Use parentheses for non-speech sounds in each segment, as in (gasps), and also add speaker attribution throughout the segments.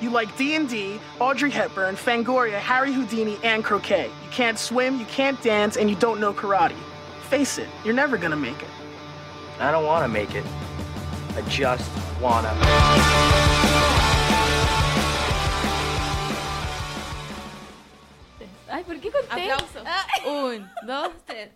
Speaker 1: You like D&D, Audrey Hepburn, Fangoria, Harry Houdini, and croquet. You can't swim, you can't dance, and you don't know karate. Face it, you're never gonna make it.
Speaker 2: I don't want to make it. I just wanna.
Speaker 3: Ay, ¿por qué conté?
Speaker 4: Aplauso.
Speaker 3: (laughs) Ah,
Speaker 4: (laughs)
Speaker 3: un, dos, tres.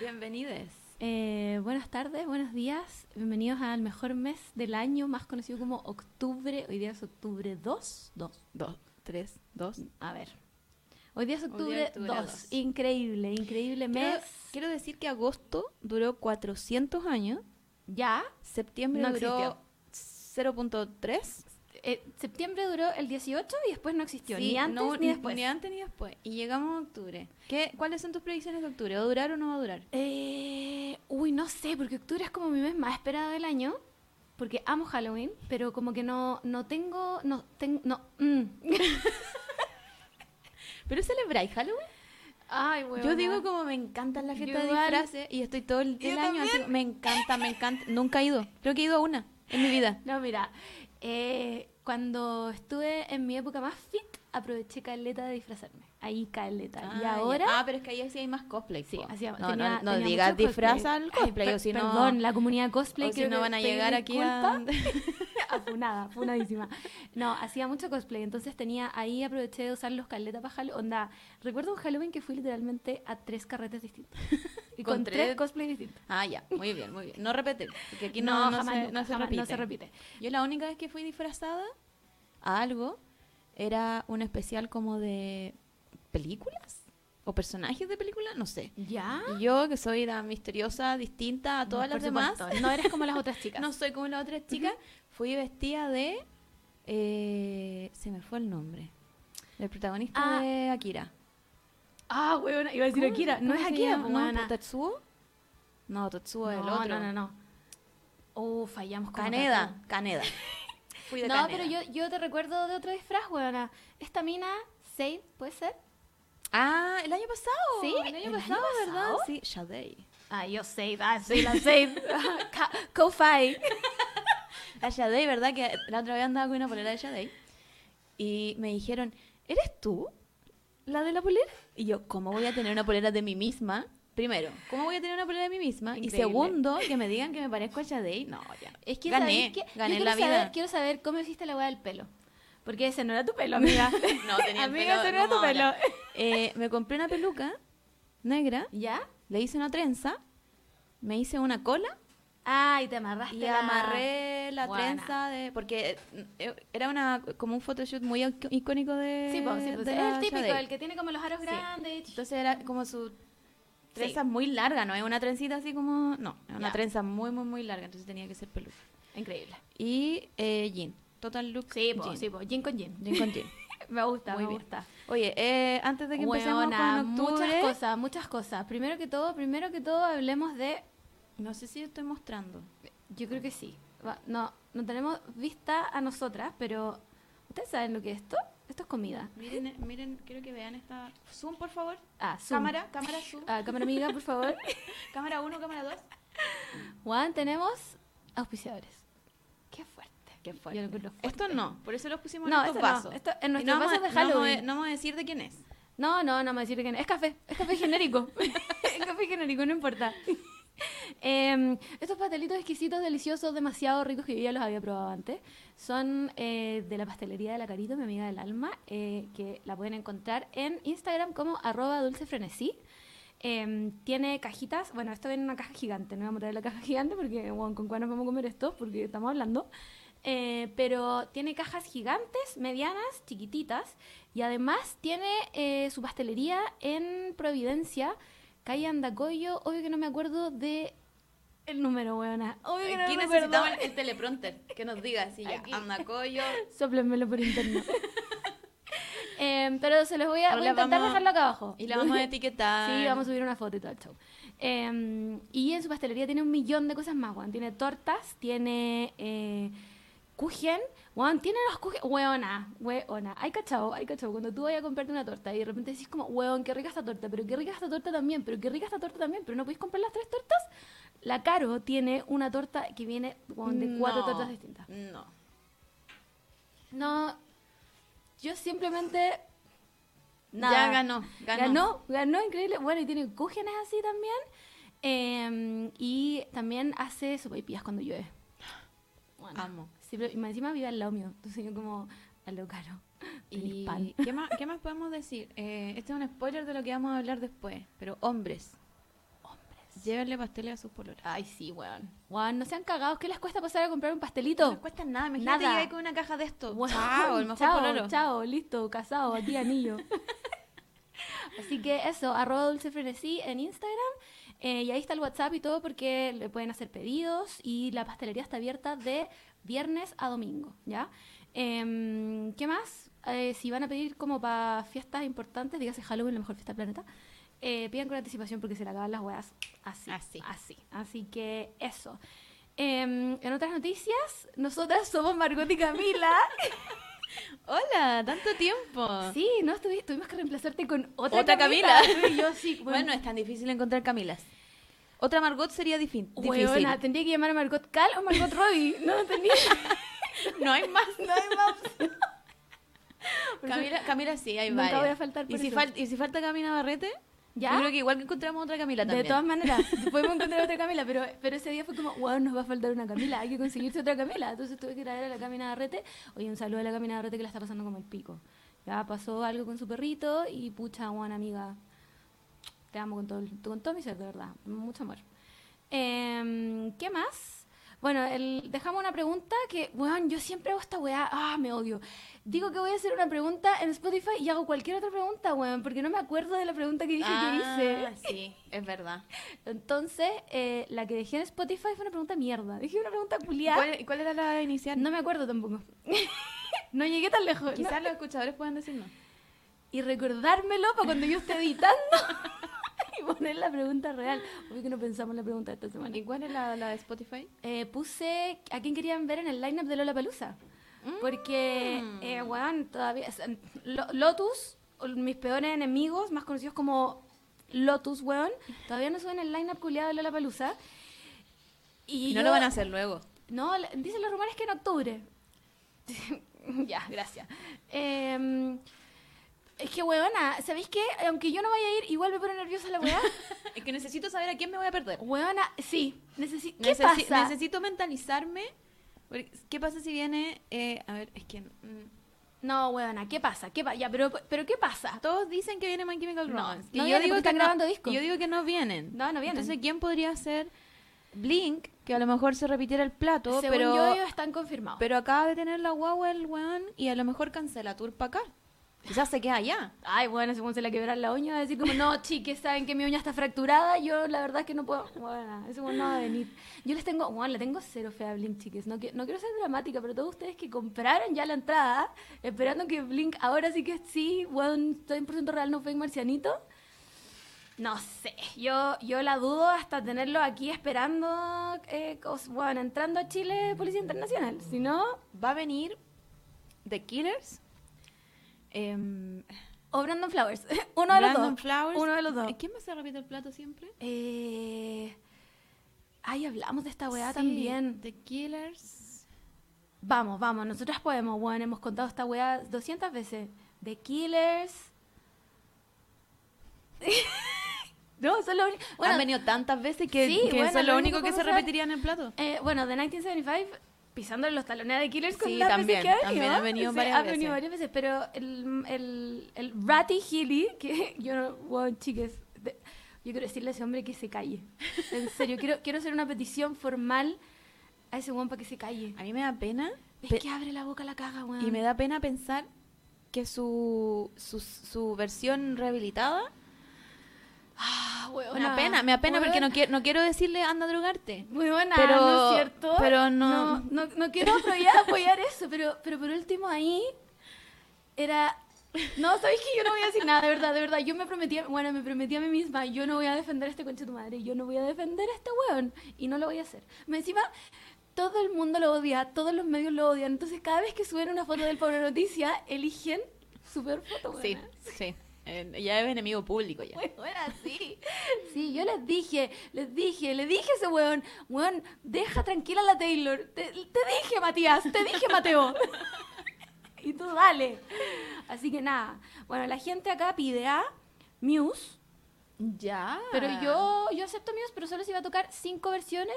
Speaker 3: Bienvenides. (laughs) Eh, buenas tardes, buenos días. Bienvenidos al mejor mes del año, más conocido como octubre. Hoy día es octubre 2. 2.
Speaker 4: Dos, tres, dos.
Speaker 3: A ver. Hoy día es
Speaker 4: día
Speaker 3: octubre,
Speaker 4: octubre
Speaker 3: 2.
Speaker 4: dos.
Speaker 3: Increíble, increíble
Speaker 4: Quiero,
Speaker 3: mes.
Speaker 4: quiero decir que agosto duró 400 años,
Speaker 3: Ya.
Speaker 4: septiembre
Speaker 3: No
Speaker 4: duró 0.3.
Speaker 3: Eh, septiembre duró el 18 y después no existió.
Speaker 4: Sí,
Speaker 3: ni antes
Speaker 4: no-
Speaker 3: ni después.
Speaker 4: Ni antes ni después. Y llegamos a octubre. ¿Qué, ¿Cuáles son tus predicciones de octubre? ¿Va a durar o no va a durar?
Speaker 3: Eh, uy, no sé, porque octubre es como mi mes más esperado del año, porque amo Halloween, pero como que no, no tengo, no, ten- no, mm. (laughs)
Speaker 4: ¿Pero celebráis Halloween?
Speaker 3: Ay,
Speaker 4: Yo digo como me encantan las
Speaker 3: Yo
Speaker 4: fiestas de
Speaker 3: igual.
Speaker 4: disfraces y estoy todo el,
Speaker 3: Yo
Speaker 4: el año así, me encanta, me encanta. Nunca he ido. Creo que he ido a una en mi vida.
Speaker 3: No, mira, eh, cuando estuve en mi época más fit, aproveché caleta de disfrazarme. Ahí caleta. y
Speaker 4: Ah,
Speaker 3: ahora...
Speaker 4: ya. Ah, pero es que ahí sí hay más cosplay.
Speaker 3: Sí,
Speaker 4: po.
Speaker 3: hacía-
Speaker 4: no,
Speaker 3: tenía-
Speaker 4: no, no
Speaker 3: tenía
Speaker 4: digas
Speaker 3: mucho cosplay.
Speaker 4: disfraza al cosplay,
Speaker 3: Ay,
Speaker 4: o si
Speaker 3: per-
Speaker 4: no.
Speaker 3: Perdón, la comunidad cosplay
Speaker 4: o si
Speaker 3: creo
Speaker 4: no
Speaker 3: que
Speaker 4: van a
Speaker 3: pedí
Speaker 4: llegar aquí a- (laughs)
Speaker 3: disculpa. (laughs) Afunada, afunadísima. No, hacía mucho cosplay, entonces tenía ahí aproveché de usar los caletas para Halloween. Onda, recuerdo un Halloween que fui literalmente a tres carretes
Speaker 4: (laughs)
Speaker 3: distintos. Y con,
Speaker 4: Con
Speaker 3: tres,
Speaker 4: tres-
Speaker 3: cosplays distintos.
Speaker 4: Ah, ya, muy bien, muy bien. No repetir, porque aquí no, no,
Speaker 3: jamás,
Speaker 4: se,
Speaker 3: nunca,
Speaker 4: no se
Speaker 3: jamás,
Speaker 4: repite.
Speaker 3: no se repite.
Speaker 4: Yo la única vez que fui disfrazada a algo era un especial como de películas o personajes de películas, no sé.
Speaker 3: ¿Ya?
Speaker 4: Y yo, que soy la misteriosa, distinta a todas
Speaker 3: Ah. No, por
Speaker 4: las demás,
Speaker 3: supuesto, No eres como las otras chicas.
Speaker 4: (laughs) no soy como las otras chicas, fui vestida de... eh, se me fue el nombre. El protagonista
Speaker 3: Ah.
Speaker 4: de Akira.
Speaker 3: Ah, weona, iba a decir
Speaker 4: ¿Cómo-
Speaker 3: Akira. No
Speaker 4: cómo
Speaker 3: es
Speaker 4: se
Speaker 3: Akira,
Speaker 4: llama?
Speaker 3: po,
Speaker 4: no,
Speaker 3: weona.
Speaker 4: Tatsuo. pues, No, Tatsuo es el
Speaker 3: No,
Speaker 4: otro.
Speaker 3: no, no, no. Oh, fallamos con
Speaker 4: Caneda,
Speaker 3: (laughs)
Speaker 4: Caneda. Fui de
Speaker 3: no,
Speaker 4: Caneda.
Speaker 3: pero yo, yo te recuerdo de otro disfraz, weona. Esta mina, Sade, ¿puede ser?
Speaker 4: Ah, el año pasado.
Speaker 3: Sí,
Speaker 4: el año
Speaker 3: el año
Speaker 4: pasado, ¿verdad?
Speaker 3: pasado.
Speaker 4: Sí, Shadei.
Speaker 3: Ah, yo Sade, ah, soy la
Speaker 4: (laughs)
Speaker 3: Sade. (laughs) Co-fi.
Speaker 4: La Shadei, ¿verdad? Que la otra vez andaba con una polera de Shadei. Y me dijeron, ¿eres tú la de la polera? Y yo, ¿cómo voy a tener una polera de mí misma? Primero, ¿cómo voy a tener una polera de mí misma?
Speaker 3: Increíble.
Speaker 4: Y segundo, que me digan que me parezco a Shadei. No, ya.
Speaker 3: Es que
Speaker 4: gané,
Speaker 3: ¿sabéis qué? Yo
Speaker 4: gané
Speaker 3: quiero
Speaker 4: la vida.
Speaker 3: saber- quiero saber cómo hiciste la weá del pelo. Porque ese no era tu pelo, amiga.
Speaker 4: (laughs) No, tenía el
Speaker 3: Amiga,
Speaker 4: pelo
Speaker 3: ese no era
Speaker 4: como
Speaker 3: tu pelo. (laughs)
Speaker 4: ahora. Eh, me compré una peluca negra,
Speaker 3: ¿Ya?
Speaker 4: le hice una trenza, me hice una cola
Speaker 3: Ah, y te amarraste
Speaker 4: y
Speaker 3: la-
Speaker 4: amarré la
Speaker 3: Buena.
Speaker 4: trenza de porque eh, era una como un photoshoot muy ic- icónico de
Speaker 3: Sí, po, sí, po,
Speaker 4: de
Speaker 3: es
Speaker 4: la
Speaker 3: el típico,
Speaker 4: Sade.
Speaker 3: el que tiene como los aros
Speaker 4: Sí.
Speaker 3: grandes.
Speaker 4: Entonces era como su trenza muy larga, no es una trencita así como, no, es una
Speaker 3: Ya.
Speaker 4: trenza muy muy muy larga, entonces tenía que ser peluca.
Speaker 3: Increíble.
Speaker 4: Y eh, jean, total look
Speaker 3: Sí, po,
Speaker 4: jean.
Speaker 3: sí, po. Jean con jean.
Speaker 4: Jean con jean.
Speaker 3: (laughs) Me gusta,
Speaker 4: Muy
Speaker 3: me
Speaker 4: bien.
Speaker 3: gusta.
Speaker 4: Oye, eh, antes de que empecemos
Speaker 3: Weona,
Speaker 4: con octubre,
Speaker 3: muchas cosas, muchas cosas. Primero que todo, primero que todo hablemos de
Speaker 4: no sé si yo estoy mostrando.
Speaker 3: yo creo que sí. Va- No, no tenemos vista a nosotras, pero ¿ustedes saben lo que es esto? Esto es comida.
Speaker 4: Miren, miren, quiero que vean esta. Zoom, por favor.
Speaker 3: Ah, zoom.
Speaker 4: Cámara, cámara, zoom.
Speaker 3: Ah, cámara amiga, por
Speaker 4: (laughs)
Speaker 3: favor.
Speaker 4: Cámara 1, cámara 2.
Speaker 3: Juan, tenemos auspiciadores. Qué fuerte.
Speaker 4: Qué
Speaker 3: Yo lo encuentro fuerte.
Speaker 4: Esto no, por eso los pusimos
Speaker 3: No,
Speaker 4: en estos
Speaker 3: esto no,
Speaker 4: vasos.
Speaker 3: esto en
Speaker 4: Y
Speaker 3: nuestros
Speaker 4: no vamos
Speaker 3: vasos de
Speaker 4: a- No, vamos a-
Speaker 3: Halloween.
Speaker 4: no vamos a decir de quién es.
Speaker 3: No, no, no me decir que no. Es café, es café genérico. es café genérico, no importa. Em, estos pastelitos exquisitos, deliciosos, demasiado ricos que yo ya los había probado antes, son eh, de la pastelería de la Carito, mi amiga del alma, eh, que la pueden encontrar en Instagram como arroba dulcefrenesí. Em, tiene cajitas, bueno, esto viene en una caja gigante, no voy a mostrar la caja (laughs) gigante porque, bueno, ¿con cuál nos vamos a comer esto? Porque estamos hablando. Eh, pero tiene cajas gigantes, medianas, chiquititas. Y además tiene eh, su pastelería en Providencia, calle Andacoyo. Obvio que no me acuerdo de el número, weona. Obvio que no
Speaker 4: Aquí
Speaker 3: me acuerdo.
Speaker 4: necesitamos el, el teleprompter que nos diga si ya.
Speaker 3: Aquí.
Speaker 4: Anda, collo.
Speaker 3: Sóplenmelo por
Speaker 4: (laughs)
Speaker 3: internet. Em, pero se los voy a,
Speaker 4: Ahora
Speaker 3: voy a
Speaker 4: la
Speaker 3: intentar
Speaker 4: vamos-
Speaker 3: dejarlo acá abajo.
Speaker 4: Y la vamos a etiquetar.
Speaker 3: Sí, vamos a subir una foto y todo el show. Eh, y en su pastelería tiene un millón de cosas más, weón. Tiene tortas, tiene eh, kuchen, weón, tiene los kuchen, weona, weona. Hay cachao, hay cachao. Cuando tú vayas a comprarte una torta y de repente decís como, weón, qué rica esta torta, pero qué rica esta torta también, pero qué rica esta torta también, pero no podéis comprar las tres tortas. La Caro tiene una torta que viene weón, de cuatro
Speaker 4: No,
Speaker 3: tortas distintas.
Speaker 4: No.
Speaker 3: No, yo simplemente...
Speaker 4: Ya ganó, ganó.
Speaker 3: Ganó, ganó, increíble. Bueno, y tiene cúgenes así también. Em, y también hace sopaipillas cuando llueve. Bueno,
Speaker 4: Amo.
Speaker 3: sí, pero- y más encima vive al lado mío. Entonces yo como, a lo caro.
Speaker 4: ¿Y
Speaker 3: Tenés pan.
Speaker 4: ¿qué, más, qué más podemos decir? Eh, este es un spoiler de lo que vamos a hablar después, pero hombres. Hombres. Llévenle pasteles a sus pololas.
Speaker 3: Ay, sí, weón. Weón, no sean cagados. ¿Qué les cuesta pasar a comprar un pastelito?
Speaker 4: No cuesta nada, imagínate
Speaker 3: Nada.
Speaker 4: llegar con una caja de esto.
Speaker 3: Weón,
Speaker 4: Chao, el mejor
Speaker 3: chao,
Speaker 4: pololo.
Speaker 3: chao, listo, casado, aquí
Speaker 4: (laughs)
Speaker 3: anillo. Así que eso, arroba dulce frenesí en Instagram. eh, y ahí está el WhatsApp y todo porque le pueden hacer pedidos y la pastelería está abierta de viernes a domingo, ¿ya? Em, ¿Qué más? Eh, si van a pedir como para fiestas importantes, dígase Halloween, la mejor fiesta del planeta, eh, pidan con anticipación porque se le acaban las weas así.
Speaker 4: Así.
Speaker 3: Así. Así que eso. Em, en otras noticias, nosotras somos Margot y
Speaker 4: (laughs)
Speaker 3: Camila.
Speaker 4: Hola, tanto tiempo.
Speaker 3: Sí, no, estuvi- tuvimos que reemplazarte con otra,
Speaker 4: Otra
Speaker 3: Camila.
Speaker 4: Camila.
Speaker 3: Y (laughs) yo
Speaker 4: (laughs)
Speaker 3: sí,
Speaker 4: Bueno,
Speaker 3: bueno,
Speaker 4: es tan difícil encontrar Camilas. Otra Margot sería difi- difícil.
Speaker 3: Weona, tendría que llamar a Margot Cal o Margot Robbie. No
Speaker 4: (laughs)
Speaker 3: entendía.
Speaker 4: no hay más.
Speaker 3: no hay (laughs) más.
Speaker 4: Camila, Camila sí, hay
Speaker 3: Nunca
Speaker 4: varias.
Speaker 3: voy a faltar por
Speaker 4: ¿Y, si
Speaker 3: eso.
Speaker 4: fal- y si falta Camila Barrete,
Speaker 3: ¿Ya?
Speaker 4: yo creo que igual que encontramos otra Camila también.
Speaker 3: De todas maneras, (laughs)
Speaker 4: (laughs)
Speaker 3: podemos encontrar otra Camila, pero, pero ese día fue como, wow, nos va a faltar una Camila, hay que conseguirse otra Camila. Entonces tuve que traer a la Camila Garrete. Oye, un saludo a la Camila Garrete que la está pasando como el pico. Ya pasó algo con su perrito y pucha, buena amiga. Te amo con todo, el- con todo mi ser, de verdad. Mucho amor. Em, ¿Qué más? Bueno, el- dejamos una pregunta que, weón, yo siempre hago esta weá, ah, me odio. Digo que voy a hacer una pregunta en Spotify y hago cualquier otra pregunta, weón, porque no me acuerdo de la pregunta que dije
Speaker 4: ah,
Speaker 3: que hice.
Speaker 4: sí, es verdad.
Speaker 3: Entonces, eh, la que dejé en Spotify fue una pregunta mierda. Dije una pregunta culiada.
Speaker 4: ¿Cuál, cuál era la inicial?
Speaker 3: No me acuerdo tampoco. (laughs) no llegué tan lejos.
Speaker 4: Quizás
Speaker 3: no.
Speaker 4: los escuchadores puedan decirnos.
Speaker 3: Y recordármelo para cuando yo esté editando (laughs) y poner la pregunta real. Obvio que no pensamos en la pregunta de esta semana.
Speaker 4: ¿Y cuál es la, la de Spotify?
Speaker 3: Eh, puse a quién querían ver en el lineup de Lola Palusa.
Speaker 4: Mm.
Speaker 3: Porque, eh, weón, todavía. es- Lo- Lotus, o mis peores enemigos, más conocidos como Lotus, weón, todavía no suben el lineup culiado de Lola Palusa.
Speaker 4: Y no lo van a hacer luego.
Speaker 3: No, la- dicen los rumores que en octubre. (laughs) ya, gracias. Em, es que, weona, ¿sabéis qué? Aunque yo no vaya a ir, igual me pone nerviosa la
Speaker 4: (laughs)
Speaker 3: weá.
Speaker 4: Es que necesito saber a quién me voy a perder.
Speaker 3: weona, sí. necesi- ¿Qué
Speaker 4: Necesi-
Speaker 3: pasa?
Speaker 4: Necesito mentalizarme. porque- ¿Qué pasa si viene? eh, a ver, es que. mm,
Speaker 3: no, weona, ¿qué pasa? ¿Qué pa- ya, pero, pero ¿qué pasa?
Speaker 4: todos dicen que viene My Chemical
Speaker 3: No,
Speaker 4: Romance. que
Speaker 3: no vienen porque están
Speaker 4: no-
Speaker 3: grabando disco.
Speaker 4: y Yo digo que no vienen.
Speaker 3: No, no vienen.
Speaker 4: Entonces, ¿quién podría ser Blink? Que a lo mejor se repitiera el plato,
Speaker 3: Según
Speaker 4: pero.
Speaker 3: yo, ellos están confirmados.
Speaker 4: Pero acaba de tener la guagua el weón y a lo mejor cancela tour para acá. Quizás se queda allá.
Speaker 3: Ay, bueno, según se la quebrar la uña, va a decir como, no, (laughs) chiques, saben que mi uña está fracturada, yo la verdad es que no puedo, bueno, eso no va a venir. Yo les tengo, bueno, le tengo cero fe a Blink, chiques, no, qui- no quiero ser dramática, pero todos ustedes que compraron ya la entrada, esperando que Blink ahora sí que sí, bueno, 100% real, no fue marcianito, no sé, yo, yo la dudo hasta tenerlo aquí esperando, eh, cos- bueno, entrando a Chile Policía Internacional, si no,
Speaker 4: Va a venir The Killers. em,
Speaker 3: o Brandon Flowers, (laughs) uno de los
Speaker 4: Brandon
Speaker 3: dos,
Speaker 4: Flowers.
Speaker 3: uno de los dos.
Speaker 4: ¿Eh, ¿Quién más se repite el plato siempre?
Speaker 3: Eh, ay, hablamos de esta weá
Speaker 4: Sí,
Speaker 3: también.
Speaker 4: The Killers.
Speaker 3: Vamos, vamos, nosotras podemos, weón. Hemos contado esta weá 200 veces. The Killers. (laughs) no, son los únicos.
Speaker 4: Han
Speaker 3: Bueno,
Speaker 4: venido tantas veces que,
Speaker 3: Sí,
Speaker 4: que
Speaker 3: bueno,
Speaker 4: eso es
Speaker 3: lo
Speaker 4: lo
Speaker 3: único
Speaker 4: único que
Speaker 3: que
Speaker 4: se
Speaker 3: podemos
Speaker 4: repetiría en el plato.
Speaker 3: eh, bueno, The 1975, pisando los talones de Killers con
Speaker 4: Sí,
Speaker 3: las veces
Speaker 4: también,
Speaker 3: que ha
Speaker 4: también
Speaker 3: venido.
Speaker 4: ha venido
Speaker 3: Sí,
Speaker 4: varias
Speaker 3: ha venido
Speaker 4: veces.
Speaker 3: varias veces, pero el, el, el Ratty Healy, que (laughs) yo no, weón, chiques, de- yo quiero decirle a ese hombre que se calle. En serio, quiero, quiero hacer una petición formal a ese weón para que se calle.
Speaker 4: A mí me da pena
Speaker 3: Es
Speaker 4: pe-
Speaker 3: que abre la boca la caga, weón.
Speaker 4: y me da pena pensar que su, su, su versión rehabilitada.
Speaker 3: Ah, weona.
Speaker 4: Me da pena, me da pena porque no,
Speaker 3: Weona.
Speaker 4: quiero no quiero decirle anda a drogarte.
Speaker 3: Muy buena,
Speaker 4: Pero-
Speaker 3: ¿no es cierto?
Speaker 4: pero
Speaker 3: No,
Speaker 4: no-
Speaker 3: no, no quiero apoyar, apoyar eso, pero, pero por último ahí era... No, ¿sabéis que yo no voy a decir nada, de verdad, de verdad. Yo me prometí, a- bueno, me prometí a mí misma, yo no voy a defender a este conche de tu madre, yo no voy a defender a este weón, y no lo voy a hacer. Me encima, todo el mundo lo odia, todos los medios lo odian, entonces cada vez que suben una foto del Pobre Noticia, eligen su peor foto,
Speaker 4: Sí,
Speaker 3: weona.
Speaker 4: sí. Eh, ya es enemigo público (laughs) ya.
Speaker 3: Muy buena, sí. Sí, yo les dije, les dije, le dije a ese weón, weón, deja tranquila a la Taylor. Te, te dije, Matías, te dije, Mateo. (laughs) Y tú dale. Así que nada. Bueno, la gente acá pide a Muse.
Speaker 4: Ya.
Speaker 3: Pero yo, yo acepto Muse, pero solo se iba a tocar cinco versiones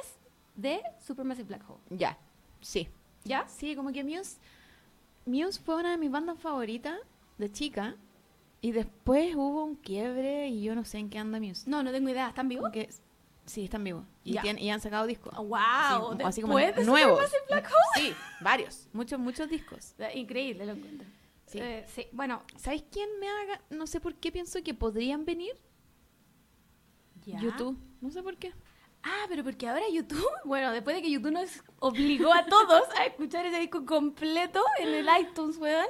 Speaker 3: de Supermassive Black Hole.
Speaker 4: Ya. Sí.
Speaker 3: ¿Ya?
Speaker 4: Ah, Sí, como que Muse. Muse fue una de mis bandas favoritas de chica. Y después hubo un quiebre y yo no sé en qué anda Muse.
Speaker 3: No, no tengo idea. ¿Están vivos?
Speaker 4: Como que- sí, están vivos. Y,
Speaker 3: Ya.
Speaker 4: tienen- y han sacado discos.
Speaker 3: Oh, ¡Wow!
Speaker 4: Sí,
Speaker 3: Después
Speaker 4: así como
Speaker 3: de
Speaker 4: nuevos.
Speaker 3: Supermassive Black Hole.
Speaker 4: Sí, varios. Muchos, muchos discos.
Speaker 3: (laughs) Increíble, lo encuentro.
Speaker 4: Sí.
Speaker 3: Eh, sí. Bueno,
Speaker 4: ¿Sabes quién me haga? No sé por qué pienso que podrían venir.
Speaker 3: ya.
Speaker 4: YouTube. No sé por qué.
Speaker 3: Ah, pero porque ahora YouTube, (laughs) bueno, después de que YouTube nos obligó a todos a escuchar ese disco completo en el iTunes, weón,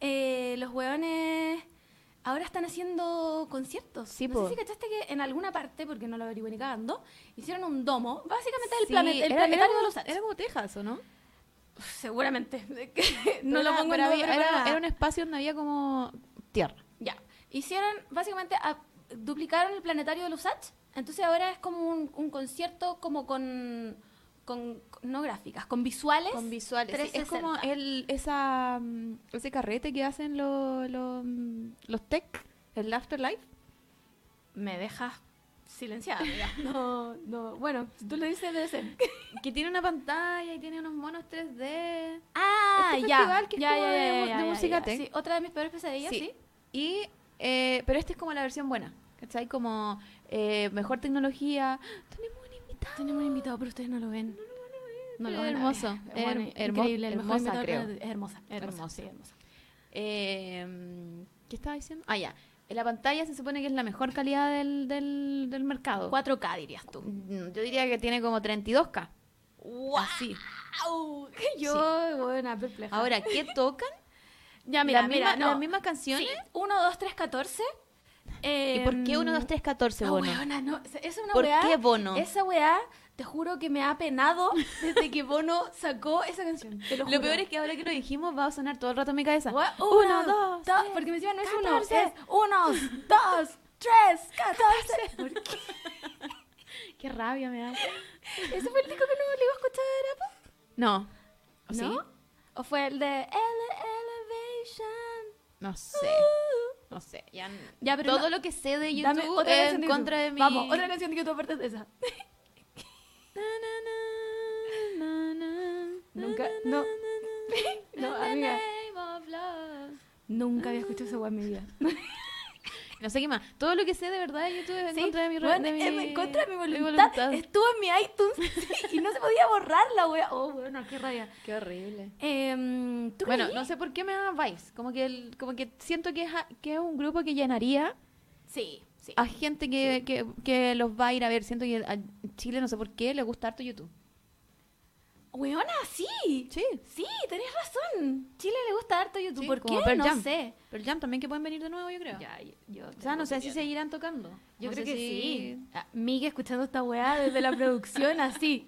Speaker 3: eh, los weones ahora están haciendo conciertos.
Speaker 4: Sí,
Speaker 3: no
Speaker 4: po.
Speaker 3: sé si cachaste que en alguna parte, porque no lo averigué ni cagando, hicieron un domo, básicamente el,
Speaker 4: Sí,
Speaker 3: planet, el
Speaker 4: era-
Speaker 3: planetario
Speaker 4: era como-
Speaker 3: de los Andes.
Speaker 4: Era como Texas, ¿o no?
Speaker 3: Seguramente, (laughs) no
Speaker 4: Pero
Speaker 3: lo
Speaker 4: era-
Speaker 3: pongo en
Speaker 4: pero
Speaker 3: duda,
Speaker 4: había-
Speaker 3: pero para
Speaker 4: era,
Speaker 3: nada.
Speaker 4: era un espacio donde había como tierra.
Speaker 3: Ya. Hicieron, básicamente, a- duplicaron el planetario de Lusach. Entonces ahora es como un, un concierto como con, con, no gráficas, con visuales.
Speaker 4: Con visuales. sí. es
Speaker 3: 360.
Speaker 4: como el, esa, mm, ese carrete que hacen lo- lo, mm, los tech, el afterlife.
Speaker 3: Me dejas silenciada. (laughs) amiga. No, no. Bueno, si tú lo dices, debe ser.
Speaker 4: Que tiene una pantalla y tiene unos monos 3D.
Speaker 3: Ah,
Speaker 4: Este
Speaker 3: ya.
Speaker 4: festival que es
Speaker 3: ya,
Speaker 4: como
Speaker 3: ya,
Speaker 4: de
Speaker 3: ya,
Speaker 4: mu-
Speaker 3: ya,
Speaker 4: de
Speaker 3: ya,
Speaker 4: música
Speaker 3: ya.
Speaker 4: tech.
Speaker 3: Sí, otra de mis peores pesadillas, sí.
Speaker 4: Y, eh, pero esta es como la versión buena. ¿Cachai? Como eh, mejor tecnología. Tenemos un invitado.
Speaker 3: Tenemos un invitado, pero ustedes no lo ven. No lo
Speaker 4: Es
Speaker 3: ven.
Speaker 4: hermoso,
Speaker 3: Es bueno,
Speaker 4: her- hermo-
Speaker 3: increíble, el mejor
Speaker 4: hermosa,
Speaker 3: invitado
Speaker 4: creo.
Speaker 3: que- Es hermosa, hermosa.
Speaker 4: Hermosa.
Speaker 3: sí, hermosa.
Speaker 4: Eh, ¿Qué estaba diciendo? Ah, ya. La pantalla se supone que es la mejor calidad del, del, del mercado.
Speaker 3: 4K dirías tú.
Speaker 4: Mm, Yo diría que tiene como 32K. Así.
Speaker 3: ¡Au! Yo, bueno, perpleja.
Speaker 4: Ahora, ¿qué tocan?
Speaker 3: ya mira,
Speaker 4: las
Speaker 3: mira,
Speaker 4: mismas-
Speaker 3: no.
Speaker 4: las mismas canciones.
Speaker 3: Sí, 1, 2, 3, 14.
Speaker 4: ¿Y por qué 1, 2, 3, 14,
Speaker 3: No,
Speaker 4: Bono?
Speaker 3: Em, ah, weona, no. Esa es una
Speaker 4: ¿Por
Speaker 3: weá-
Speaker 4: qué Bono?
Speaker 3: Esa weá, te juro que me ha penado desde que Bono sacó esa canción. Te lo,
Speaker 4: Lo peor es que ahora que lo dijimos va a sonar todo el rato en mi cabeza.
Speaker 3: uno, dos, tres, porque me encima no es uno, es uno, dos, tres, catorce. (laughs) ¿Por qué?
Speaker 4: Qué rabia me da.
Speaker 3: ¿Ese fue el disco que no le iba a escuchar a Arapa?
Speaker 4: No. ¿O sí?
Speaker 3: ¿No? ¿O fue el de Ele- Elevation?
Speaker 4: No sé. No sé. Ya n-
Speaker 3: Ya, pero
Speaker 4: Ah. todo
Speaker 3: no-
Speaker 4: lo que sé de
Speaker 3: Dame
Speaker 4: YouTube
Speaker 3: otra
Speaker 4: es
Speaker 3: canción
Speaker 4: en
Speaker 3: de
Speaker 4: contra
Speaker 3: YouTube.
Speaker 4: de mi.
Speaker 3: Vamos, otra canción de YouTube aparte de
Speaker 4: (laughs)
Speaker 3: esa. Nunca- no. (laughs) No, amiga. Nunca había escuchado esa weá en mi vida.
Speaker 4: No sé qué más. Todo lo que sé de verdad de YouTube es
Speaker 3: (laughs)
Speaker 4: en
Speaker 3: Sí,
Speaker 4: contra de mi. re-
Speaker 3: weón,
Speaker 4: de
Speaker 3: es en contra de mi voluntad.
Speaker 4: voluntad.
Speaker 3: Estuvo en mi iTunes (laughs) y no se podía borrar la wea. Oh, bueno, qué rabia.
Speaker 4: Qué horrible.
Speaker 3: Em, ¿tú
Speaker 4: Bueno,
Speaker 3: creí?
Speaker 4: no sé por qué me da Vice. Como que, el- como que siento que es, a- que es un grupo que llenaría
Speaker 3: Sí, sí.
Speaker 4: a gente que, que, que los va a ir a ver. Siento que a Chile, no sé por qué, le gusta harto YouTube.
Speaker 3: Weona, sí.
Speaker 4: Sí.
Speaker 3: Sí, tenés razón. Chile le gusta harto YouTube.
Speaker 4: Sí,
Speaker 3: ¿Por
Speaker 4: como
Speaker 3: qué?
Speaker 4: Pearl
Speaker 3: no
Speaker 4: Jam.
Speaker 3: sé.
Speaker 4: Pearl Jam también que pueden venir de nuevo, yo creo.
Speaker 3: Ya, yo, yo
Speaker 4: O sea,
Speaker 3: tengo
Speaker 4: no sé si
Speaker 3: opinión.
Speaker 4: seguirán tocando.
Speaker 3: Yo
Speaker 4: No
Speaker 3: creo
Speaker 4: sé
Speaker 3: que
Speaker 4: si-
Speaker 3: sí. Ah, Miguel escuchando esta weá desde la producción,
Speaker 4: (laughs)
Speaker 3: así.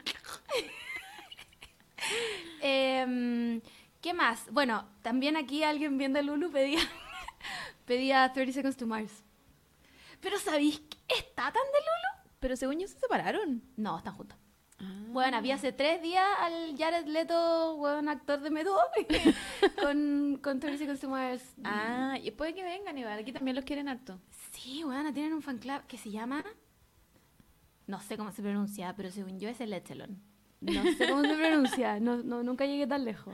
Speaker 3: Em, ¿Qué más? Bueno, también aquí alguien viendo a Lulu pedía, (laughs) pedía 30 Seconds to Mars. Pero ¿sabéis qué? está tan de Lulu?
Speaker 4: Pero según yo se separaron.
Speaker 3: No, están juntos.
Speaker 4: Ah,
Speaker 3: Bueno,
Speaker 4: Mm.
Speaker 3: había hace tres días al Jared Leto, weón actor de Meduo, (laughs) con, con 30 Seconds to Mars.
Speaker 4: Ah, y puede que vengan igual. Aquí también los quieren harto.
Speaker 3: Sí, weona, tienen un fan club que se llama. No sé cómo se pronuncia, pero según yo es el Echelon. No sé cómo se
Speaker 4: (laughs)
Speaker 3: pronuncia, no, no- nunca llegué tan lejos.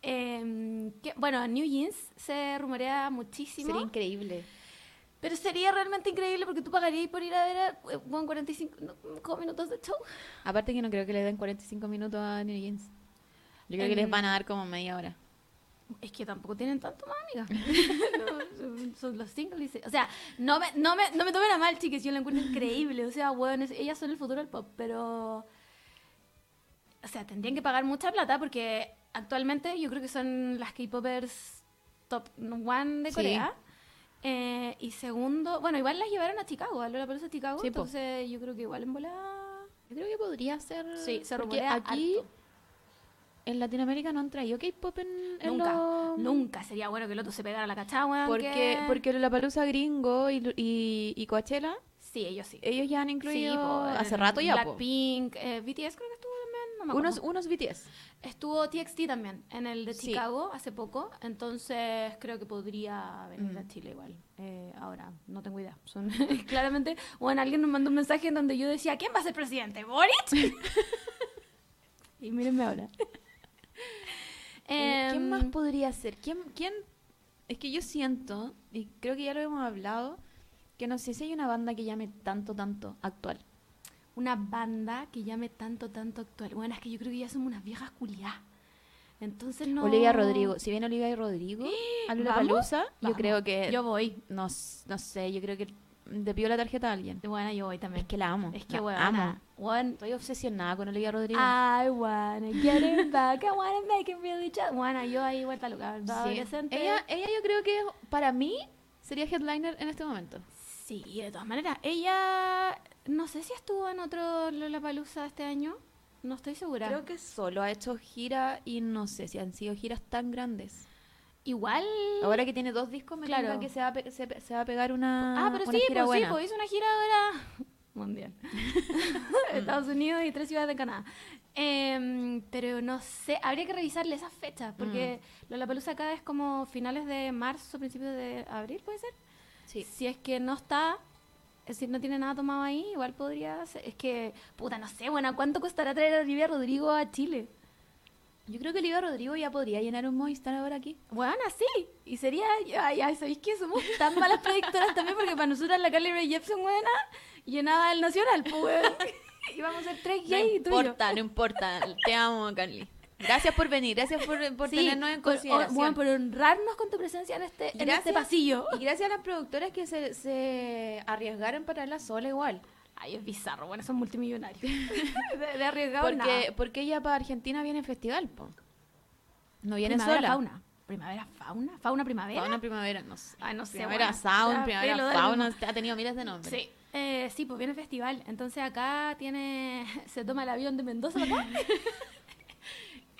Speaker 3: Em, que- bueno, New Jeans se rumorea muchísimo.
Speaker 4: Sería increíble.
Speaker 3: pero sería realmente increíble porque tú pagarías por ir a ver a eh, weón, 45 no, como minutos de show.
Speaker 4: Aparte que no creo que le den 45 minutos a New Jeans. Yo creo que
Speaker 3: En-
Speaker 4: les van a dar como media hora.
Speaker 3: Es que tampoco tienen tanto más, amiga.
Speaker 4: (laughs)
Speaker 3: (laughs) No, son, son los singles. O sea, no me, no, me, no me tomen a mal, chiques. Yo la encuentro increíble. O sea, bueno, ellas son el futuro del pop, pero... O sea, tendrían que pagar mucha plata porque actualmente yo creo que son las K-popers top one de
Speaker 4: Sí.
Speaker 3: Corea. Eh, y segundo, bueno, igual las llevaron a Chicago, a Lollapalooza Chicago.
Speaker 4: Sí, po.
Speaker 3: entonces yo creo que igual en volada...
Speaker 4: Yo creo que podría ser...
Speaker 3: Sí, se
Speaker 4: porque
Speaker 3: rumorea
Speaker 4: aquí
Speaker 3: harto.
Speaker 4: en Latinoamérica no han traído K-pop en, en
Speaker 3: Nunca,
Speaker 4: los-
Speaker 3: nunca sería bueno que el otro se pegara la cachagua.
Speaker 4: Porque, porque Lollapalooza gringo y, y, y Coachella,
Speaker 3: Sí, ellos sí.
Speaker 4: ellos ya han
Speaker 3: Sí,
Speaker 4: incluido...
Speaker 3: po,
Speaker 4: hace
Speaker 3: en
Speaker 4: rato ya, po.
Speaker 3: Blackpink, eh, BTS creo que estuvo también no me acuerdo.
Speaker 4: Unos, unos BTS.
Speaker 3: Estuvo TXT también en el de
Speaker 4: Sí.
Speaker 3: Chicago hace poco, entonces creo que podría venir
Speaker 4: Mm.
Speaker 3: a Chile igual. Eh, ahora, no tengo idea. Son, (laughs) claramente, bueno, alguien nos mandó un mensaje en donde yo decía, ¿quién va a ser presidente? ¿Boric? y mírenme ahora.
Speaker 4: (laughs) Eh, ¿Quién más
Speaker 3: Em,
Speaker 4: podría ser? ¿Quién, ¿Quién? Es que yo siento, y creo que ya lo hemos hablado, que no sé si hay una banda que llame tanto, tanto actual.
Speaker 3: una banda que llame tanto, tanto actual. Bueno, es que yo creo que ya somos unas viejas culiadas. Entonces no...
Speaker 4: Olivia Rodrigo. Si bien Olivia y Rodrigo (gasps)
Speaker 3: (gasps)
Speaker 4: a
Speaker 3: ¿Vamos?
Speaker 4: Lollapalooza, yo
Speaker 3: Vamos.
Speaker 4: creo que...
Speaker 3: Yo voy.
Speaker 4: No, s- no sé, yo creo que le pido la tarjeta a alguien.
Speaker 3: Bueno, yo voy también.
Speaker 4: Es que Ah, la amo.
Speaker 3: Es que,
Speaker 4: la
Speaker 3: weón,
Speaker 4: amo.
Speaker 3: weón,
Speaker 4: Estoy obsesionada con Olivia Rodrigo.
Speaker 3: I wanna get it back, I wanna make it really just. Bueno, yo ahí vuelta loca,
Speaker 4: Sí.
Speaker 3: ¿verdad? adolescente.
Speaker 4: Ella, ella yo creo que para mí sería headliner en este momento.
Speaker 3: Sí, de todas maneras. Ella, no sé si estuvo en otro Lollapalooza este año, no estoy segura.
Speaker 4: Creo que solo ha hecho gira y no sé si han sido giras tan grandes.
Speaker 3: Igual...
Speaker 4: Ahora que tiene dos discos, me
Speaker 3: Claro.
Speaker 4: tinca que se va, a pe- se, pe- se va a pegar una.
Speaker 3: Ah, pero
Speaker 4: una
Speaker 3: sí,
Speaker 4: gira
Speaker 3: pues sí,
Speaker 4: buena.
Speaker 3: pues hizo una gira ahora (laughs)
Speaker 4: (laughs)
Speaker 3: mundial. Estados Unidos y tres ciudades de Canadá. Em, pero no sé, habría que revisarle esas fechas, porque
Speaker 4: Mm.
Speaker 3: Lollapalooza acá es como finales de marzo, principios de abril, ¿puede ser?
Speaker 4: Sí.
Speaker 3: Si es que no está, es decir, no tiene nada tomado ahí, igual podría ser. Es que, puta, no sé, bueno, ¿cuánto costará traer a Olivia Rodrigo a Chile?
Speaker 4: Yo creo que Olivia Rodrigo ya podría llenar un Movistar ahora aquí.
Speaker 3: Bueno, sí. Y sería, ay, ay, ¿sabéis qué? Somos tan malas predictoras también porque para nosotras la Carly Rae Jepsen, buena, llenaba el Nacional, pues, weón. (laughs) Íbamos a ser tres gays y tú y yo.
Speaker 4: no importa. Te amo, Carly. Gracias por venir, gracias por, por
Speaker 3: Sí,
Speaker 4: tenernos en
Speaker 3: por-
Speaker 4: consideración.
Speaker 3: o- bueno, por honrarnos con tu presencia en este, en este
Speaker 4: Gracias.
Speaker 3: pasillo.
Speaker 4: Y gracias a las productoras que se, se arriesgaron para la sola igual.
Speaker 3: (laughs) Ay, es bizarro, bueno, son
Speaker 4: (laughs)
Speaker 3: multimillonarios. De, de arriesgado nada.
Speaker 4: Porque, porque ella para Argentina viene festival, po. No viene
Speaker 3: primavera
Speaker 4: sola.
Speaker 3: fauna. Primavera fauna, fauna primavera.
Speaker 4: Fauna, primavera, no sé.
Speaker 3: Ay, no sé,
Speaker 4: Primavera
Speaker 3: bueno,
Speaker 4: Sound,
Speaker 3: ya,
Speaker 4: primavera
Speaker 3: pelo de
Speaker 4: Fauna, ha tenido miles de nombres.
Speaker 3: Sí. Eh, sí, pues viene festival. Entonces acá tiene (laughs) se toma el avión de Mendoza para acá.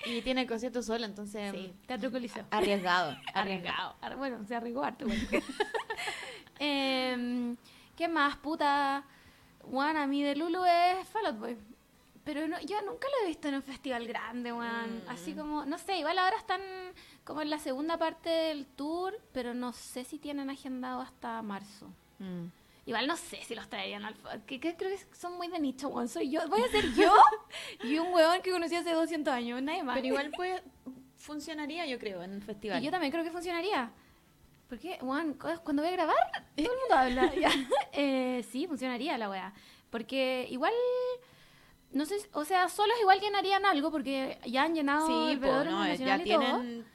Speaker 4: Y tiene concierto sola, entonces.
Speaker 3: Sí, Em, Teatro Coliseo.
Speaker 4: Arriesgado.
Speaker 3: (laughs) Arriesgado. Ar- Bueno, se arriesgó harto. bueno. (laughs) Em, ¿Qué más, puta? Juan, a mí de Lulu es Fall Out Boy. Pero no, yo nunca lo he visto en un festival grande, Juan. Así como, no sé, igual ahora están como en la segunda parte del tour, pero no sé si tienen agendado hasta marzo.
Speaker 4: Mm.
Speaker 3: Igual no sé si los traerían al... fa- Que, que creo que son muy de nicho, weón. Soy yo. Voy a ser
Speaker 4: (laughs)
Speaker 3: yo y un weón que conocí hace 200 años. Nadie más.
Speaker 4: Pero igual puede, funcionaría, yo creo, en el festival.
Speaker 3: Y yo también creo que funcionaría. Porque, weón, cu- cuando voy a grabar, todo el mundo habla.
Speaker 4: (laughs)
Speaker 3: ya. (laughs) Eh, sí, funcionaría la weá. Porque igual... No sé, si- o sea, solos igual llenarían algo porque ya han llenado
Speaker 4: sí,
Speaker 3: el
Speaker 4: po,
Speaker 3: velódromo
Speaker 4: no,
Speaker 3: nacional
Speaker 4: ya
Speaker 3: y todo.
Speaker 4: tienen.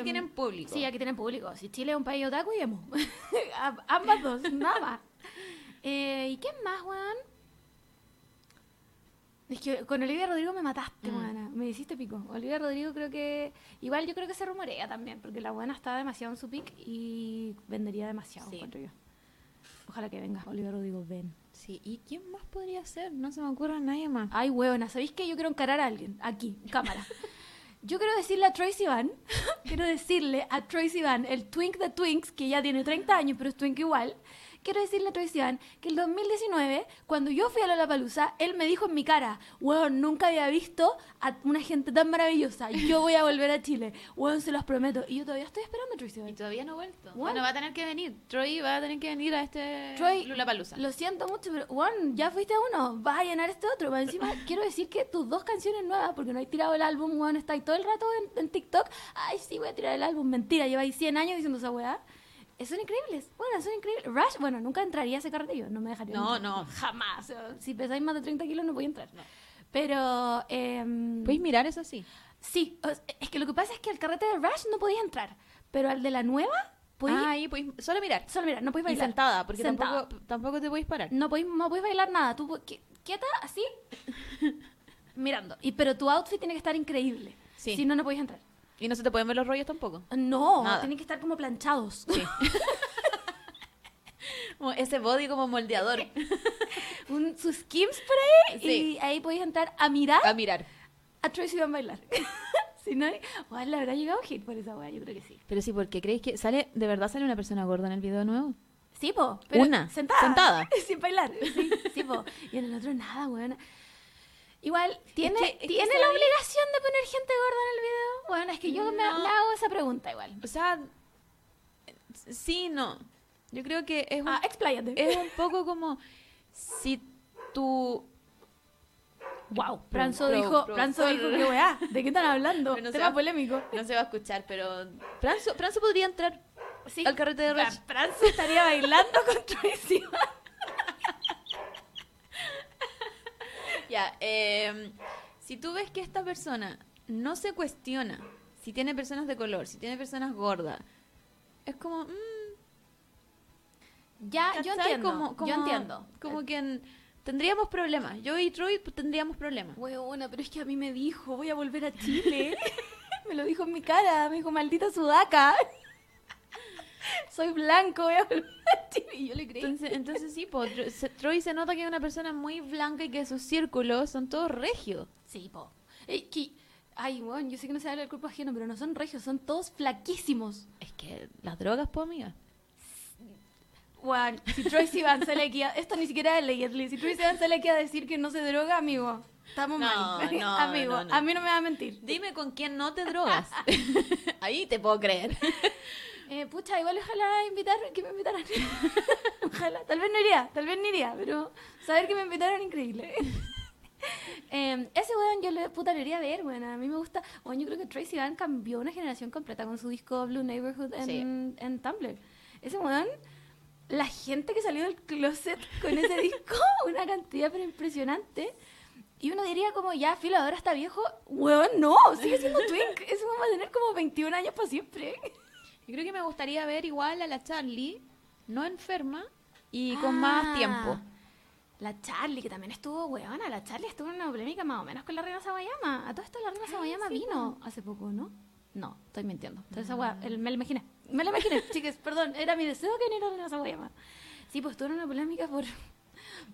Speaker 3: Eh,
Speaker 4: tienen público.
Speaker 3: Sí, aquí tienen público. Si Chile es un país otaku y emo. (laughs) Am- Ambas dos,
Speaker 4: (laughs)
Speaker 3: nada más. Eh, ¿Y qué más, Juan? Es que con Olivia Rodrigo me mataste,
Speaker 4: Mm.
Speaker 3: Juana. Me hiciste pico. Olivia Rodrigo creo que... Igual yo creo que se rumorea también, porque la buena está demasiado en su pick y vendería demasiado,
Speaker 4: Sí.
Speaker 3: encuentro yo. Ojalá que venga. Olivia Rodrigo, ven.
Speaker 4: Sí, ¿y quién más podría ser? No se me ocurre a nadie más.
Speaker 3: Ay, huevona, ¿sabéis qué? Yo quiero encarar a alguien aquí, en cámara. Yo quiero decirle a Tracy Van, quiero decirle a Tracy Van, el twink de twinks, que ya tiene 30 años, pero es twink igual. Quiero decirle a Tracy Van que el 2019, cuando yo fui a Lollapalooza, él me dijo en mi cara, huevón, nunca había visto a una gente tan maravillosa. Yo voy a volver a Chile. Huevón, se los prometo. Y yo todavía estoy esperando a Tracy
Speaker 4: Y
Speaker 3: Van.
Speaker 4: todavía no ha vuelto.
Speaker 3: Bueno.
Speaker 4: Bueno, va a tener que venir. Troy va a tener que venir a este
Speaker 3: Troy,
Speaker 4: Lollapalooza.
Speaker 3: Lo siento mucho, pero Juan, ya fuiste a uno, vas a llenar este otro. Más
Speaker 4: (laughs)
Speaker 3: encima, quiero decir que tus dos canciones nuevas, porque no hay tirado el álbum, Juan, está ahí todo el rato en, en TikTok. Ay, sí, voy a tirar el álbum. Mentira, lleváis 100 años diciendo esa weá. Eh, Son increíbles, bueno, son increíbles. Rush, bueno, nunca entraría a ese carretillo, no me dejaría.
Speaker 4: No,
Speaker 3: entrar.
Speaker 4: no.
Speaker 3: Jamás. O, Si pesáis más de 30 kilos, no voy a entrar. Pero. em,
Speaker 4: ¿Puedes mirar eso sí?
Speaker 3: sí, o- es que lo que pasa es que al carrete de Rush no podías entrar, pero al de la nueva, podías.
Speaker 4: Ah, ahí podéis solo mirar.
Speaker 3: Solo mira, no podéis
Speaker 4: Y
Speaker 3: bailar.
Speaker 4: sentada, porque
Speaker 3: Sentada.
Speaker 4: Tampoco, tampoco te podéis parar.
Speaker 3: No podéis, no podéis bailar nada. Tú po- qui- quieta, (laughs) así, mirando. Y, pero tu outfit tiene que estar increíble.
Speaker 4: Sí.
Speaker 3: Si no, no podéis entrar.
Speaker 4: Y no se te pueden ver los rollos tampoco.
Speaker 3: No,
Speaker 4: Nada.
Speaker 3: tienen que estar como planchados. (laughs)
Speaker 4: Como ese body como (laughs) moldeador.
Speaker 3: Un- sus skims por ahí.
Speaker 4: Sí.
Speaker 3: Y ahí podéis entrar a mirar
Speaker 4: A mirar.
Speaker 3: a Tracy Van Bailar. (laughs) si no, oh, guau, le habrá llegado hit por esa weá, yo creo que sí.
Speaker 4: Pero sí, porque creéis que sale, de verdad sale una persona gorda en el video nuevo.
Speaker 3: Sí, po.
Speaker 4: Una,
Speaker 3: Sentada. (laughs)
Speaker 4: sentada.
Speaker 3: Sin bailar. Sí, sí, po. Y en el otro nada, weón. Igual, ¿tiene,
Speaker 4: que- es que
Speaker 3: ¿tiene
Speaker 4: se
Speaker 3: la
Speaker 4: ve-
Speaker 3: obligación de poner gente gorda en el video? Bueno, es que yo me
Speaker 4: No.
Speaker 3: me hago esa pregunta igual.
Speaker 4: O sea, sí, no. Yo creo que es un
Speaker 3: Ah, expláyate. (laughs)
Speaker 4: es un poco como si tu
Speaker 3: wow. Franzo
Speaker 4: pro-
Speaker 3: dijo,
Speaker 4: pro-
Speaker 3: Franzo dijo, qué weá, ¿de qué están hablando?
Speaker 4: Pero no se
Speaker 3: Tema
Speaker 4: va-
Speaker 3: polémico.
Speaker 4: no se va a escuchar, pero Franzo, Franzo podría entrar
Speaker 3: Sí.
Speaker 4: al carrete de Rach.
Speaker 3: Fra- Franzo estaría bailando con Tracy.
Speaker 4: Ya, eh, si tú ves que esta persona no se cuestiona si tiene personas de color, si tiene personas gordas, es como, mm,
Speaker 3: Ya, yo
Speaker 4: ¿cachai?
Speaker 3: entiendo.
Speaker 4: Como- como-
Speaker 3: yo entiendo.
Speaker 4: Como que en- tendríamos problemas. Yo y Troy pues, tendríamos problemas.
Speaker 3: Huevona, pero es que a mí me dijo, voy a volver a Chile. (laughs) me lo dijo en mi cara, me dijo, maldita sudaca. (laughs) Soy blanco, voy a volver a Chile. Y yo le creí.
Speaker 4: Entonces, entonces sí, po, Tro- se- Troy se nota que es una persona muy blanca y que sus círculos son todos regios.
Speaker 3: sí, po. Ey, que- Ay, weón, yo sé que no se habla del cuerpo ajeno, pero no son regios, son todos flaquísimos.
Speaker 4: Es que las drogas, po, amiga.
Speaker 3: Weón, si Troy Sivan sale aquí, a- esto ni siquiera es Ledley, si Troy Sivan sale aquí a decir que no se droga, amigo, estamos
Speaker 4: No,
Speaker 3: mal.
Speaker 4: no,
Speaker 3: (laughs) amigo,
Speaker 4: no, no.
Speaker 3: a mí no me va a mentir.
Speaker 4: Dime con quién no te (laughs) drogas. Ahí te puedo creer. (laughs)
Speaker 3: (laughs) Eh, pucha, igual ojalá invitar, que me invitaran. (laughs) ojalá, tal vez no iría, tal vez no iría, pero saber que me invitaron increíble. (laughs) Eh, ese weón yo le, puta, lo iría a ver, weón. A mí me gusta. Weón, yo creo que Tracy Van cambió una generación completa con su disco Blue Neighborhood en, en Tumblr. Ese weón, la gente que salió del closet con ese disco, una cantidad pero impresionante. Y uno diría como, ya, filo, ahora está viejo. Weón, no, sigue siendo twink. Ese weón va a tener como 21 años para siempre.
Speaker 4: Yo creo que me gustaría ver igual a la Charlie, no enferma y con
Speaker 3: Ah,
Speaker 4: más tiempo.
Speaker 3: La Charlie, que también estuvo huevona. La Charlie estuvo en una polémica más o menos con la Reina Sawayama. A todo esto la
Speaker 4: Ah,
Speaker 3: Reina Sawayama vino hace poco, ¿no? No, estoy mintiendo. Entonces,
Speaker 4: Ah.
Speaker 3: esa el, me lo imaginé. Me lo
Speaker 4: (laughs)
Speaker 3: imaginé, chicas, perdón. Era mi deseo que viniera la Reina Sawayama. Sí, pues estuvo en una polémica por,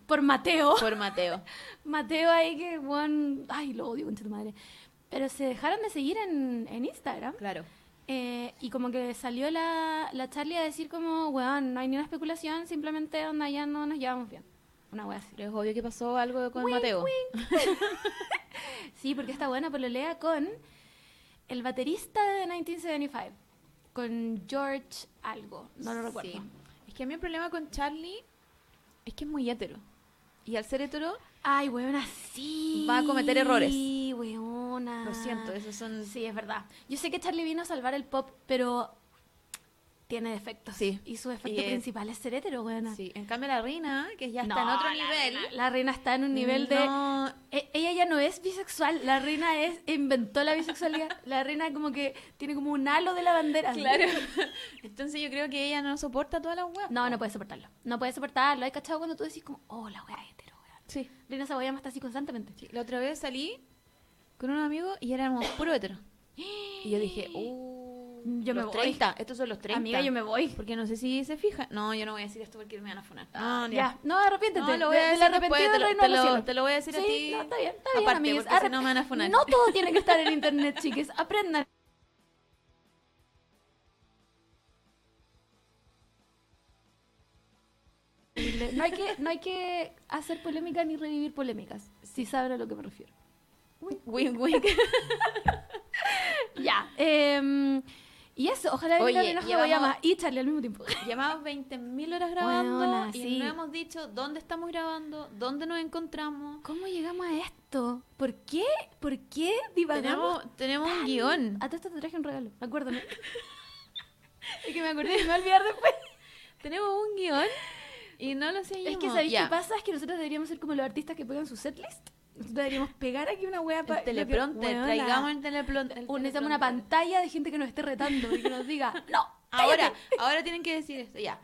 Speaker 3: por Mateo.
Speaker 4: Por Mateo.
Speaker 3: (laughs) Mateo ahí que, weón, ay, lo odio, concha tu madre. Pero se dejaron de seguir en, en Instagram.
Speaker 4: Claro.
Speaker 3: Eh, y como que salió la, la Charlie a decir como, weón, no hay ni una especulación, simplemente onda ya no nos llevamos bien. Una wea así.
Speaker 4: Pero es obvio que pasó algo con
Speaker 3: Wink,
Speaker 4: Mateo.
Speaker 3: wink. (laughs) sí, porque está buena pololea con el baterista de 1975, con George algo, no lo recuerdo.
Speaker 4: Sí. Es que a mí el problema con Charlie es que es muy hétero. Y al ser hétero,
Speaker 3: Ay, weona, sí.
Speaker 4: Va a cometer errores.
Speaker 3: Sí, weona.
Speaker 4: lo siento, esos son...
Speaker 3: Sí, es verdad. Yo sé que Charlie vino a salvar el pop, pero tiene defectos.
Speaker 4: Sí.
Speaker 3: Y su defecto
Speaker 4: es-
Speaker 3: principal es ser hetero, weona.
Speaker 4: Sí. En cambio la Reina, que ya está
Speaker 3: No,
Speaker 4: en otro
Speaker 3: la
Speaker 4: nivel...
Speaker 3: reina- la reina está en un nivel de...
Speaker 4: No, (laughs)
Speaker 3: E- Ella ya no es bisexual, la reina es inventó la bisexualidad. La reina como que tiene como un halo de la bandera.
Speaker 4: Claro. Entonces yo creo que ella no soporta todas las weas.
Speaker 3: No, no puede soportarlo. No puede soportarlo. Hay cachado cuando tú decís como, oh, la wea es hetero, wea.
Speaker 4: Sí.
Speaker 3: Reina Saboyama está así constantemente.
Speaker 4: Sí, La otra vez salí con un amigo y éramos puro hetero. Y yo dije, uh,
Speaker 3: Mm, Yo me
Speaker 4: los
Speaker 3: voy.
Speaker 4: 30, estos son los 30.
Speaker 3: Amiga, yo me voy.
Speaker 4: Porque no sé si se fija. No, yo no voy a decir esto porque me van a funar. Ah, No, ni-
Speaker 3: Ya, no, arrepiéntete.
Speaker 4: No, lo voy a
Speaker 3: De- del
Speaker 4: decir después,
Speaker 3: arrepentido
Speaker 4: te lo-
Speaker 3: reino
Speaker 4: te
Speaker 3: a los
Speaker 4: lo-
Speaker 3: cielos.
Speaker 4: te lo voy a decir a
Speaker 3: Sí,
Speaker 4: ti
Speaker 3: no, está bien, está bien,
Speaker 4: aparte,
Speaker 3: amigues.
Speaker 4: porque si
Speaker 3: Arrep-
Speaker 4: no me van a funar.
Speaker 3: No todo tiene que estar en internet, (laughs) chiques. Aprendan. No hay, que, no hay que hacer polémica ni revivir polémicas, si saben a lo que me refiero.
Speaker 4: (laughs) Wink, wink.
Speaker 3: Ya. em, y eso, ojalá
Speaker 4: Oye,
Speaker 3: venga Reina
Speaker 4: llevamos-
Speaker 3: Sawayama y Charlie al mismo tiempo.
Speaker 4: Llevamos 20.000 horas grabando
Speaker 3: Weona,
Speaker 4: y
Speaker 3: sí.
Speaker 4: no hemos dicho dónde estamos grabando, dónde nos encontramos.
Speaker 3: ¿Cómo llegamos a esto? ¿Por qué? ¿Por qué divagamos
Speaker 4: Tenemos, tenemos un guión.
Speaker 3: A todo esto te traje un regalo, acuérdame. es que me acordé y me voy a (laughs) olvidar después.
Speaker 4: Tenemos un guión y no lo seguimos.
Speaker 3: Es que ¿sabéis
Speaker 4: Ya.
Speaker 3: qué pasa? Es que nosotros deberíamos ser como los artistas que pegan su setlist. Nosotros deberíamos pegar aquí una wea para...
Speaker 4: El teleprompter, traigamos el teleprompter. el
Speaker 3: necesitamos una
Speaker 4: teleprompter.
Speaker 3: pantalla de gente que nos esté retando y que nos diga, (laughs) no,
Speaker 4: Ahora,
Speaker 3: cállate".
Speaker 4: ahora tienen que decir esto, ya.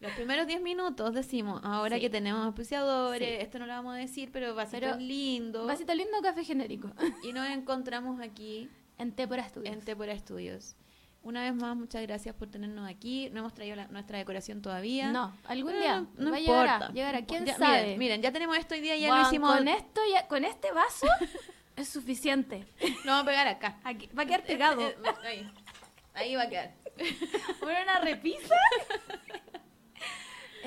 Speaker 4: Los primeros 10 minutos decimos, ahora
Speaker 3: Sí.
Speaker 4: que tenemos auspiciadores,
Speaker 3: Sí.
Speaker 4: esto no lo vamos a decir, pero va a ser
Speaker 3: Pero-
Speaker 4: lindo.
Speaker 3: Vasito lindo, café genérico. (laughs)
Speaker 4: Y nos encontramos aquí
Speaker 3: en Tepora Studios.
Speaker 4: en Tepora Studios. Una vez más, muchas gracias por tenernos aquí. No hemos traído la- nuestra decoración todavía.
Speaker 3: No, algún
Speaker 4: Pero
Speaker 3: día.
Speaker 4: no- no
Speaker 3: va a
Speaker 4: importa.
Speaker 3: llegar a- llegará,
Speaker 4: No
Speaker 3: quién
Speaker 4: importa. Ya,
Speaker 3: sabe.
Speaker 4: Miren, miren, ya tenemos esto hoy día, ya lo
Speaker 3: Juan,
Speaker 4: hicimos.
Speaker 3: Con esto, ya, con este vaso, es suficiente.
Speaker 4: (laughs)
Speaker 3: (laughs)
Speaker 4: Lo vamos a pegar acá.
Speaker 3: Aquí- va a quedar pegado.
Speaker 4: Eh, eh, Ahí.
Speaker 3: (laughs)
Speaker 4: Ahí va a quedar. (laughs)
Speaker 3: Fue una repisa.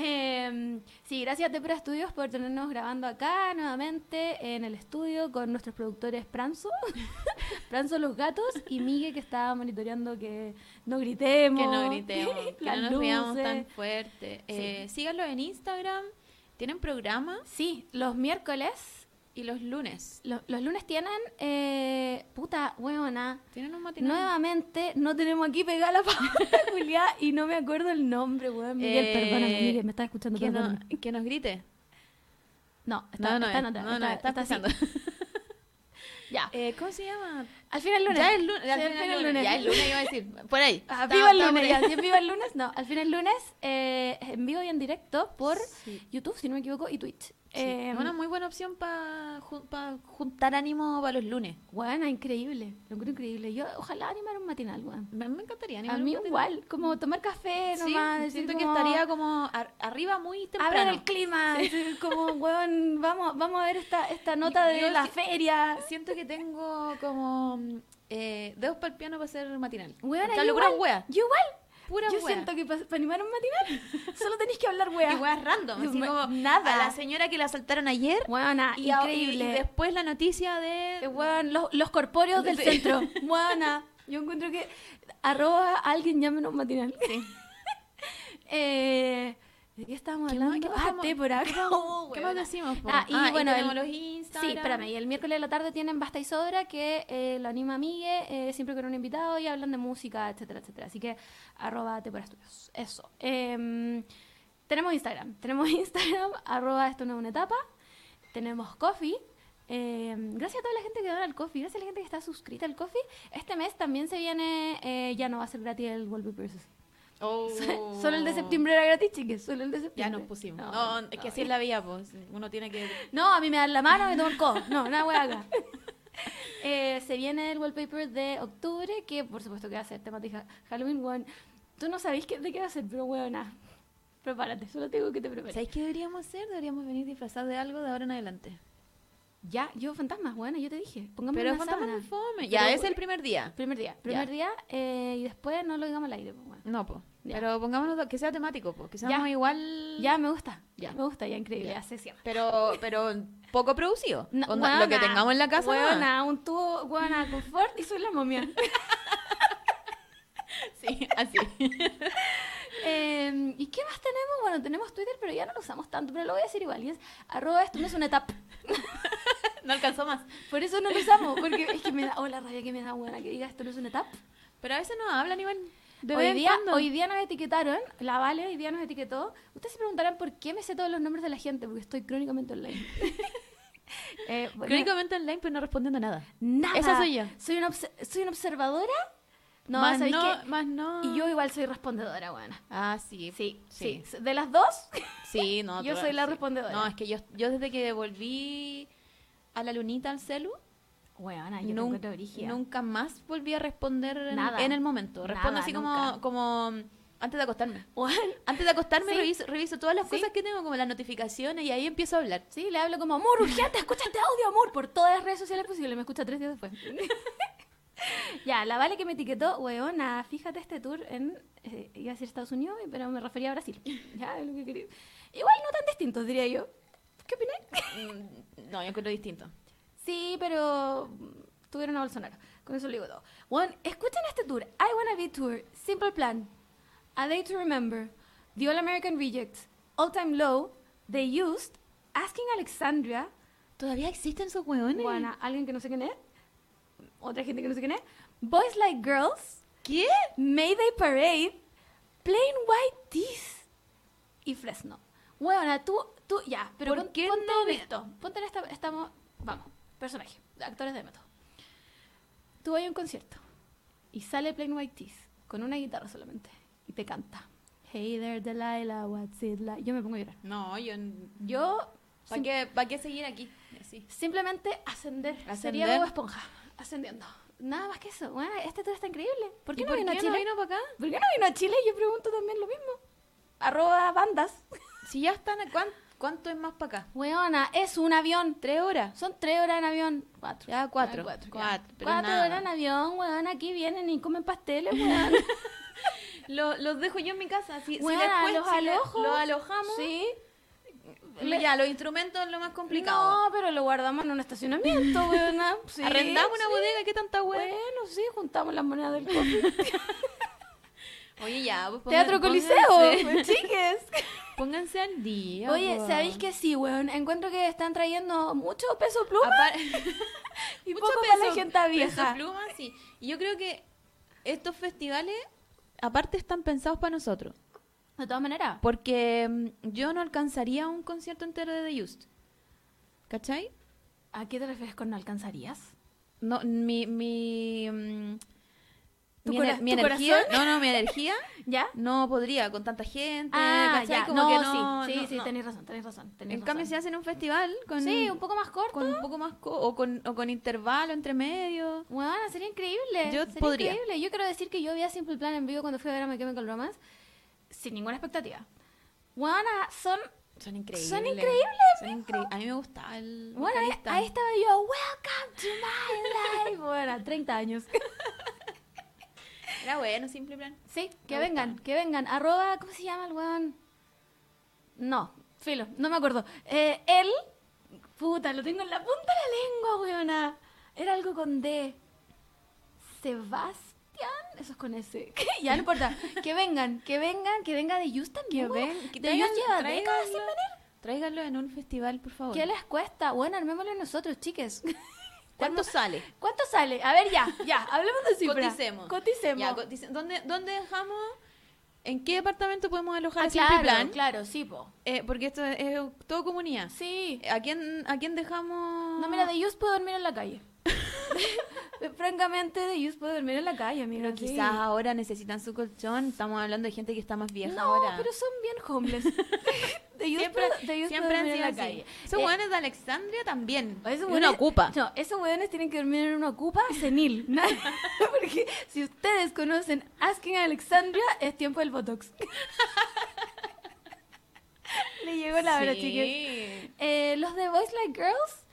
Speaker 3: Eh, sí, gracias Tepra Studios por tenernos grabando acá nuevamente en el estudio con nuestros productores Pranzo, (laughs) Pranzo los gatos y Migue que está monitoreando que no gritemos.
Speaker 4: Que
Speaker 3: (laughs)
Speaker 4: no gritemos, que no
Speaker 3: las
Speaker 4: nos veamos
Speaker 3: luces.
Speaker 4: tan fuerte. Eh, síganlo en Instagram. Tienen programa
Speaker 3: Sí, los miércoles,
Speaker 4: y los lunes.
Speaker 3: lo- los lunes tienen, eh, puta huevona,
Speaker 4: Tienen un matinal.
Speaker 3: nuevamente no tenemos aquí pegada la palabra (laughs) Juliá y no me acuerdo el nombre, weón. Miguel,
Speaker 4: Eh,
Speaker 3: perdóname, Miguel, me estás escuchando,
Speaker 4: que, no-
Speaker 3: perdóname.
Speaker 4: que nos grite.
Speaker 3: No, está,
Speaker 4: no, no,
Speaker 3: está
Speaker 4: es.
Speaker 3: en otra,
Speaker 4: No, no,
Speaker 3: está,
Speaker 4: está
Speaker 3: está así. (laughs) Ya.
Speaker 4: Eh, ¿Cómo se llama?
Speaker 3: al final lunes.
Speaker 4: Ya el lunes.
Speaker 3: Sí,
Speaker 4: al final lunes. Ya el lunes iba a decir. Por ahí.
Speaker 3: Ah,
Speaker 4: Está-
Speaker 3: viva el
Speaker 4: está por
Speaker 3: lunes,
Speaker 4: ahí.
Speaker 3: ya, si es viva el lunes, no. Al final lunes, eh, en vivo y en directo (laughs) por
Speaker 4: Sí.
Speaker 3: YouTube, si no me equivoco, y Twitch.
Speaker 4: Sí,
Speaker 3: Eh,
Speaker 4: es una muy buena opción para juntar ánimo para los lunes.
Speaker 3: Buena, increíble. Lo encuentro increíble. Yo, ojalá animar un matinal, weón.
Speaker 4: Me, me encantaría animar
Speaker 3: A
Speaker 4: un
Speaker 3: mí
Speaker 4: matinal. Mm.
Speaker 3: igual, como tomar café
Speaker 4: Sí,
Speaker 3: nomás. decir
Speaker 4: siento que
Speaker 3: como,
Speaker 4: estaría como ar- arriba muy temprano.
Speaker 3: Abran el clima, (laughs) decir como, weón, vamos, vamos a ver esta, esta nota de
Speaker 4: Yo
Speaker 3: la
Speaker 4: si-
Speaker 3: feria.
Speaker 4: Siento que tengo como mm, eh, dedos para el piano para hacer matinal.
Speaker 3: Weón,
Speaker 4: Te
Speaker 3: yo
Speaker 4: hablo pura
Speaker 3: igual,
Speaker 4: wea.
Speaker 3: Yo igual.
Speaker 4: Pura
Speaker 3: yo
Speaker 4: wea.
Speaker 3: siento que para animar un matinal (laughs) solo tenéis que hablar wea.
Speaker 4: Y weas random. Así
Speaker 3: Me-
Speaker 4: como
Speaker 3: nada.
Speaker 4: a la señora que la asaltaron ayer.
Speaker 3: Weona,
Speaker 4: y, a- y-
Speaker 3: increíble.
Speaker 4: y después la noticia de...
Speaker 3: Eh, weón, los, los corpóreos del
Speaker 4: Sí.
Speaker 3: centro. Weona, yo encuentro que arroba a alguien llámenos matinal. Eh, ¿De qué estábamos
Speaker 4: ¿Qué más-
Speaker 3: hablando?
Speaker 4: qué más
Speaker 3: Ah,
Speaker 4: estamos-
Speaker 3: té por acá.
Speaker 4: qué más-
Speaker 3: Oh,
Speaker 4: qué
Speaker 3: weona.
Speaker 4: más decimos, po?
Speaker 3: Ah, y
Speaker 4: Ah, y
Speaker 3: bueno,
Speaker 4: tenemos
Speaker 3: el-
Speaker 4: los Instagram.
Speaker 3: Sí, espérame. Y el miércoles de la tarde tienen Basta y Sobra, que eh, lo anima Migue, eh, siempre con un invitado, y hablan de música, etcétera, etcétera. Así que, arroba Te por estudios. Eso. Em, tenemos Instagram. (laughs) Tenemos Instagram, arroba esto no es una etapa. Tenemos Coffee. Eh, gracias a toda la gente que dona al coffee, gracias a la gente que está suscrita al coffee. Este mes también se viene, eh, ya no va a ser gratis el World Paper Society.
Speaker 4: (laughs) Oh. (laughs)
Speaker 3: Solo el de septiembre era gratis, chiques. Solo el de
Speaker 4: Ya
Speaker 3: septiembre.
Speaker 4: nos pusimos.
Speaker 3: No,
Speaker 4: No, es que así es la vida, pues. Uno tiene que...
Speaker 3: No, a mí me dan la mano, me tomo el codo. No, una hueá
Speaker 4: (laughs)
Speaker 3: acá. Eh, se viene el wallpaper de octubre, que por supuesto que va a ser temática Halloween. Weón. Tú no sabés qué, de qué va a ser, pero nada Prepárate, solo te digo que te prepares.
Speaker 4: ¿Sabéis qué deberíamos hacer? Deberíamos venir disfrazados de algo de ahora en adelante.
Speaker 3: Ya, yo fantasmas, bueno, yo te dije. Pongamos
Speaker 4: Pero
Speaker 3: una
Speaker 4: fantasma
Speaker 3: sábana.
Speaker 4: muy fome. Ya,
Speaker 3: Pero-
Speaker 4: es el primer día.
Speaker 3: Primer día, primer día, eh, y después no lo digamos al aire. pues, weón.
Speaker 4: No, po.
Speaker 3: Ya.
Speaker 4: Pero pongámonos do- que sea temático, po. Que seamos
Speaker 3: Ya.
Speaker 4: igual.
Speaker 3: Ya, me gusta, ya,
Speaker 4: Mm. Ya.
Speaker 3: me gusta, ya, increíble,
Speaker 4: Ya.
Speaker 3: hace siempre.
Speaker 4: Pero, pero poco producido.
Speaker 3: No,
Speaker 4: Onda, lo que
Speaker 3: weona,
Speaker 4: tengamos en la casa. nomás.
Speaker 3: (laughs) Weona, un tubo, weona, confort y soy la momia.
Speaker 4: (laughs) Sí, así.
Speaker 3: (laughs) Eh, ¿Y qué más tenemos? Bueno, tenemos Twitter, pero ya no lo usamos tanto, pero lo voy a decir igual. Y es arroba esto no es una tap.
Speaker 4: no alcanzó más.
Speaker 3: Por eso no lo usamos, porque es que me da, oh, la rabia que me da buena que diga esto no es una tap.
Speaker 4: Pero a veces no hablan igual. De vez
Speaker 3: Hoy
Speaker 4: en
Speaker 3: día,
Speaker 4: cuando.
Speaker 3: hoy día nos etiquetaron, la Vale hoy día nos etiquetó. Ustedes se preguntarán por qué me sé todos los nombres de la gente, porque estoy crónicamente
Speaker 4: (laughs)
Speaker 3: online. Eh, bueno,
Speaker 4: Crónicamente online, pero no respondiendo a nada.
Speaker 3: nada.
Speaker 4: Esa soy yo.
Speaker 3: Soy una, obs- soy una observadora. No,
Speaker 4: más
Speaker 3: ¿sabéis
Speaker 4: no,
Speaker 3: qué?
Speaker 4: más no.
Speaker 3: Y yo igual soy respondedora, buena.
Speaker 4: Ah, sí.
Speaker 3: Sí, sí,
Speaker 4: Sí.
Speaker 3: De las dos,
Speaker 4: Sí, no.
Speaker 3: Yo
Speaker 4: tú-
Speaker 3: soy la
Speaker 4: sí.
Speaker 3: respondedora.
Speaker 4: No, es que yo, yo desde que volví a la lunita al celu,
Speaker 3: buena, yo
Speaker 4: nun-
Speaker 3: nunca te brígida.
Speaker 4: nunca más volví a responder en,
Speaker 3: Nada.
Speaker 4: en el momento. Respondo
Speaker 3: Nada,
Speaker 4: así
Speaker 3: nunca.
Speaker 4: como, como antes de acostarme.
Speaker 3: Weón,
Speaker 4: Antes de acostarme
Speaker 3: Sí.
Speaker 4: reviso, reviso todas las
Speaker 3: Sí.
Speaker 4: cosas que tengo, como las notificaciones, y ahí empiezo a hablar.
Speaker 3: Sí, le hablo como, amor, urgente, escucha este audio, amor, por todas las redes sociales posibles. Me escucha tres días después. (laughs) ya, la Vale que me etiquetó, weona, fíjate este tour en, eh, iba a decir Estados Unidos, pero me refería a Brasil. (laughs) ya, es lo que quería. Igual no tan distintos, diría yo. ¿Qué opináis?
Speaker 4: Mm, No, yo creo distinto.
Speaker 3: sí, pero mm, tuvieron a Bolsonaro. Con eso lo digo todo. Weón, escuchen este tour. I Wanna Be Tour, Simple Plan, A Day to Remember, The All American Rejects, All Time Low, They Used, Asking Alexandria,
Speaker 4: ¿Todavía existen esos hueones?
Speaker 3: Bueno, alguien que no sé quién es. Otra gente que no sé quién es. Boys Like Girls.
Speaker 4: ¿Qué?
Speaker 3: Mayday Parade. Plain White Tees. Y Fresno. Bueno, tú, tú, ya. Pero
Speaker 4: ¿Por
Speaker 3: pon-
Speaker 4: qué
Speaker 3: ponte
Speaker 4: no
Speaker 3: en
Speaker 4: me-
Speaker 3: esto. Ponte en esta, estamos, vamos, personaje, actores de método. Tú vas a un concierto y sale Plain White Tees con una guitarra solamente y te canta. Hey there, Delilah, what's it like? Yo me pongo a llorar.
Speaker 4: No, yo.
Speaker 3: Yo...
Speaker 4: ¿Para qué, pa' qué seguir aquí? Eh, Sí.
Speaker 3: Simplemente ascender.
Speaker 4: Ascender.
Speaker 3: Sería Bob Esponja. Ascendiendo. Nada más que eso. Bueno, este tour está increíble. ¿Por qué no vino a Chile?
Speaker 4: para acá?
Speaker 3: ¿Por qué no vino a Chile? Yo pregunto también lo mismo. Arroba bandas.
Speaker 4: Si ya están, ¿cuán- ¿cuánto, es más para acá?
Speaker 3: Weona, es un avión.
Speaker 4: ¿Tres horas?
Speaker 3: Son tres horas en avión. Cuatro.
Speaker 4: Ya, cuatro.
Speaker 3: Ah, cuatro. ya.
Speaker 4: Cuatro, pero
Speaker 3: Cuatro
Speaker 4: nada.
Speaker 3: horas en avión, weón. Aquí vienen y comen pasteles, weón.
Speaker 4: Lo- los dejo yo en mi casa. (laughs) Si, si
Speaker 3: Weona,
Speaker 4: después
Speaker 3: los
Speaker 4: si le-
Speaker 3: alojo.
Speaker 4: los alojamos.
Speaker 3: Sí. Le-
Speaker 4: Ya, los instrumentos es lo más complicado.
Speaker 3: No, pero lo guardamos en un estacionamiento, weona. Sí,
Speaker 4: (laughs) Arrendamos una
Speaker 3: sí.
Speaker 4: bodega, pues. ¿qué tanta wea?
Speaker 3: Bueno, sí, juntamos las monedas del cofre.
Speaker 4: Oye, ya, pues
Speaker 3: Teatro
Speaker 4: pongan-
Speaker 3: Coliseo, (laughs)
Speaker 4: pónganse-
Speaker 3: chiques.
Speaker 4: Pónganse al día.
Speaker 3: Oye,
Speaker 4: po.
Speaker 3: ¿sabéis que sí, weón? Encuentro que están trayendo mucho peso pluma
Speaker 4: Apar-
Speaker 3: (laughs) y
Speaker 4: Mucho
Speaker 3: poco para la
Speaker 4: peso-
Speaker 3: gente vieja.
Speaker 4: peso pluma, sí. Y yo creo que estos festivales, aparte, están pensados para nosotros.
Speaker 3: De todas maneras.
Speaker 4: Porque mm, yo no alcanzaría un concierto entero de The Just. ¿Cachai?
Speaker 3: ¿A qué te refieres con no alcanzarías?
Speaker 4: No, mi. mi mm,
Speaker 3: ¿Tu
Speaker 4: mi,
Speaker 3: cora-
Speaker 4: ener- mi
Speaker 3: tu
Speaker 4: energía,
Speaker 3: corazón?
Speaker 4: no, no, mi energía
Speaker 3: ¿Ya?
Speaker 4: no podría con tanta gente,
Speaker 3: Ah,
Speaker 4: Eh, ¿cachai?
Speaker 3: ya.
Speaker 4: Como
Speaker 3: no,
Speaker 4: que no,
Speaker 3: sí, sí,
Speaker 4: no,
Speaker 3: sí,
Speaker 4: no.
Speaker 3: tenéis razón, tenéis razón. Tenéis
Speaker 4: En cambio, si
Speaker 3: razón.
Speaker 4: hacen un festival con,
Speaker 3: Sí, un poco más corto.
Speaker 4: con un poco más co- o, con, o con intervalo entre medio.
Speaker 3: Weona, sería increíble.
Speaker 4: Yo
Speaker 3: sería
Speaker 4: podría.
Speaker 3: increíble. Yo quiero decir que yo vi a Simple Plan en vivo cuando fui a ver a My Chemical Romance sin ninguna expectativa. Weona, son...
Speaker 4: Son increíbles.
Speaker 3: Son increíbles,
Speaker 4: Son
Speaker 3: mijo.
Speaker 4: incre- A mí me gustaba el.
Speaker 3: Bueno, ahí,
Speaker 4: vocalista.
Speaker 3: ahí estaba yo, welcome to my (laughs) life. Bueno, 30 años.
Speaker 4: Era bueno, simple plan.
Speaker 3: Sí, que
Speaker 4: Me
Speaker 3: vengan, que vengan. Arroba, ¿cómo se llama el weón? No, filo, no me acuerdo. Eh, él, puta, lo tengo en la punta de la lengua, weona. Era algo con D. Sebastián, eso es con S. (laughs) ya no importa. Que vengan, que vengan, que venga de Just también.
Speaker 4: Que
Speaker 3: weona.
Speaker 4: ven- que
Speaker 3: de Just
Speaker 4: traigan-
Speaker 3: lleva
Speaker 4: traigan
Speaker 3: décadas sin
Speaker 4: la-
Speaker 3: venir.
Speaker 4: Tráiganlo en un festival, por favor.
Speaker 3: ¿Qué les cuesta? Bueno, armémoslo nosotros, chiques.
Speaker 4: ¿Cuánto sale?
Speaker 3: ¿Cuánto sale? A ver, ya, ya, hablemos de cifras.
Speaker 4: Coticemos.
Speaker 3: Coticemos.
Speaker 4: Ya, cotice- ¿Dónde, ¿Dónde dejamos? ¿En qué departamento podemos alojar
Speaker 3: Ah,
Speaker 4: a simple
Speaker 3: claro,
Speaker 4: plan?
Speaker 3: claro, sí, po.
Speaker 4: Eh, porque esto es, es todo comunidad.
Speaker 3: Sí.
Speaker 4: ¿A quién, ¿A quién dejamos?
Speaker 3: No, mira, de Yus puedo dormir en la calle. (laughs) Francamente, de Yus puedo dormir en la calle, amigo.
Speaker 4: Pero quizás ahora necesitan su colchón. Estamos hablando de gente que está más vieja ahora.
Speaker 3: pero son bien
Speaker 4: (laughs)
Speaker 3: (laughs) homeless. de Yus
Speaker 4: siempre
Speaker 3: puedo, de Yus
Speaker 4: siempre
Speaker 3: puedo dormir
Speaker 4: han
Speaker 3: en
Speaker 4: sido
Speaker 3: la
Speaker 4: así.
Speaker 3: calle.
Speaker 4: Esos
Speaker 3: Eh,
Speaker 4: hueones de Alexandria también.
Speaker 3: esos
Speaker 4: Y
Speaker 3: hueones-
Speaker 4: Uno (laughs) ocupa.
Speaker 3: No, esos hueones tienen que dormir en una ocupa senil. (laughs) ¿no? Porque si ustedes conocen Asking Alexandria, es tiempo del Botox. (laughs) Le llegó la hora,
Speaker 4: Sí.
Speaker 3: chiquillos. Eh, los de Boys Like Girls.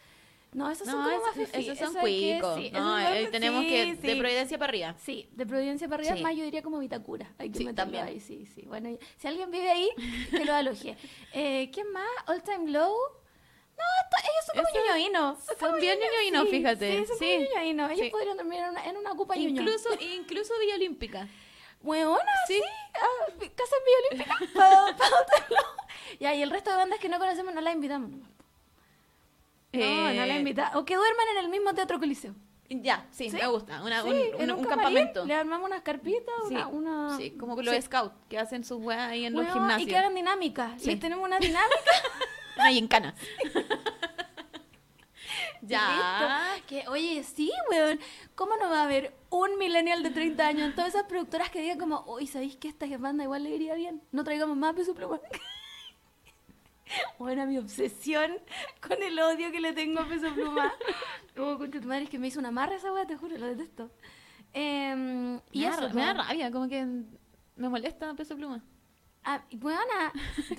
Speaker 3: No, esos son
Speaker 4: No,
Speaker 3: como
Speaker 4: esos,
Speaker 3: más fifí.
Speaker 4: esos son
Speaker 3: Eso hay que-
Speaker 4: cuicos.
Speaker 3: sí,
Speaker 4: no,
Speaker 3: esos son-
Speaker 4: eh, tenemos
Speaker 3: sí,
Speaker 4: que de
Speaker 3: sí.
Speaker 4: Providencia para arriba.
Speaker 3: Sí, de Providencia para arriba,
Speaker 4: Sí.
Speaker 3: más yo diría como Vitacura. Hay que
Speaker 4: Sí,
Speaker 3: meterlo
Speaker 4: también.
Speaker 3: ahí, sí, sí. Bueno, y- si alguien vive ahí, que lo
Speaker 4: (laughs)
Speaker 3: aloje. Eh, ¿Quién más? All Time Low. No, esto- ellos son como
Speaker 4: Esos
Speaker 3: ñoñoínos.
Speaker 4: son
Speaker 3: como
Speaker 4: bien ñoñoínos,
Speaker 3: sí,
Speaker 4: fíjate,
Speaker 3: Sí, son como
Speaker 4: sí.
Speaker 3: ñoñoínos. Ellos
Speaker 4: Sí.
Speaker 3: podrían dormir en una, en una cupa ñoño.
Speaker 4: Incluso, incluso Villa Olímpica.
Speaker 3: Hueona, sí.
Speaker 4: Sí.
Speaker 3: Ah, casa en Villa
Speaker 4: (laughs)
Speaker 3: Olímpica. Para, para All Time Low. Ya, y el resto de bandas que no conocemos no las invitamos. nomás. No, no la
Speaker 4: Eh,
Speaker 3: invitamos. O que duerman en el mismo teatro coliseo.
Speaker 4: Ya, sí,
Speaker 3: Sí.
Speaker 4: me gusta. Una-
Speaker 3: Sí,
Speaker 4: un,
Speaker 3: en
Speaker 4: un- un
Speaker 3: camarín,
Speaker 4: campamento.
Speaker 3: Le armamos unas carpitas,
Speaker 4: Sí,
Speaker 3: una, una-
Speaker 4: sí, como que los
Speaker 3: Sí.
Speaker 4: scouts que hacen sus weas ahí en los
Speaker 3: Weón,
Speaker 4: gimnasios.
Speaker 3: Y que hagan dinámicas.
Speaker 4: Sí.
Speaker 3: Y tenemos una dinámica.
Speaker 4: (laughs) Una gincana. ya.
Speaker 3: Listo. Que, oye, sí, weón. ¿Cómo no va a haber un millennial de 30 años en todas esas productoras que digan como, uy, ¿sabéis que esta banda igual le iría bien? No traigamos más peso pluma. (laughs) Bueno, mi obsesión con el odio que le tengo a Peso
Speaker 4: (laughs)
Speaker 3: Pluma. Oh, concha tu madre, es que me hizo una marra esa weá, te juro, lo detesto. Em, y
Speaker 4: Me da
Speaker 3: eso,
Speaker 4: ra- me da
Speaker 3: weón.
Speaker 4: rabia, como que me molesta peso pluma. (laughs)
Speaker 3: Ah, weona,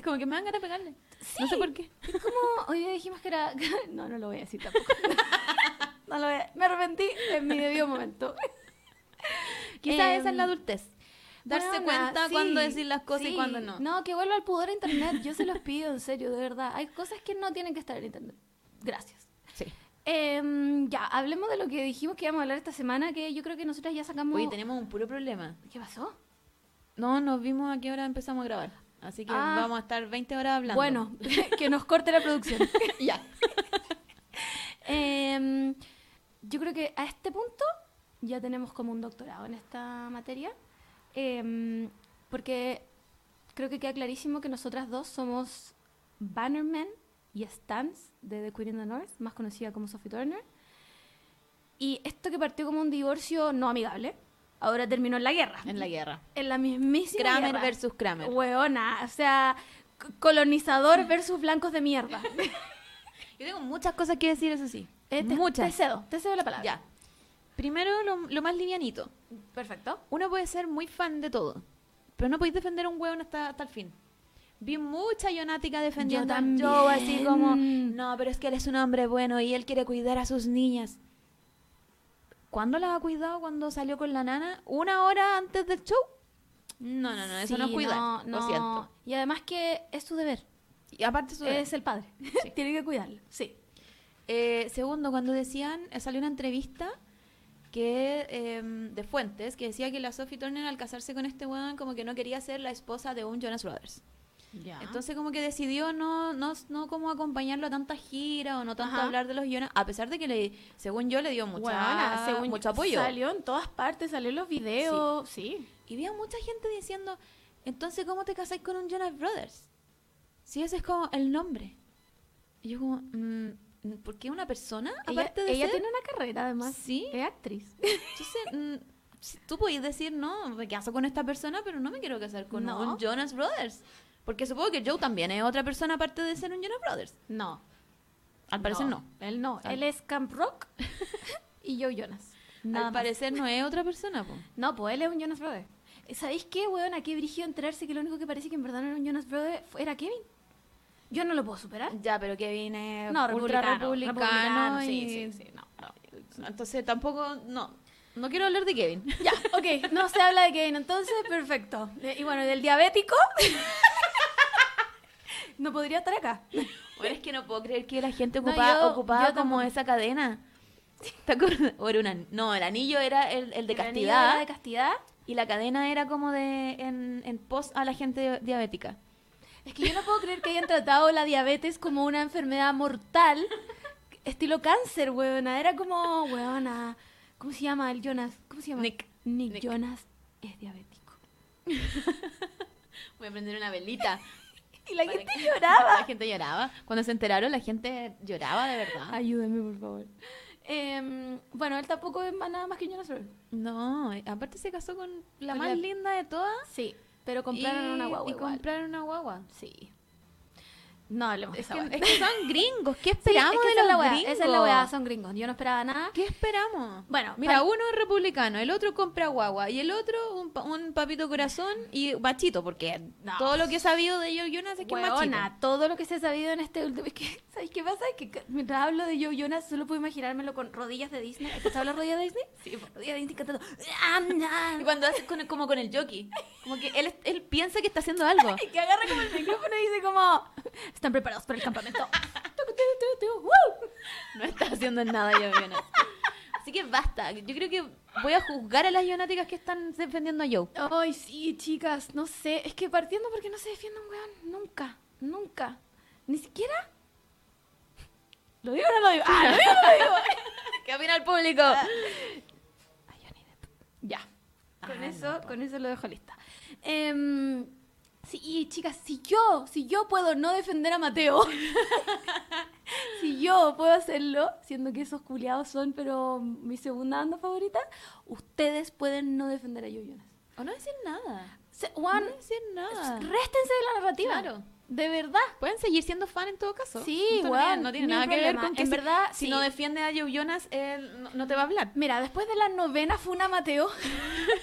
Speaker 4: como que me dan ganas de pegarle.
Speaker 3: Sí.
Speaker 4: No sé por qué.
Speaker 3: Es como hoy día dijimos que era. (laughs) No, no lo voy a decir tampoco. (laughs) No lo voy a... Me arrepentí en mi debido momento. (laughs)
Speaker 4: Quizás
Speaker 3: Em,
Speaker 4: esa es la adultez. Darse
Speaker 3: Weona,
Speaker 4: cuenta
Speaker 3: sí,
Speaker 4: cuando decir las cosas y
Speaker 3: sí.
Speaker 4: cuando no.
Speaker 3: No, que vuelva al pudor a internet. Yo se los pido, en serio, de verdad. Hay cosas que no tienen que estar en internet. Gracias.
Speaker 4: Sí.
Speaker 3: Em, ya, hablemos de lo que dijimos que íbamos a hablar esta semana, que yo creo que nosotras ya sacamos.
Speaker 4: Oye, tenemos un puro problema.
Speaker 3: ¿Qué pasó?
Speaker 4: No, nos vimos a qué hora empezamos a grabar. Así que
Speaker 3: Ah.
Speaker 4: vamos a estar 20 horas hablando.
Speaker 3: Bueno, (laughs) que nos corte la producción.
Speaker 4: (laughs) ya.
Speaker 3: Em, yo creo que a este punto ya tenemos como un doctorado en esta materia, Em, porque creo que queda clarísimo que nosotras dos somos Bannerman y Stans de The Queen in the North, más conocida como Sophie Turner. Y esto que partió como un divorcio no amigable, ahora terminó en la guerra.
Speaker 4: En
Speaker 3: (laughs)
Speaker 4: la guerra.
Speaker 3: En la mismísima
Speaker 4: Kramer
Speaker 3: guerra.
Speaker 4: versus Kramer.
Speaker 3: Hueona, o sea, c- colonizador versus blancos de
Speaker 4: (laughs)
Speaker 3: mierda.
Speaker 4: Yo tengo muchas cosas que decir, eso sí.
Speaker 3: Eh, te- Te
Speaker 4: muchas.
Speaker 3: cedo, te cedo la palabra.
Speaker 4: Ya. Primero, lo, lo más livianito.
Speaker 3: Perfecto.
Speaker 4: Uno puede ser muy fan de todo, pero no podéis defender a un hueón hasta, hasta el fin. Vi mucha yonática defendiendo a
Speaker 3: Yo
Speaker 4: Joe, así como,
Speaker 3: también.
Speaker 4: no, pero es que él es un hombre bueno y él quiere cuidar a sus niñas. ¿Cuándo las ha cuidado cuando salió con la nana? ¿Una hora antes del show? No, no, no, eso
Speaker 3: Sí,
Speaker 4: no es cuidar. Lo
Speaker 3: no.
Speaker 4: siento.
Speaker 3: Y además que es su deber.
Speaker 4: Y aparte su
Speaker 3: Es el padre. (laughs) Tiene que cuidarlo. Sí.
Speaker 4: Eh, segundo, cuando decían, eh, salió una entrevista que em, de Fuentes que decía que la Sophie Turner al casarse con este weón como que no quería ser la esposa de un Jonas Brothers.
Speaker 5: Ya.
Speaker 4: Entonces como que decidió no, no, no como acompañarlo a tantas giras o no tanto
Speaker 3: Ajá.
Speaker 4: hablar de los Jonas, a pesar de que le, según yo le dio mucha,
Speaker 3: Weona, según
Speaker 4: mucho
Speaker 3: yo,
Speaker 4: apoyo.
Speaker 3: Salió en todas partes, salió en los videos. Sí.
Speaker 4: Y vi a mucha gente diciendo, entonces ¿cómo te casáis con un Jonas Brothers? Si ese es como el nombre. Y yo como, mm, ¿por qué una persona?
Speaker 3: Ella-
Speaker 4: Aparte
Speaker 3: ella,
Speaker 4: de ser-
Speaker 3: tiene una carrera además.
Speaker 4: Sí.
Speaker 3: Es (laughs) actriz.
Speaker 4: Entonces, mm, si tú podías decir, no, me caso con esta persona, pero no me quiero casar con
Speaker 3: No.
Speaker 4: un Jonas Brothers. Porque supongo que Joe también es otra persona aparte de ser un Jonas Brothers.
Speaker 3: No.
Speaker 4: Al parecer no.
Speaker 3: Él no.
Speaker 4: Ah.
Speaker 3: Él es Camp (laughs) Rock y yo Jonas. Nada
Speaker 4: Al
Speaker 3: más.
Speaker 4: parecer no es otra persona, po.
Speaker 3: No, pues él es un Jonas Brothers. ¿Sabéis qué, weón? Aquí brigió enterarse que lo único que parece que en verdad no era un Jonas Brothers fue- era Kevin. Yo no lo puedo superar.
Speaker 4: ¿Ah? Ya, pero Kevin es
Speaker 3: No,
Speaker 4: ultra
Speaker 3: republicano.
Speaker 4: republicano.
Speaker 3: republicano,
Speaker 4: y-
Speaker 3: sí, sí, sí, no, no.
Speaker 4: Entonces tampoco, no. No quiero hablar de (laughs) Kevin.
Speaker 3: Ya, ok, no se habla de Kevin, entonces perfecto. Eh, Y bueno, del diabético. (laughs) no podría estar acá.
Speaker 4: Bueno, es que no puedo creer que la gente
Speaker 3: No,
Speaker 4: ocupaba,
Speaker 3: yo-
Speaker 4: ocupaba
Speaker 3: yo
Speaker 4: como
Speaker 3: tampoco.
Speaker 4: esa cadena. (laughs) ¿Te acuerdas? O era una, no, el anillo era el, el de
Speaker 3: El anillo
Speaker 4: castidad.
Speaker 3: era De castidad.
Speaker 4: Y la cadena era como de en, en pos a la gente diabética.
Speaker 3: Es que yo no puedo creer que hayan tratado la diabetes como una enfermedad mortal, estilo cáncer, weona. Era como, weona, ¿cómo se llama el Jonas? ¿Cómo se llama?
Speaker 4: Nick.
Speaker 3: Nick,
Speaker 4: Nick.
Speaker 3: Jonas es diabético.
Speaker 4: Voy a prender una (laughs) velita.
Speaker 3: Y la
Speaker 4: Para
Speaker 3: gente
Speaker 4: que-
Speaker 3: lloraba.
Speaker 4: (laughs)
Speaker 3: (laughs)
Speaker 4: La gente lloraba. Cuando se enteraron, la gente lloraba de verdad.
Speaker 3: Ayúdame, por favor. Em, bueno, él tampoco es más- nada más que un Jonas Brothers.
Speaker 4: No, eh, aparte se casó con la
Speaker 3: Con
Speaker 4: más
Speaker 3: la-
Speaker 4: linda de todas.
Speaker 3: Sí, pero compraron
Speaker 4: y-
Speaker 3: una guagua
Speaker 4: Y
Speaker 3: igual.
Speaker 4: compraron una guagua.
Speaker 3: Sí. No hablemos de
Speaker 4: Es
Speaker 3: esa
Speaker 4: que,
Speaker 3: weá.
Speaker 4: es que son gringos. (laughs) ¿Qué
Speaker 3: Sí,
Speaker 4: esperamos
Speaker 3: es que
Speaker 4: de
Speaker 3: esa es
Speaker 4: los
Speaker 3: la weá,
Speaker 4: gringos?
Speaker 3: Esa es la weá, son gringos. Yo no esperaba nada. uh,
Speaker 4: ¿Qué esperamos?
Speaker 3: Bueno,
Speaker 4: Mira,
Speaker 3: pa-
Speaker 4: uno es republicano, el otro compra guagua y el otro un, pa- un papito corazón y machito, porque
Speaker 3: No.
Speaker 4: todo lo que he sabido de ellos, yo no sé qué es machito.
Speaker 3: Weona, todo lo que se ha sabido en este último. Es que, ¿Sabes qué pasa? Es que ca- mientras hablo de Joe Jonas, solo puedo imaginármelo con rodillas de Disney. ¿Has escuchado las rodillas de Disney? Sí, rodillas de Disney cantando. "Ah, nah".
Speaker 4: Y cuando hace con- como con el jockey, como que él, él piensa que está haciendo algo.
Speaker 3: (laughs) Y que agarra como el micrófono y dice como. Están preparados para el campamento. (laughs) Tucu, tucu, tucu, tucu, ¡woo!
Speaker 4: No está haciendo nada yo, Jonas. Así que basta. Yo creo que voy a juzgar a las Jonáticas que están defendiendo a (laughs) Joe.
Speaker 3: Ay, sí, chicas, no sé. Es que partiendo porque no se defiende un weón. Nunca, nunca. Ni siquiera. ¿Lo digo o no lo digo? Ah, lo digo.
Speaker 4: ¿Qué opina el público?
Speaker 3: Ya. Con eso, con eso lo dejo lista. Em, sí, y chicas, si yo, si yo puedo no defender a Mateo, (laughs) si yo puedo hacerlo, siendo que esos culiados son, pero mi segunda banda favorita, ustedes pueden no defender a Yoyonas.
Speaker 4: O no decir nada.
Speaker 3: Se-
Speaker 4: No
Speaker 3: Juan,
Speaker 4: decir nada.
Speaker 3: réstense de la narrativa.
Speaker 4: Ah. Claro.
Speaker 3: De verdad.
Speaker 4: Pueden seguir siendo fan en todo caso.
Speaker 3: Sí,
Speaker 4: Esto
Speaker 3: weón,
Speaker 4: no
Speaker 3: ni
Speaker 4: tiene, no tiene nada
Speaker 3: un
Speaker 4: que ver
Speaker 3: problema.
Speaker 4: con que
Speaker 3: En
Speaker 4: si-
Speaker 3: verdad,
Speaker 4: si
Speaker 3: sí.
Speaker 4: no defiende a Joe Jonas, él no, no te va a hablar.
Speaker 3: Mira, después de la novena funa Mateo,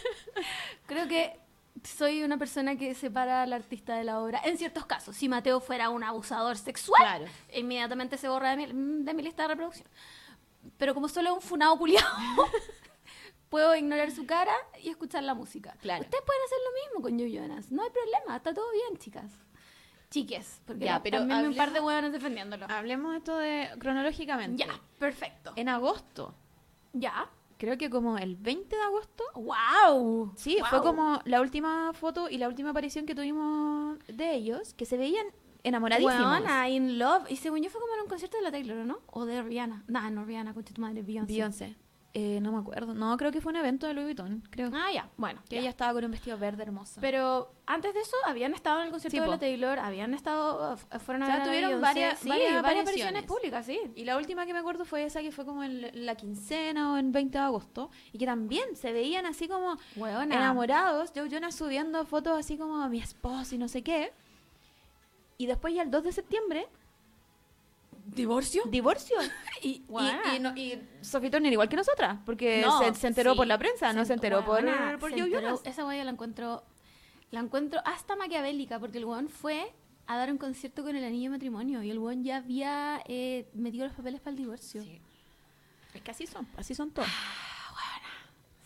Speaker 3: (laughs) creo que soy una persona que separa al artista de la obra. En ciertos casos, si Mateo fuera un abusador sexual,
Speaker 4: Claro.
Speaker 3: inmediatamente se borra de mi, de mi lista de reproducción. Pero como solo es un funado culiado, (laughs) puedo ignorar su cara y escuchar la música.
Speaker 4: Claro.
Speaker 3: Ustedes pueden hacer lo mismo con Yo Jonas. No hay problema, está todo bien, chicas. Chiques, porque
Speaker 4: Ya, pero
Speaker 3: también vi un par de
Speaker 4: hablemos-
Speaker 3: huevones defendiéndolo.
Speaker 4: Hablemos esto de cronológicamente.
Speaker 3: Ya, perfecto.
Speaker 4: En agosto,
Speaker 3: Ya.
Speaker 4: creo que como el 20 de agosto.
Speaker 3: ¡Wow!
Speaker 4: Sí, fue como la última foto y la última aparición que tuvimos de ellos, que se veían enamoradísimos.
Speaker 3: Weona, In Love. Y según yo fue como en un concierto de la Taylor, ¿o ¿no? O de Rihanna. Nah, no Rihanna, con tu madre, Beyoncé.
Speaker 4: Beyoncé. Eh, no me acuerdo. No, creo que fue un evento de Louis Vuitton, creo.
Speaker 3: Ah, ya, bueno.
Speaker 4: que
Speaker 3: ya.
Speaker 4: ella estaba con un vestido verde hermoso.
Speaker 3: Pero antes de eso, habían estado en el concierto
Speaker 4: Sí,
Speaker 3: de
Speaker 4: po.
Speaker 3: la Taylor, habían estado, uh, fu- fueron a
Speaker 4: O sea,
Speaker 3: ver a
Speaker 4: tuvieron
Speaker 3: Beyoncé.
Speaker 4: varias-
Speaker 3: Sí,
Speaker 4: varias
Speaker 3: apariciones
Speaker 4: apariciones.
Speaker 3: públicas, sí.
Speaker 4: Y la última que me acuerdo fue esa que fue como en la quincena o en 20 de agosto. Y que también se veían así como
Speaker 3: Weona.
Speaker 4: enamorados. Joe Jonas subiendo fotos así como a mi esposo y no sé qué. Y después ya el 2 de septiembre,
Speaker 3: ¿Divorcio?
Speaker 4: (laughs) divorcio.
Speaker 3: Y,
Speaker 4: Y, y, no- y Sophie Turner igual que nosotras, porque
Speaker 3: No,
Speaker 4: se, se enteró
Speaker 3: sí.
Speaker 4: por la prensa, no se enteró
Speaker 3: Weona,
Speaker 4: por, por
Speaker 3: se
Speaker 4: Joe
Speaker 3: enteró-
Speaker 4: Jonas.
Speaker 3: Esa weá yo la encuentro, la encuentro hasta maquiavélica, porque el weón fue a dar un concierto con el anillo de matrimonio y el weón ya había eh, metido los papeles para el divorcio.
Speaker 4: Sí. Es que así son, así son todos.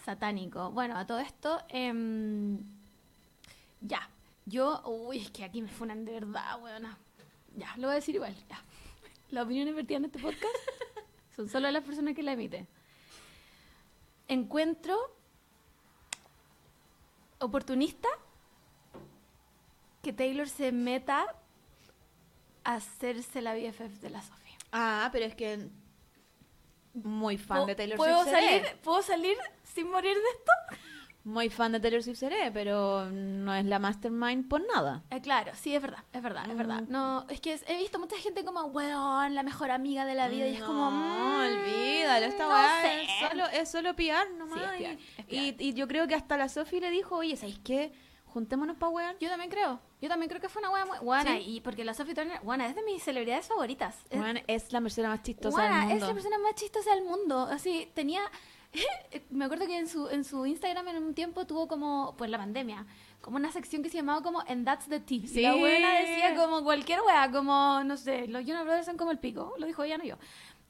Speaker 3: Satánico. Bueno, a todo esto, em, Ya. Yo, uy, es que aquí me funan de verdad, weona. Ya, lo voy a decir igual. Ya. Las opiniones vertidas en este
Speaker 4: (laughs)
Speaker 3: podcast son solo de las personas que la emiten. Encuentro oportunista que Taylor se meta a hacerse la BFF de la Sofía.
Speaker 4: Ah, pero es que muy fan de Taylor
Speaker 3: ¿Puedo
Speaker 4: Swift seré.
Speaker 3: salir, ¿Puedo salir sin morir de esto?
Speaker 4: Muy fan de Taylor Swift seré, pero no es la mastermind por nada.
Speaker 3: Eh, claro, sí, es verdad, es verdad, es verdad.
Speaker 4: Mm.
Speaker 3: No, es que he visto mucha gente como, weón, la mejor amiga de la vida, y es como,
Speaker 4: No,
Speaker 3: mm,
Speaker 4: olvídalo, esta
Speaker 3: no
Speaker 4: weá
Speaker 3: sé.
Speaker 4: es solo, es solo PR nomás.
Speaker 3: Sí, es
Speaker 4: y-
Speaker 3: PR, es
Speaker 4: y,
Speaker 3: PR.
Speaker 4: y yo creo que hasta la Sofi le dijo, oye, ¿sabéis qué? Juntémonos para weón.
Speaker 3: Yo también creo, yo también creo que fue una wea muy... Guana,
Speaker 4: Sí.
Speaker 3: y porque la Sophie Turner, Guana, es de mis celebridades favoritas. Es-
Speaker 4: Weón, es la persona más chistosa
Speaker 3: Guana,
Speaker 4: del
Speaker 3: es
Speaker 4: mundo.
Speaker 3: la persona más chistosa del mundo. Así, tenía. (laughs) me acuerdo que en su, en su Instagram en un tiempo tuvo como, pues la pandemia, como una sección que se llamaba como And That's the Tea. Y La
Speaker 4: Sí.
Speaker 3: buena decía como cualquier wea, como, no sé, los Jonas Brothers son como el pico, lo dijo ella, no yo.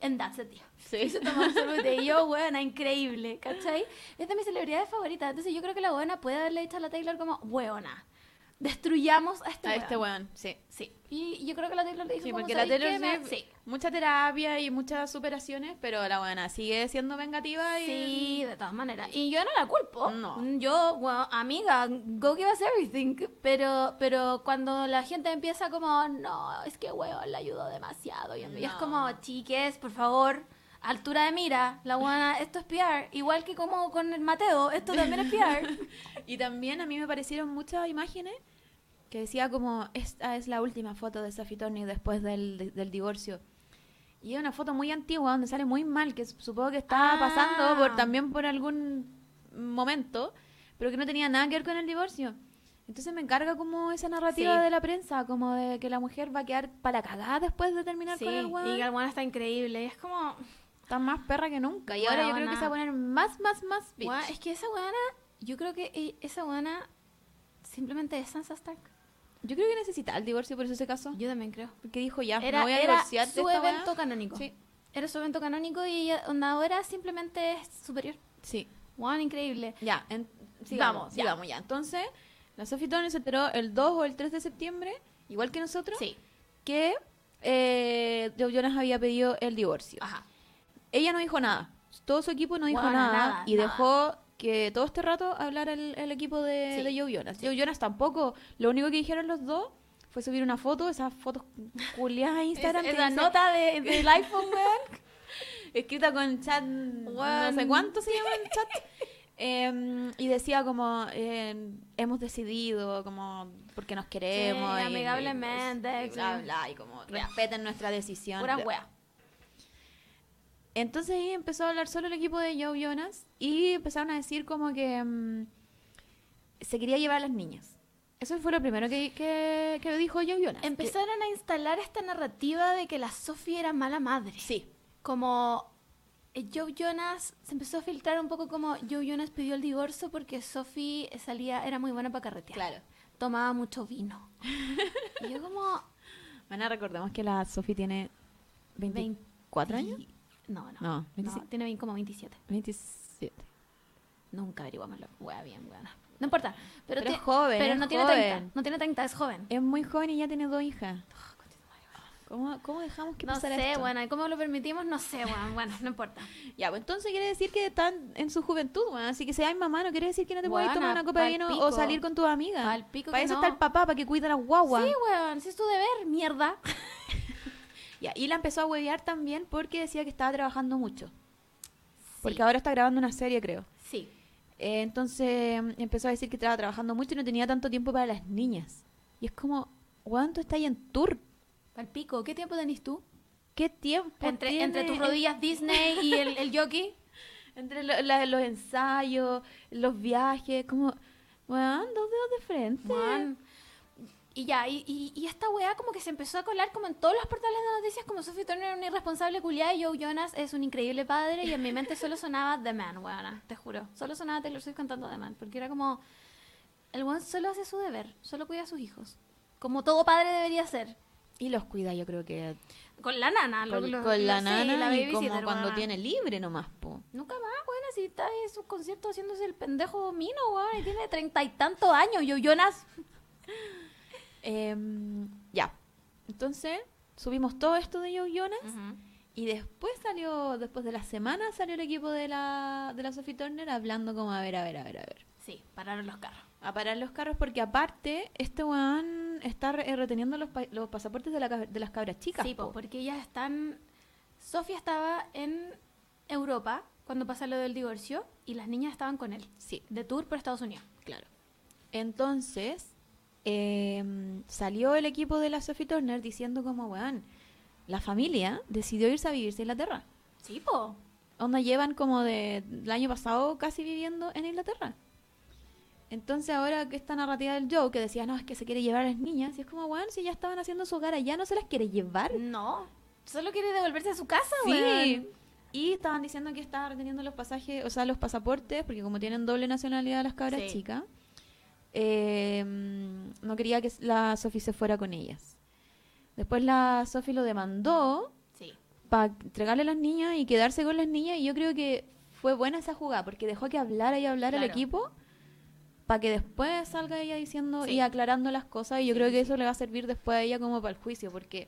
Speaker 3: And That's the Tea.
Speaker 4: Sí.
Speaker 3: Y (laughs) se
Speaker 4: (laughs)
Speaker 3: tomó un sorbete y yo, buena, increíble, ¿cachai? Es de mis celebridades favoritas. Entonces yo creo que la buena puede haberle dicho a la Taylor como, weona, destruyamos a este
Speaker 4: A
Speaker 3: weón".
Speaker 4: este weón, sí.
Speaker 3: Sí. Y y yo creo que la Taylor le dijo
Speaker 4: Sí,
Speaker 3: como,
Speaker 4: porque la
Speaker 3: "¿Sabéis
Speaker 4: Taylor
Speaker 3: qué? Me-
Speaker 4: Swift,
Speaker 3: Sí.
Speaker 4: mucha terapia y muchas superaciones, pero la buena sigue siendo vengativa y...
Speaker 3: Sí, de todas maneras. Y yo no la culpo.
Speaker 4: No.
Speaker 3: Yo, bueno, amiga, go give us everything. Pero, pero cuando la gente empieza como, no, es que weón, la ayudó demasiado. Y y es
Speaker 4: No.
Speaker 3: como, chiques, por favor, altura de mira. La buena, esto es PR. Igual que como con el Mateo, esto también es (laughs) PR.
Speaker 4: (laughs) Y también a mí me parecieron muchas imágenes que decía como, esta es la última foto de Sophie Turner después del, del divorcio. Y es una foto muy antigua donde sale muy mal, que supongo que estaba
Speaker 3: Ah.
Speaker 4: pasando por también por algún momento, pero que no tenía nada que ver con el divorcio. Entonces me encarga como esa narrativa
Speaker 3: Sí.
Speaker 4: de la prensa, como de que la mujer va a quedar para la cagada después de terminar
Speaker 3: Sí,
Speaker 4: con el
Speaker 3: y que
Speaker 4: weón.
Speaker 3: el weón está increíble. Y es como,
Speaker 4: Está más perra que nunca. Y ahora yo creo que se va a poner más, más, más bitch.
Speaker 3: weón, es que esa weona, yo creo que eh, esa weona simplemente es Sansa Stark.
Speaker 4: Yo creo que necesita el divorcio, por eso se casó.
Speaker 3: Yo también creo.
Speaker 4: Porque dijo ya,
Speaker 3: era,
Speaker 4: me voy a
Speaker 3: era
Speaker 4: divorciar de
Speaker 3: su
Speaker 4: esta weá.
Speaker 3: evento canónico.
Speaker 4: Sí.
Speaker 3: Era su evento canónico y ella, onda, ahora simplemente es superior.
Speaker 4: Sí,
Speaker 3: Wow, increíble.
Speaker 4: ya. en-
Speaker 3: Vamos,
Speaker 4: sigamos,
Speaker 3: ya.
Speaker 4: sigamos ya. Entonces, la Sophie Turner se enteró el 2 o el 3 de septiembre, igual que nosotros,
Speaker 3: Sí.
Speaker 4: que eh, Joe Jonas había pedido el divorcio.
Speaker 3: Ajá.
Speaker 4: Ella no dijo nada. Todo su equipo no dijo
Speaker 3: Bueno,
Speaker 4: nada,
Speaker 3: nada,
Speaker 4: y
Speaker 3: nada.
Speaker 4: dejó que todo este rato hablara el, el equipo de,
Speaker 3: Sí.
Speaker 4: de Joe Jonas. Joe Jonas tampoco. Lo único que dijeron los dos fue subir una foto, esas fotos culiadas a Instagram.
Speaker 3: (laughs) Es-
Speaker 4: que
Speaker 3: esa
Speaker 4: dice-
Speaker 3: nota (laughs) de, del iPhone, weón.
Speaker 4: (laughs) escrita con chat, no
Speaker 3: Weón.
Speaker 4: sé cuánto se llama el chat. Em, y decía como, em, hemos decidido, como, porque nos queremos.
Speaker 3: Sí,
Speaker 4: y-
Speaker 3: amigablemente,
Speaker 4: Y, bla,
Speaker 3: sí.
Speaker 4: bla, y como,
Speaker 3: Ya.
Speaker 4: respeten nuestra decisión.
Speaker 3: Pura
Speaker 4: Bla.
Speaker 3: wea.
Speaker 4: Entonces ahí empezó a hablar solo el equipo de Joe Jonas y empezaron a decir como que mm, se quería llevar a las niñas. Eso fue lo primero que, que, que dijo Joe Jonas.
Speaker 3: Empezaron a instalar esta narrativa de que la Sophie era mala madre.
Speaker 4: Que- sí,
Speaker 3: Como eh, Joe Jonas se empezó a filtrar un poco como Joe Jonas pidió el divorcio porque Sophie salía, era muy buena para carretear.
Speaker 4: claro.
Speaker 3: Tomaba mucho (laughs) vino. y yo como,
Speaker 4: Bueno, recordemos que la Sophie tiene 24 años.
Speaker 3: Y- No, no.
Speaker 4: No,
Speaker 3: No,
Speaker 4: 27.
Speaker 3: tiene vein- como 27.
Speaker 4: 27.
Speaker 3: Nunca averiguamos la wea bien, wea. No importa. Pero,
Speaker 4: Pero
Speaker 3: ti-
Speaker 4: es joven,
Speaker 3: Pero
Speaker 4: es
Speaker 3: no tiene
Speaker 4: joven. Eh,
Speaker 3: 30. No tiene 30, es joven. Ah,
Speaker 4: Es muy joven y ya tiene dos hijas. ¿Cómo, cómo dejamos que
Speaker 3: No
Speaker 4: pasara
Speaker 3: sé,
Speaker 4: esto?
Speaker 3: bueno, ¿cómo lo permitimos? No sé, bueno, (laughs) bueno, no importa.
Speaker 4: Ya, pues entonces quiere decir que están en su juventud, weón. Así que si hay mamá, no quiere decir que no te puedes
Speaker 3: Weona,
Speaker 4: tomar una copa de
Speaker 3: pal
Speaker 4: vino
Speaker 3: pico.
Speaker 4: o salir con tus amigas.
Speaker 3: Pal pico
Speaker 4: Para
Speaker 3: que
Speaker 4: eso
Speaker 3: no.
Speaker 4: está el papá, para que cuide a las guaguas.
Speaker 3: Sí, weón, si es tu deber,
Speaker 4: (laughs)
Speaker 3: mierda.
Speaker 4: Ya, y la empezó a huevear también porque decía que estaba trabajando mucho. Porque
Speaker 3: Sí,
Speaker 4: ahora está grabando una serie, creo.
Speaker 3: Sí.
Speaker 4: Eh, entonces mm, empezó a decir que estaba trabajando mucho y no tenía tanto tiempo para las niñas. Y es como, weón, tú estás ahí en tour.
Speaker 3: Pal pico, ¿qué tiempo tenés tú?
Speaker 4: ¿Qué tiempo
Speaker 3: Entre, entre
Speaker 4: tiene
Speaker 3: tus rodillas Disney y el, el jockey.
Speaker 4: Entre lo- la- los ensayos, los viajes, como, weón, dos dedos de frente.
Speaker 3: Weón. Y ya, y, y- y esta weá como que se empezó a colar como en todos los portales de noticias, como Sophie Turner era una irresponsable culiada y Joe Jonas es un increíble padre y en mi mente solo sonaba The Man, weona, te juro. Solo sonaba Taylor Swift cantando The Man, porque era como, el weón solo hace su deber, solo cuida a sus hijos, como todo padre debería hacer.
Speaker 4: Y los cuida, yo creo que
Speaker 3: Con la nana, lo-
Speaker 4: con,
Speaker 3: lo-
Speaker 4: con la
Speaker 3: sí,
Speaker 4: nana y
Speaker 3: babysitter,
Speaker 4: como cuando
Speaker 3: weona.
Speaker 4: tiene libre nomás, po.
Speaker 3: Nunca más, buena, si está en su concierto haciéndose el pendejo mino, weón, y tiene treinta y tantos años, yo, Jonas.
Speaker 4: Em, ya. Entonces, subimos todo esto de Joe Jonas. Y después salió, después de la semana, salió el equipo de la, de la Sophie Turner hablando como, a ver, a ver, a ver, a ver.
Speaker 3: Sí, pararon los carros.
Speaker 4: A parar los carros porque aparte, este weón está re- eh, reteniendo los, pa- los pasaportes de, la cab- de las cabras chicas.
Speaker 3: Sí, po,
Speaker 4: po.
Speaker 3: porque ellas están. Sofía estaba en Europa cuando pasa lo del divorcio y las niñas estaban con él,
Speaker 4: Sí,
Speaker 3: de tour por Estados Unidos.
Speaker 4: claro. Entonces, em, salió el equipo de la Sophie Turner diciendo como, weón, la familia decidió irse a vivirse a Inglaterra.
Speaker 3: Sí, po.
Speaker 4: Onda llevan como de- del año pasado casi viviendo en Inglaterra. Entonces ahora que esta narrativa del Joe que decía, no, es que se quiere llevar a las niñas, y es como, weón, si ya estaban haciendo su hogar allá, ¿no se las quiere llevar?
Speaker 3: No, solo quiere devolverse a su casa,
Speaker 4: Sí.
Speaker 3: weón.
Speaker 4: Y estaban diciendo que estaban reteniendo los pasajes, o sea, los pasaportes, porque como tienen doble nacionalidad las cabras
Speaker 3: Sí.
Speaker 4: chicas, eh, mm, no quería que la Sophie se fuera con ellas. Después la Sophie lo demandó
Speaker 3: Sí.
Speaker 4: para entregarle a las niñas y quedarse con las niñas. Y yo creo que fue buena esa jugada, porque dejó que hablara y hablara el
Speaker 3: Claro.
Speaker 4: equipo para que después salga ella diciendo
Speaker 3: Sí.
Speaker 4: y aclarando las cosas. Y yo creo que eso le va a servir después a ella como para el juicio, porque,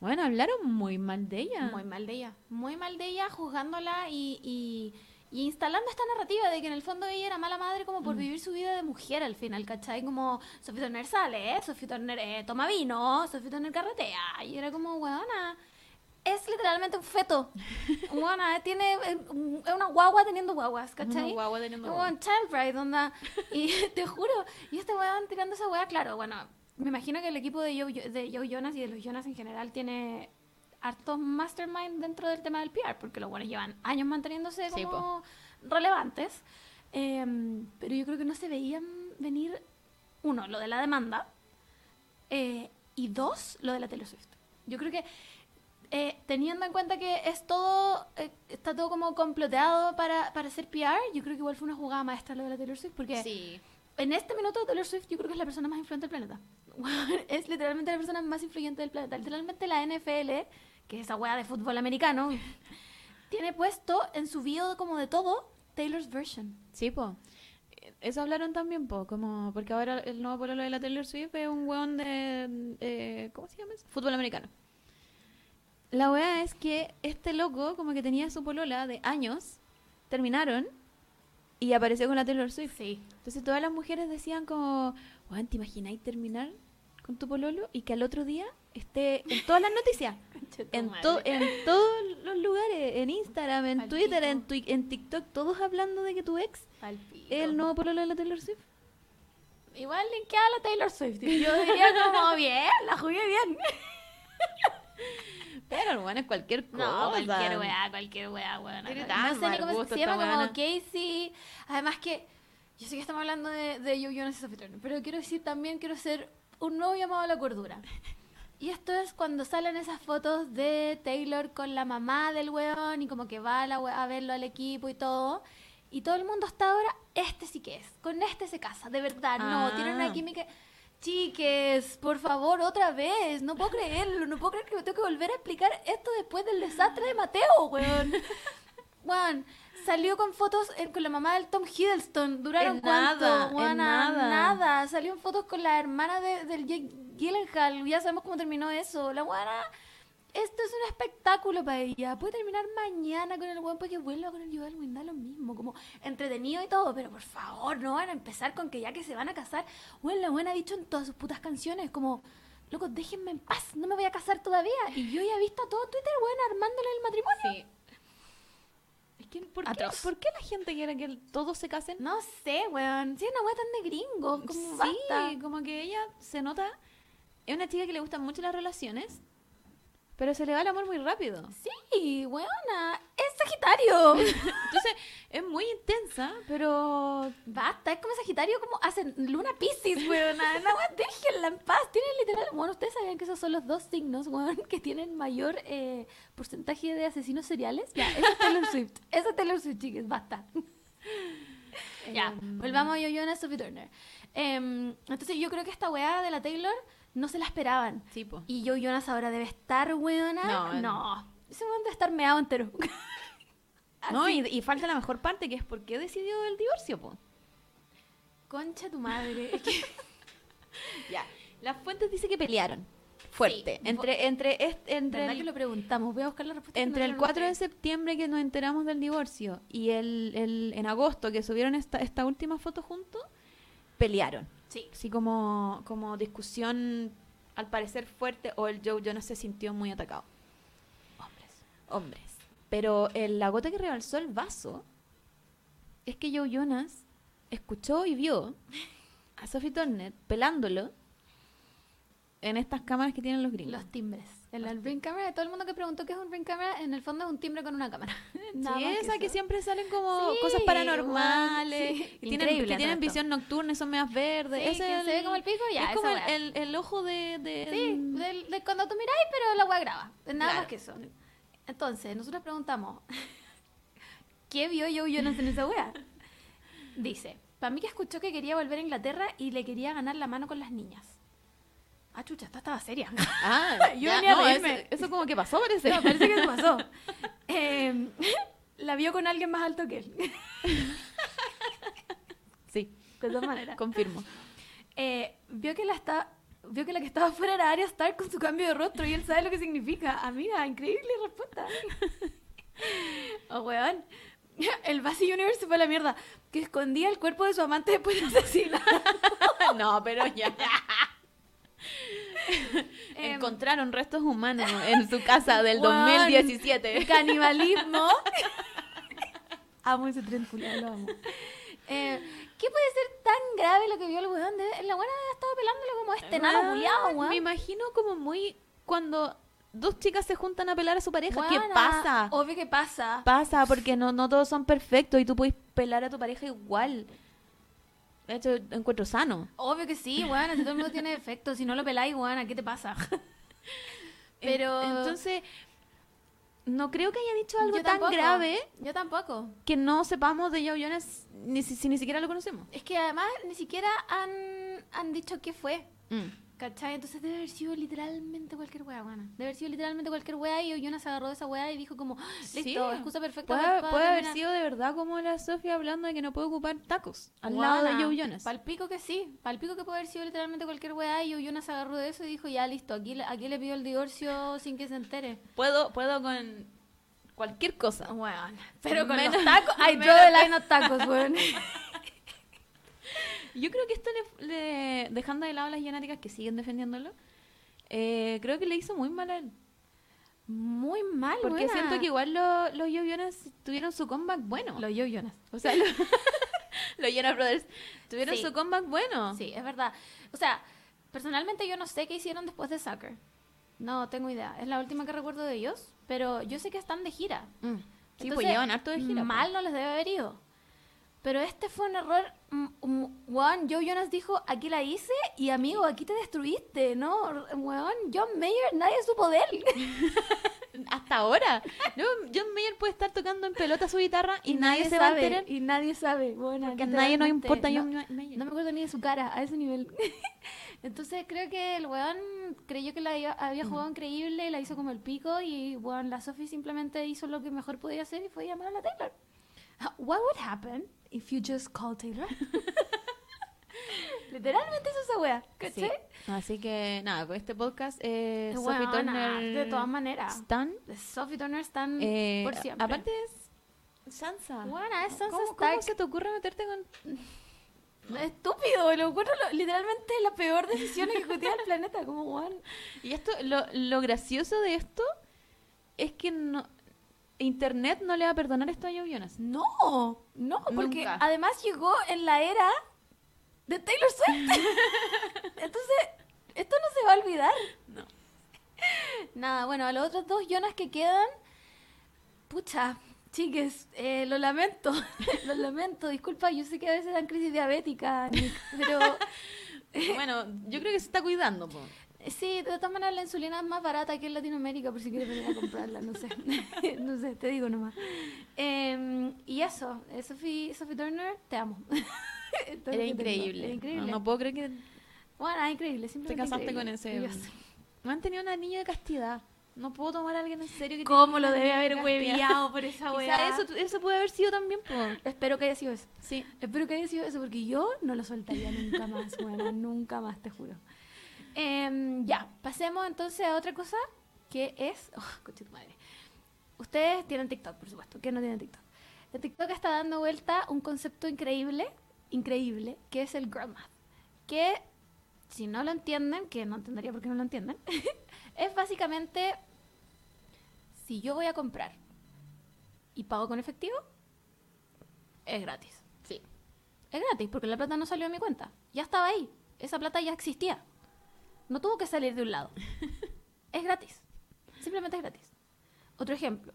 Speaker 4: bueno, hablaron muy mal de ella.
Speaker 3: Muy mal de ella. Muy mal de ella, juzgándola y, y- y instalando esta narrativa de que en el fondo ella era mala madre como
Speaker 4: Mm.
Speaker 3: por vivir su vida de mujer al final, ¿cachai? Como Sophie Turner sale, ¿eh? Sophie Turner eh, toma vino, Sophie Turner carretea. Y era como, weona, es literalmente un
Speaker 4: (laughs)
Speaker 3: feto. weona, tiene, eh, un- es una guagua teniendo guaguas, ¿cachai?
Speaker 4: Una guagua teniendo
Speaker 3: Como
Speaker 4: guagua.
Speaker 3: en Child Bride,
Speaker 4: (laughs)
Speaker 3: onda. Y te juro, y este weón tirando esa weá, claro, bueno, me imagino que el equipo de Joe, de Joe Jonas y de los Jonas en general tiene hartos mastermind dentro del tema del PR, porque los buenos llevan años manteniéndose
Speaker 4: Sí,
Speaker 3: como relevantes. Em, pero yo creo que no se veían venir, uno, lo de la demanda, eh, y dos, lo de la Taylor Swift. Yo creo que eh, teniendo en cuenta que es todo, eh, está todo como comploteado para, para hacer PR, yo creo que igual fue una jugada maestra lo de la Taylor Swift, porque
Speaker 5: Sí.
Speaker 3: en este minuto Taylor Swift yo creo que es la persona más influyente del planeta. (laughs) es literalmente la persona más influyente del planeta. Literalmente la NFL, que es esa wea de fútbol americano, tiene puesto en su video como de todo Taylor's version.
Speaker 4: Sí, po. Eh, Eso hablaron también, po, como porque ahora el nuevo pololo de la Taylor Swift es un weón de... eh, ¿Cómo se llama eso? Fútbol americano. La weá es que este loco, como que tenía su polola de años, terminaron y apareció con la Taylor Swift.
Speaker 3: Sí.
Speaker 4: Entonces todas las mujeres decían como, weón, ¿te imagináis terminar con tu pololo y que al otro día esté en todas las noticias? En, to- (laughs) en todos los lugares, en Instagram, en
Speaker 3: Al
Speaker 4: Twitter,
Speaker 3: pico.
Speaker 4: en, twi- en TikTok, todos hablando de que tu ex es el nuevo pololo de la Taylor Swift.
Speaker 3: Igual linkeada a la Taylor Swift. y Yo diría como bien, la
Speaker 5: (laughs)
Speaker 3: jugué bien.
Speaker 4: Pero bueno, es cualquier cosa.
Speaker 3: No, cualquier weá, cualquier weá, weón.
Speaker 5: Tiene
Speaker 3: No,
Speaker 5: tan
Speaker 3: sé ni
Speaker 5: mal
Speaker 3: cómo se-
Speaker 5: gusto
Speaker 3: se llama,
Speaker 5: esta
Speaker 3: como
Speaker 5: weona.
Speaker 3: Casey. Además que, yo sé que estamos hablando de, de Joe Jonas y Sophie Turner, pero quiero decir también, quiero hacer un nuevo llamado a la cordura. Y esto es cuando salen esas fotos de Taylor con la mamá del weón y como que va a, la we- a verlo al equipo y todo. Y todo el mundo está ahora, este sí que es, con este se casa, de verdad,
Speaker 4: Ah.
Speaker 3: no, tienen una química... Chiques, por favor, otra vez. No puedo creerlo. No puedo creer que me tengo que volver a explicar esto después del desastre de Mateo, weón. Weón, salió con fotos eh, con la mamá del Tom Hiddleston. ¿Duraron
Speaker 4: En
Speaker 3: cuánto?
Speaker 4: nada, en
Speaker 3: Weona,
Speaker 4: nada.
Speaker 3: nada. Salió en fotos con la hermana de- del Jake Gyllenhaal. Ya sabemos cómo terminó eso. La weona... Esto es un espectáculo para ella. Puede terminar mañana con el weón porque vuelva con el Joel Wynn, da lo mismo. Como entretenido y todo, pero por favor, no van a empezar con que ya que se van a casar. Bueno, la buena ha dicho en todas sus putas canciones, como, loco, déjenme en paz, no me voy a casar todavía. Y yo ya he visto a todo Twitter, weón, armándole el matrimonio.
Speaker 4: Es que, ¿por, qué,
Speaker 3: Atroz.
Speaker 4: por qué la gente quiere que el- todos se casen?
Speaker 3: No sé, weón. Si es una weá tan de gringo, como
Speaker 4: sí,
Speaker 3: basta.
Speaker 4: como que ella se nota. Es una chica que le gustan mucho las relaciones, pero se le va el amor muy rápido.
Speaker 3: Sí, weona, es
Speaker 4: (laughs)
Speaker 3: Sagitario.
Speaker 4: Entonces, es muy intensa, pero
Speaker 3: Basta, es como Sagitario, como hacen Luna Pisces, weón. No, weón, déjenla en paz. Tienen literal. Bueno, ustedes sabían que esos son los dos signos, weón, que tienen mayor eh, porcentaje de asesinos seriales. Ya, esa es Taylor Swift. Esa es Taylor Swift, chicas, basta. ya, volvamos a Yoyona Sophie Turner. Em, entonces, yo creo que esta weá de la Taylor no se la esperaban.
Speaker 4: tipo.
Speaker 3: Y yo Jonas ahora debe estar, weona.
Speaker 4: No,
Speaker 3: (laughs) No. Ese weón debe estar meado entero.
Speaker 4: No, y, y falta la mejor parte, que es por qué decidió el divorcio, po.
Speaker 3: Concha tu madre. Es (laughs) que-
Speaker 4: Ya. Las fuentes dicen que pelearon. Fuerte.
Speaker 3: Sí.
Speaker 4: Entre, entre, est- entre,
Speaker 3: ¿Verdad que
Speaker 4: el,
Speaker 3: lo preguntamos? Voy a buscar la respuesta.
Speaker 4: entre el 4 de septiembre que nos enteramos del divorcio y el, el- en agosto que subieron esta, esta última foto juntos, pelearon.
Speaker 3: Sí.
Speaker 4: Así como, como discusión al parecer fuerte o el Joe Jonas se sintió muy atacado.
Speaker 3: Hombres.
Speaker 4: Hombres. Pero el- la gota que rebalsó el vaso es que Joe Jonas escuchó y vio a Sophie Turner pelándolo en estas cámaras que tienen los gringos.
Speaker 3: Los timbres. El, el ring camera, de todo el mundo que preguntó qué es un ring camera, en el fondo es un timbre con una cámara. (laughs) Nada
Speaker 4: Sí,
Speaker 3: más
Speaker 4: esa que
Speaker 3: eso.
Speaker 4: siempre salen como
Speaker 3: Sí,
Speaker 4: cosas paranormales,
Speaker 3: guau, sí.
Speaker 4: que tienen,
Speaker 3: Increíble,
Speaker 4: que
Speaker 3: a todo
Speaker 4: tienen
Speaker 3: esto.
Speaker 4: visión nocturna, y son medias verdes.
Speaker 3: Sí,
Speaker 4: Ese
Speaker 3: que
Speaker 4: es
Speaker 3: se ve como el pico, ya,
Speaker 4: Es como
Speaker 3: esa weá.
Speaker 4: el, el- el ojo de... de-
Speaker 3: Sí, del- de cuando tú miráis, pero la web graba. Nada más
Speaker 4: Em. Claro.
Speaker 3: que eso. Entonces, nosotros preguntamos, (laughs) ¿qué vio Joe Jonas en esa wea? Dice, para mí que escuchó que quería volver a Inglaterra y le quería ganar la mano con las niñas. Ah, chucha, esta estaba seria. (laughs)
Speaker 4: Ah,
Speaker 3: Yo
Speaker 4: ya,
Speaker 3: venía a
Speaker 4: no, eso,
Speaker 3: reírme.
Speaker 4: eso como que pasó, parece.
Speaker 3: No, parece que (laughs) eso pasó. Eh, (laughs) la vio con alguien más alto que él, (laughs)
Speaker 4: Sí,
Speaker 3: de todas maneras.
Speaker 4: confirmo.
Speaker 3: Eh, vio que la está... Vio que la que estaba (laughs) afuera era Arya Stark con su cambio de rostro y él sabe lo que significa. Amiga, increíble respuesta. (laughs) Oh, weón. (laughs) El Basi Universe fue a la mierda. Que escondía el cuerpo de su amante después de (laughs) asesinar.
Speaker 4: (laughs) no,
Speaker 3: (laughs)
Speaker 4: pero ya.
Speaker 3: Em,
Speaker 4: Encontraron restos humanos en su casa del
Speaker 3: Weón. (laughs)
Speaker 4: 2017.
Speaker 3: Canibalismo. (laughs) Amo ese tren culiao, lo amo. Eh, ¿Qué puede ser tan grave lo que vio el weón? Debe- la buena ha estado pelándolo como este nano
Speaker 4: Weón,
Speaker 3: culiao,
Speaker 4: Me
Speaker 3: weón.
Speaker 4: imagino como muy cuando dos chicas se juntan a pelar a su pareja. ¿Qué
Speaker 3: Weona,
Speaker 4: pasa?
Speaker 3: Obvio que pasa.
Speaker 4: Pasa, porque no, no todos son perfectos y tú puedes pelar a tu pareja igual. De hecho, encuentro sano.
Speaker 3: Obvio que sí, weón. Si todo el mundo
Speaker 4: (laughs)
Speaker 3: tiene defectos, si no lo peláis, weón, ¿qué te pasa? Pero.
Speaker 4: En- Entonces, no creo que haya dicho algo
Speaker 3: yo
Speaker 4: tan
Speaker 3: tampoco,
Speaker 4: grave
Speaker 3: Yo tampoco.
Speaker 4: que no sepamos de Joe Jonas ni si, si ni siquiera lo conocemos.
Speaker 3: Es que además ni siquiera han, han dicho qué fue.
Speaker 4: Mm.
Speaker 3: ¿Cachai? Entonces debe haber sido literalmente cualquier wea, buena. Debe haber sido literalmente cualquier wea y Jonas se agarró de esa wea y dijo como, "Ah,
Speaker 4: Sí.
Speaker 3: listo, excusa perfecta.
Speaker 4: Puede,
Speaker 3: para
Speaker 4: puede haber
Speaker 3: terminar".
Speaker 4: sido de verdad como la Sofía hablando de que no puede ocupar tacos al
Speaker 3: Weona,
Speaker 4: lado de Joe Jonas.
Speaker 3: Palpico que sí, palpico que puede haber sido literalmente cualquier wea y Jonas se agarró de eso y dijo, ya listo, aquí, le- aquí le pido el divorcio sin que se entere.
Speaker 4: Puedo, puedo con cualquier cosa.
Speaker 3: Weón, pero con
Speaker 4: Menos-
Speaker 3: los tacos, ay, yo
Speaker 4: menos
Speaker 3: de la en los tacos, weón.
Speaker 4: Yo creo que esto, le, le- dejando de lado las llenáticas que siguen defendiéndolo, eh, creo que le hizo muy mal a él.
Speaker 3: (laughs) Muy mal,
Speaker 4: Porque
Speaker 3: weona.
Speaker 4: siento que igual lo- los Joe Jonas tuvieron su comeback bueno.
Speaker 3: Lo yo Jonas.
Speaker 4: O sea, lo- (laughs) los Jonas Brothers tuvieron
Speaker 3: Sí.
Speaker 4: su comeback bueno.
Speaker 3: Sí, es verdad. O sea, personalmente yo no sé qué hicieron después de Sucker. No tengo idea. Es la última que recuerdo de ellos, pero yo sé que están de gira.
Speaker 4: Mm. Sí, pues
Speaker 3: Entonces,
Speaker 4: llevan harto de gira. pues.
Speaker 3: Mal no les debe haber ido. Pero este fue un error. mm, mm, Weón, Joe Jonas dijo, aquí la hice y amigo, aquí te destruiste, ¿no? Weón, John Mayer, nadie supo de él. (laughs)
Speaker 4: Hasta ahora. No, John Mayer puede estar tocando en pelota su guitarra y, nadie, se va a
Speaker 3: sabe,
Speaker 4: enterar.
Speaker 3: Y nadie sabe. Bueno,
Speaker 4: Porque a nadie nos
Speaker 3: literalmente,
Speaker 4: importa
Speaker 3: no-
Speaker 4: John Ma- Mayer.
Speaker 3: No me acuerdo ni de su cara, a ese nivel. (laughs) Entonces creo que el weón creyó que la había,
Speaker 4: Mm.
Speaker 3: había jugado increíble, la hizo como el pico y weón, la Sophie simplemente hizo lo que mejor podía hacer y fue llamar a la Taylor. (laughs) What would happen if you just call Taylor? (laughs) Literalmente hizo esa wea,
Speaker 4: Sí.
Speaker 3: ¿cachai?
Speaker 4: Así que nada, pues este podcast eh, Sophie
Speaker 3: Weona,
Speaker 4: Turner
Speaker 3: de todas maneras.
Speaker 4: Stan.
Speaker 3: Sophie Turner están
Speaker 4: eh,
Speaker 3: por siempre.
Speaker 4: Aparte es Sansa.
Speaker 3: Weona, es Sansa
Speaker 4: ¿Cómo, cómo
Speaker 3: Stark.
Speaker 4: se te ocurre meterte con
Speaker 3: Estúpido, lo encuentro lo- literalmente la peor decisión ejecutiva del planeta. Como, weón,
Speaker 4: Y esto, lo, lo gracioso de esto es que no, Internet no le va a perdonar esto a Joe
Speaker 3: (laughs)
Speaker 4: Jonas.
Speaker 3: No, no, porque
Speaker 4: Nunca.
Speaker 3: además llegó en la era de Taylor
Speaker 4: (laughs)
Speaker 3: Swift. Entonces, esto no se va a olvidar.
Speaker 4: No.
Speaker 3: Nada, bueno, a los otros dos Jonas que quedan, pucha, chiques, eh, lo lamento, (laughs) lo lamento, disculpa, yo sé que a veces dan crisis diabética, Nick, pero
Speaker 4: (laughs) Bueno, yo creo que se está cuidando. po.
Speaker 3: sí, de todas maneras la insulina es más barata que en Latinoamérica, por si quieres venir a comprarla, no sé, (laughs) no sé, te digo nomás. Em, y eso, eh, Sophie, Sophie Turner, te amo. (laughs) Todo lo
Speaker 4: Era
Speaker 3: que tengo,
Speaker 4: increíble.
Speaker 3: era
Speaker 4: No,
Speaker 3: increíble.
Speaker 4: no puedo creer que
Speaker 3: Bueno, es increíble, simplemente.
Speaker 4: casaste con (laughs)
Speaker 3: increíble.
Speaker 4: ese-
Speaker 3: Yo sé.
Speaker 4: no han tenido un anillo de castidad.
Speaker 6: No puedo tomar a alguien en serio que
Speaker 3: ¿Cómo
Speaker 6: tiene
Speaker 3: lo debe
Speaker 6: una
Speaker 3: haber
Speaker 6: amiga
Speaker 3: hueviado
Speaker 4: (laughs)
Speaker 3: por
Speaker 6: espía? Quizá
Speaker 3: esa weá?
Speaker 6: eso, eso puede haber sido también, po.
Speaker 3: Espero que haya sido eso.
Speaker 6: Sí.
Speaker 3: Espero que haya sido eso, porque yo no lo soltaría nunca más, bueno, nunca más, te juro. Em, ya, pasemos entonces a otra cosa que es. Oh, coche tu madre. Ustedes tienen TikTok, por supuesto. ¿Quién no tiene TikTok? En TikTok está dando vuelta un concepto increíble, increíble, que es el girl math. Que, si no lo entienden, que no entendería por qué no lo entienden, (laughs) es básicamente: si yo voy a comprar y pago con efectivo, es gratis.
Speaker 4: Sí.
Speaker 3: Es gratis, porque la plata no salió de mi cuenta. Ya estaba ahí. Esa plata ya existía. No tuvo que salir de un lado. es gratis. Simplemente es gratis. Otro ejemplo.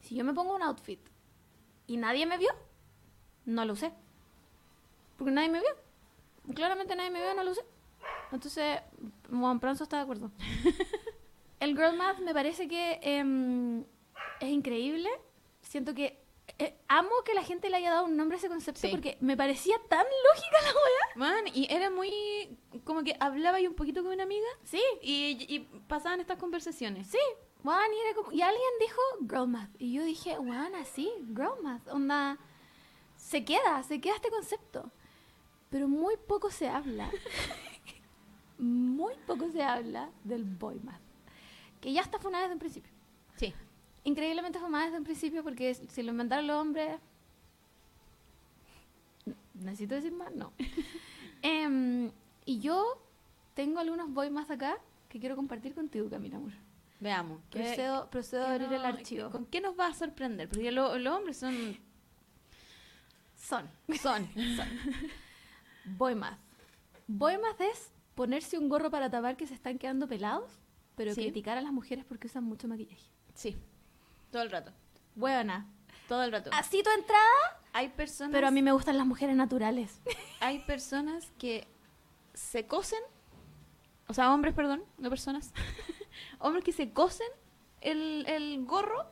Speaker 3: Si yo me pongo un outfit y nadie me vio, no lo usé. Porque nadie me vio. Claramente nadie me vio, no lo usé. Entonces, Juan Pranzo está de acuerdo. El Girl Math me parece que em, es increíble. Siento que eh, amo que la gente le haya dado un nombre a ese concepto
Speaker 6: Sí.
Speaker 3: porque me parecía tan lógica la weá.
Speaker 6: Man, y era muy. Como que hablaba yo un poquito con una amiga
Speaker 3: Sí,
Speaker 6: y, y pasaban estas conversaciones.
Speaker 3: sí. Weón, y, era como- y alguien dijo Girl Math. Y yo dije, weón, así, Girl Math. Onda, se queda, se queda este concepto. Pero muy poco
Speaker 6: (laughs)
Speaker 3: se habla. muy poco se habla del Boy Math. Que ya está funada desde un principio.
Speaker 6: Sí.
Speaker 3: Increíblemente fumada desde un principio porque es- si lo inventaron los hombres... ¿Necesito decir más? (laughs) No. Em, y yo tengo algunos boy más acá que quiero compartir contigo, Camila Moore.
Speaker 4: Veamos. ¿qué-
Speaker 3: Procedo, procedo a
Speaker 4: qué
Speaker 3: abrir el
Speaker 4: no-
Speaker 3: archivo.
Speaker 4: ¿Con qué nos va a sorprender? Porque lo- los hombres son.
Speaker 3: Son.
Speaker 4: Son.
Speaker 3: Boy math. Boy math es ponerse un gorro para tapar que se están quedando pelados, pero
Speaker 4: Sí.
Speaker 3: criticar a las mujeres porque usan mucho maquillaje.
Speaker 4: sí. Todo el rato.
Speaker 3: Buena.
Speaker 4: Todo el rato.
Speaker 3: Así tu entrada,
Speaker 4: Hay personas.
Speaker 3: Ah, pero a mí me gustan las mujeres naturales.
Speaker 4: Hay personas que se cosen, o sea, hombres, perdón, no personas, (laughs) hombres que se cosen el, el gorro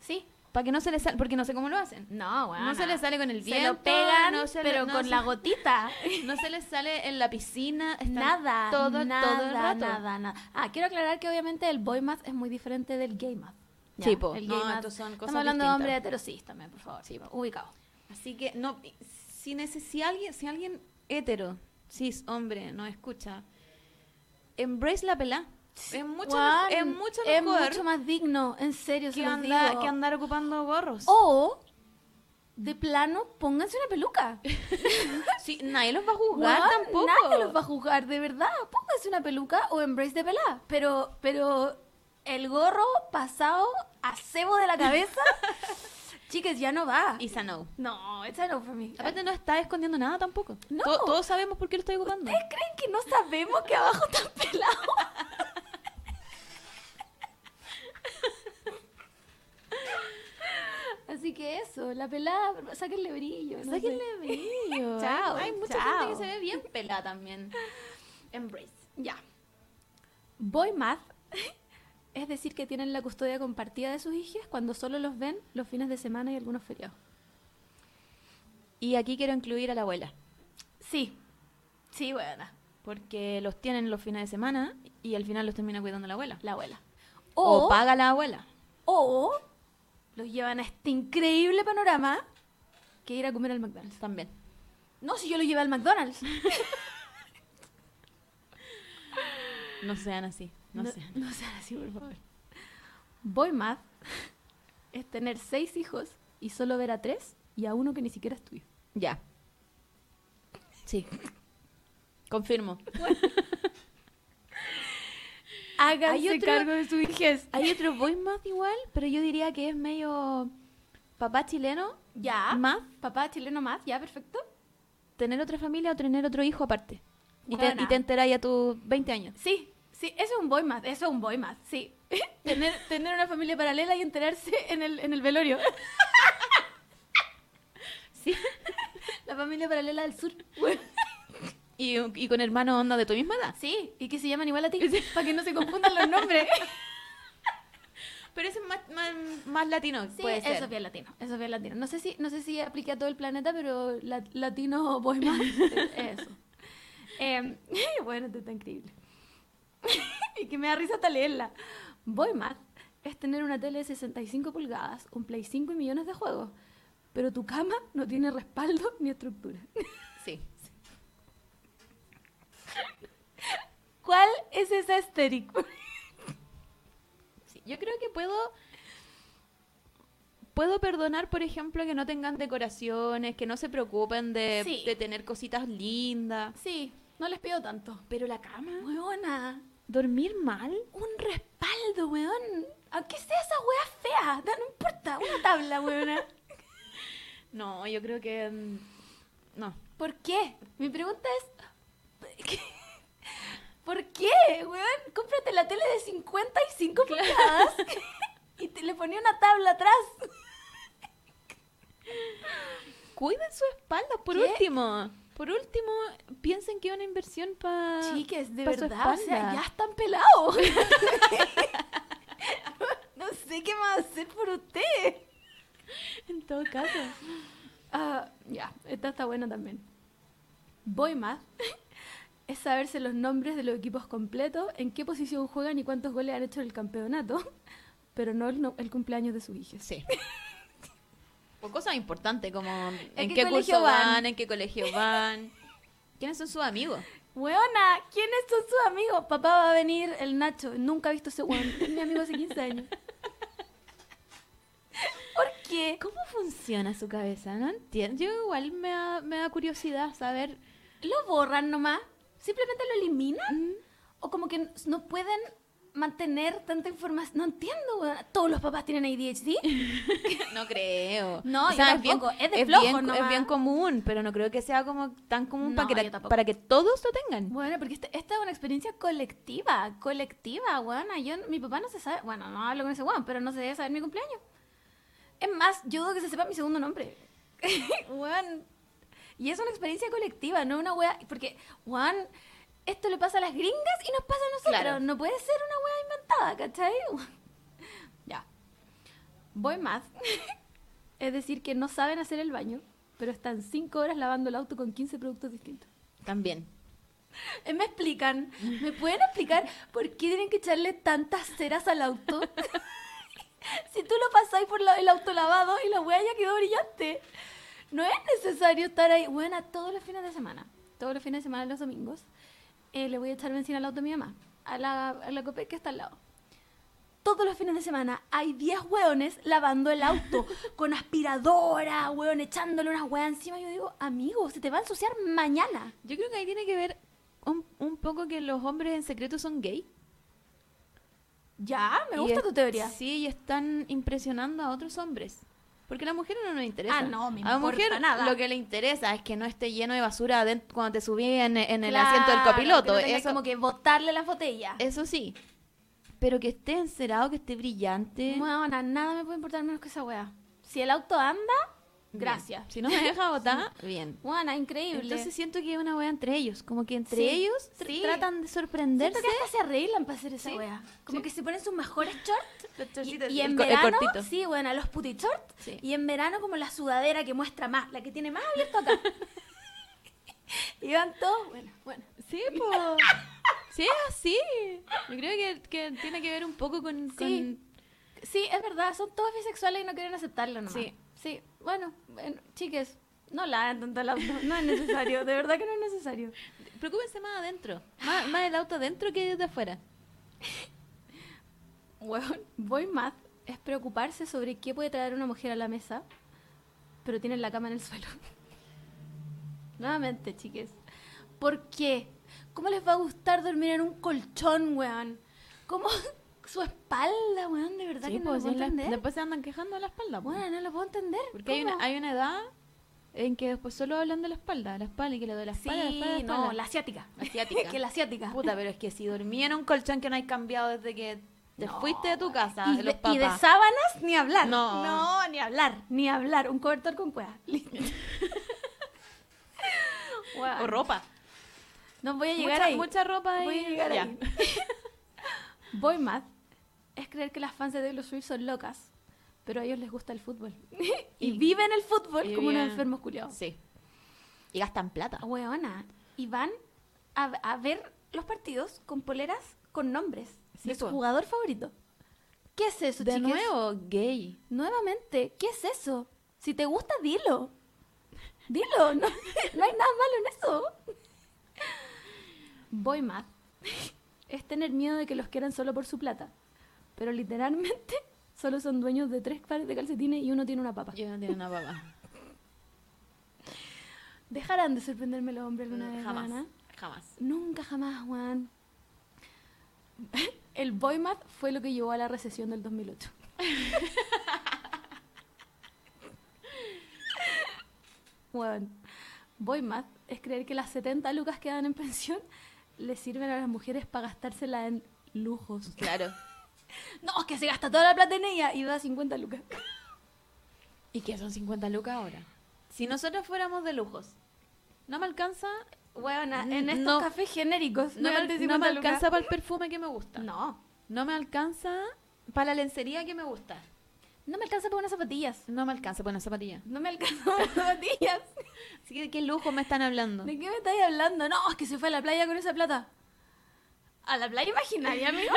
Speaker 3: sí.
Speaker 4: para que no se les sale, porque no sé cómo lo hacen.
Speaker 3: No, bueno.
Speaker 4: No se le sale con el viento.
Speaker 3: Se lo pegan,
Speaker 4: no se le-
Speaker 3: pero
Speaker 4: no
Speaker 3: con
Speaker 4: se-
Speaker 3: la
Speaker 4: (laughs)
Speaker 3: gotita.
Speaker 4: No se les sale en la piscina.
Speaker 3: (laughs)
Speaker 4: están
Speaker 3: nada,
Speaker 4: Todo,
Speaker 3: nada,
Speaker 4: todo el rato.
Speaker 3: nada, nada. Ah, quiero aclarar que obviamente el boy math es muy diferente del gay math. Ya,
Speaker 4: Sí, po.
Speaker 3: El
Speaker 4: No,
Speaker 3: gay math.
Speaker 4: estos son cosas
Speaker 3: Estamos hablando de
Speaker 4: distintas.
Speaker 3: hombres heterosis también, por favor. Sí, ubicado.
Speaker 4: Así que, no, si, neces si alguien, si alguien hetero, cis, hombre, no escucha, embrace la pelá. Es mucho,
Speaker 3: Juan,
Speaker 4: mej- es mucho
Speaker 3: es
Speaker 4: mejor
Speaker 3: mucho más digno, en serio, se
Speaker 4: que,
Speaker 3: los
Speaker 4: andar-
Speaker 3: digo. Oh.
Speaker 4: que andar ocupando gorros.
Speaker 3: O, de plano, pónganse una
Speaker 4: (laughs)
Speaker 3: peluca.
Speaker 4: Sí, nadie los va a juzgar
Speaker 3: Weón,
Speaker 4: tampoco.
Speaker 3: Nadie los va a juzgar, de verdad. Pónganse una peluca o embrace de pelá. Pero, pero el gorro pasado a cebo de la (laughs) cabeza, chicas, ya no va.
Speaker 4: Y Sanou.
Speaker 3: No, it's no for me.
Speaker 4: Aparte no está escondiendo nada tampoco.
Speaker 3: No.
Speaker 4: To- todos sabemos por qué lo estoy ocupando.
Speaker 3: ¿Ustedes creen que no sabemos que abajo está pelado? (laughs) Así que eso, la pelada, sáquenle ¿eh? brillo. no
Speaker 4: Sáquenle
Speaker 3: sé. (laughs)
Speaker 4: (laughs) brillo.
Speaker 3: Chao,
Speaker 4: Hay mucha
Speaker 3: chao.
Speaker 4: gente que se ve bien pelada también. Embrace.
Speaker 3: Ya. Boy math (laughs) es decir que tienen la custodia compartida de sus hijos cuando solo los ven los fines de semana y algunos feriados.
Speaker 4: Y aquí quiero incluir a la abuela.
Speaker 3: Sí. Sí, buena.
Speaker 4: Porque los tienen los fines de semana y al final los termina cuidando la abuela.
Speaker 3: La abuela.
Speaker 4: O,
Speaker 3: O,
Speaker 4: paga la abuela.
Speaker 3: o los llevan a este increíble panorama que ir a comer al McDonald's.
Speaker 4: También.
Speaker 3: No, si yo lo llevé al (laughs) McDonald's.
Speaker 4: No sean así. No, sean.
Speaker 3: no sean así, por favor. Boy math (laughs) es tener seis hijos y solo ver a tres y a uno que ni siquiera es tuyo.
Speaker 4: Ya. Sí. Confirmo.
Speaker 3: Háganse cargo
Speaker 4: de su hijez. Hay otro boy math igual, pero yo diría que es medio papá chileno,
Speaker 3: Ya.
Speaker 4: Math.
Speaker 3: Papá chileno más, ya, perfecto.
Speaker 4: tener otra familia o tener otro hijo aparte. Y te,
Speaker 3: Buena.
Speaker 4: y te enteráis a tus 20 años.
Speaker 3: Sí, sí, eso es un boy math, eso es un boy math, sí. (laughs) tener, tener una familia paralela y enterarse en el, en el (laughs) velorio.
Speaker 4: Sí.
Speaker 3: La familia paralela del sur.
Speaker 4: Y, y con hermanos onda de tu misma edad.
Speaker 3: Sí, y que se llaman igual a ti, para que no se confundan los nombres.
Speaker 4: Pero ese es más, más, más latino.
Speaker 3: Sí,
Speaker 4: puede
Speaker 3: eso
Speaker 4: ser.
Speaker 3: es bien latino, eso es bien latino. No sé si, no sé si aplique a todo el planeta, pero la- latino (laughs) boy math, es eso. (laughs) Em, bueno, esto está increíble. y que me da risa hasta leerla. Boymat es tener una tele de 65 pulgadas, un Play 5 y millones de juegos, pero tu cama no tiene respaldo ni estructura. (laughs)
Speaker 5: Sí.
Speaker 3: ¿Cuál es esa estética?
Speaker 4: Sí, Yo creo que puedo. Puedo perdonar, por ejemplo, que no tengan decoraciones, que no se preocupen de,
Speaker 3: Sí.
Speaker 4: de tener cositas lindas.
Speaker 3: Sí, no les pido tanto.
Speaker 4: Pero la cama.
Speaker 3: Weona,
Speaker 4: ¿Dormir mal?
Speaker 3: un respaldo, weón. Aunque sea esa wea fea, da- no importa, una tabla, weona.
Speaker 4: No, yo creo que. mm, No.
Speaker 3: ¿Por qué? Mi pregunta es... ¿qué? ¿Por qué, weón? Cómprate la tele de 55 pulgadas y te le ponía una tabla atrás.
Speaker 4: Cuiden su espalda, por
Speaker 3: ¿Qué?
Speaker 4: último. Por último, piensen que es una inversión para.
Speaker 3: Chiques, de
Speaker 4: pa' su
Speaker 3: verdad, o sea,
Speaker 4: espalda.
Speaker 3: ya están pelados. (laughs) no sé qué más hacer por usted.
Speaker 4: (laughs) En todo caso.
Speaker 3: Ah, ya, esta está buena también. Voy más. (laughs) Es saberse los nombres de los equipos completos, en qué posición juegan y cuántos goles han hecho en el campeonato, (laughs) pero no el, no- el cumpleaños de sus hijos.
Speaker 4: (laughs) Sí. O cosas importantes como en,
Speaker 3: ¿En qué
Speaker 4: qué,
Speaker 3: colegio
Speaker 4: curso van?
Speaker 3: van?
Speaker 4: en qué colegio van, quiénes son sus amigos.
Speaker 3: Weona, ¿quiénes son sus amigos? Papá va a venir, el Nacho. Nunca he visto ese weón. Es mi amigo hace 15
Speaker 4: (laughs)
Speaker 3: años. ¿Por qué?
Speaker 4: ¿Cómo funciona su cabeza? No entiendo. Yo igual me da, me da curiosidad saber.
Speaker 3: ¿Lo borran nomás? ¿Simplemente lo eliminan? ¿O como que n- no pueden mantener tanta información? No entiendo, weona. ¿Todos los papás tienen ADHD?
Speaker 4: (laughs) No creo.
Speaker 3: No, yo
Speaker 4: es bien,
Speaker 3: tampoco. Es de flojo
Speaker 4: bien,
Speaker 3: nomás.
Speaker 4: es bien común, pero no creo que sea como tan común
Speaker 3: No,
Speaker 4: para, que la-
Speaker 3: yo tampoco.
Speaker 4: para que todos lo tengan.
Speaker 3: Bueno, porque este- esta es una experiencia colectiva, colectiva, buena. Yo, mi papá no se sabe, bueno, no hablo con ese weón, pero no se debe saber mi cumpleaños. Es más, yo dudo que se sepa mi segundo nombre. (laughs) Weón. Y es una experiencia colectiva, no una wea, porque, weón, esto le pasa a las gringas y nos pasa a nosotros.
Speaker 4: Claro.
Speaker 3: No puede ser una wea inventada, ¿cachai? (laughs) ya. Voy más. (laughs) es decir, que no saben hacer el baño, pero están cinco horas lavando el auto con 15 productos distintos.
Speaker 4: También.
Speaker 3: Eh, ¿Me explican? ¿Me pueden explicar por qué tienen que echarle tantas ceras al auto? (laughs) si tú lo pasáis por la- el auto lavado y la huella ya quedó brillante. No es necesario estar ahí. Bueno, todos los fines de semana, todos los fines de semana, los domingos, eh, le voy a echar benzina al auto de mi mamá, a la, a la Copec que está al lado. Todos los fines de semana hay 10 hueones lavando el auto con aspiradora, hueón, echándole una hueá encima. Yo digo, amigo, se te va a ensuciar mañana.
Speaker 4: Yo creo que ahí tiene que ver un, un poco que los hombres en secreto son gay.
Speaker 3: Ya, me
Speaker 4: Y
Speaker 3: gusta
Speaker 4: es-
Speaker 3: tu teoría.
Speaker 4: Sí, y están impresionando a otros hombres. Porque a la mujer no nos interesa.
Speaker 3: Ah, no, me
Speaker 4: A la
Speaker 3: importa
Speaker 4: mujer
Speaker 3: nada.
Speaker 4: lo que le interesa es que no esté lleno de basura adent- cuando te subí en, en el asiento del copiloto.
Speaker 3: Es
Speaker 4: eso,
Speaker 3: como que botarle las botellas.
Speaker 4: eso sí. Pero que esté encerado, que esté brillante.
Speaker 3: Bueno, nada me puede importar menos que esa weá. Si el auto anda,
Speaker 4: Bien.
Speaker 3: gracias.
Speaker 4: Si no me
Speaker 3: (laughs)
Speaker 4: deja botar, bien.
Speaker 3: Buena, increíble.
Speaker 4: Entonces siento que es una wea entre ellos. Como que entre
Speaker 3: Sí,
Speaker 4: ellos tr-
Speaker 3: sí.
Speaker 4: tratan de
Speaker 3: Siento
Speaker 4: sorprenderse.
Speaker 3: que hasta se arreglan para hacer esa
Speaker 4: Sí,
Speaker 3: weá. Como
Speaker 4: sí.
Speaker 3: que se ponen sus
Speaker 4: (laughs)
Speaker 3: mejores shorts.
Speaker 4: Los
Speaker 3: Y,
Speaker 4: shortsitos,
Speaker 3: y
Speaker 4: el
Speaker 3: en
Speaker 4: co- el
Speaker 3: verano,
Speaker 4: cortito.
Speaker 3: sí, bueno, los puti shorts.
Speaker 4: Sí.
Speaker 3: Y en verano, como la sudadera que muestra más, la que tiene más abierto
Speaker 4: (laughs)
Speaker 3: acá. (laughs) y van todos, bueno, bueno.
Speaker 4: Sí, po. (laughs) Sí, es así. Yo creo que, que tiene que ver un poco con-
Speaker 3: Sí.
Speaker 4: con
Speaker 3: Sí, es verdad, son todos bisexuales y no quieren aceptarlo nomás.
Speaker 4: Sí.
Speaker 3: Sí, bueno, bueno, chiques, no la hagan tanto al auto, no es necesario, de verdad que no es necesario.
Speaker 4: Preocúpense más adentro. Más, más el auto adentro que de afuera.
Speaker 3: Bueno, voy más, es preocuparse sobre qué puede traer una mujer a la mesa, pero tienen la cama en el suelo. (laughs) Nuevamente, chiques, ¿por qué? ¿Cómo les va a gustar dormir en un colchón, weón? ¿Cómo (laughs) su espalda, weón? De verdad que no
Speaker 4: pues,
Speaker 3: lo puedo entender.
Speaker 4: después se andan quejando de la espalda. po.
Speaker 3: Bueno, no lo puedo entender.
Speaker 4: Porque hay una,
Speaker 3: ¿cómo?
Speaker 4: hay una edad en que después solo hablan de la espalda, la espalda y que le doy la
Speaker 3: Sí,
Speaker 4: espalda. la espalda, la
Speaker 3: no,
Speaker 4: espalda.
Speaker 3: la asiática.
Speaker 4: Asiática.
Speaker 3: (laughs) que la asiática.
Speaker 4: Puta, pero es que si dormía en un colchón que no hay cambiado desde que te fuiste de tu casa,
Speaker 3: y,
Speaker 4: de
Speaker 3: de,
Speaker 4: los
Speaker 3: y de
Speaker 4: papás.
Speaker 3: sábanas ni hablar.
Speaker 4: No.
Speaker 3: ni hablar, ni hablar. Un cobertor con cueva. (laughs) Listo. Guau.
Speaker 4: o ropa.
Speaker 3: No voy a llegar
Speaker 4: mucha,
Speaker 3: ahí.
Speaker 4: mucha ropa
Speaker 3: Voy
Speaker 4: y-
Speaker 3: a llegar
Speaker 4: ya.
Speaker 3: ahí. (laughs) voy más. Es creer que las fans de Taylor Swift son locas, pero a ellos les gusta el fútbol. (laughs) y,
Speaker 4: Y-
Speaker 3: viven el fútbol
Speaker 4: y
Speaker 3: como unos
Speaker 4: viven-
Speaker 3: enfermos culiados.
Speaker 4: Sí. Y gastan plata.
Speaker 3: Weona, y van a, a ver los partidos con poleras con nombres
Speaker 4: Sí,
Speaker 3: de su
Speaker 4: po.
Speaker 3: jugador favorito. ¿Qué es eso,
Speaker 4: De
Speaker 3: chiques?
Speaker 4: nuevo, gay.
Speaker 3: Nuevamente, ¿qué es eso? Si te gusta, dilo. Dilo, no, (laughs) no hay nada malo en eso. Voy más. Es tener miedo de que los quieran solo por su plata. Pero literalmente solo son dueños de tres pares de calcetines y uno tiene una papa.
Speaker 4: Yo no tengo una papá.
Speaker 3: ¿Dejarán de sorprenderme los hombres alguna vez,
Speaker 4: jamás.
Speaker 3: Ana?
Speaker 4: Jamás.
Speaker 3: Nunca jamás, Juan. (laughs) El boymat fue lo que llevó a la recesión del 2008. (laughs) Juan, boymat es creer que las 70 lucas que dan en pensión le sirven a las mujeres para gastársela en lujos.
Speaker 4: Claro.
Speaker 3: No, es que se gasta toda la plata en ella y da 50 lucas.
Speaker 4: ¿Y qué son 50 lucas ahora? Si nosotros fuéramos de lujos, no me alcanza.
Speaker 3: Huevona,
Speaker 4: en
Speaker 3: en estos
Speaker 4: estos
Speaker 3: cafés genéricos
Speaker 4: No me, al- no me alcanza para el perfume que me gusta.
Speaker 3: No,
Speaker 4: No me alcanza para la lencería que me gusta.
Speaker 3: no me alcanza para unas zapatillas.
Speaker 4: No me alcanza para una zapatilla.
Speaker 3: No me alcanza para unas zapatillas. (laughs)
Speaker 4: Así que, ¿qué lujo me están hablando?
Speaker 3: ¿De qué me estáis hablando? No, es que se fue a la playa con esa plata. ¿A la playa imaginaria, amigo?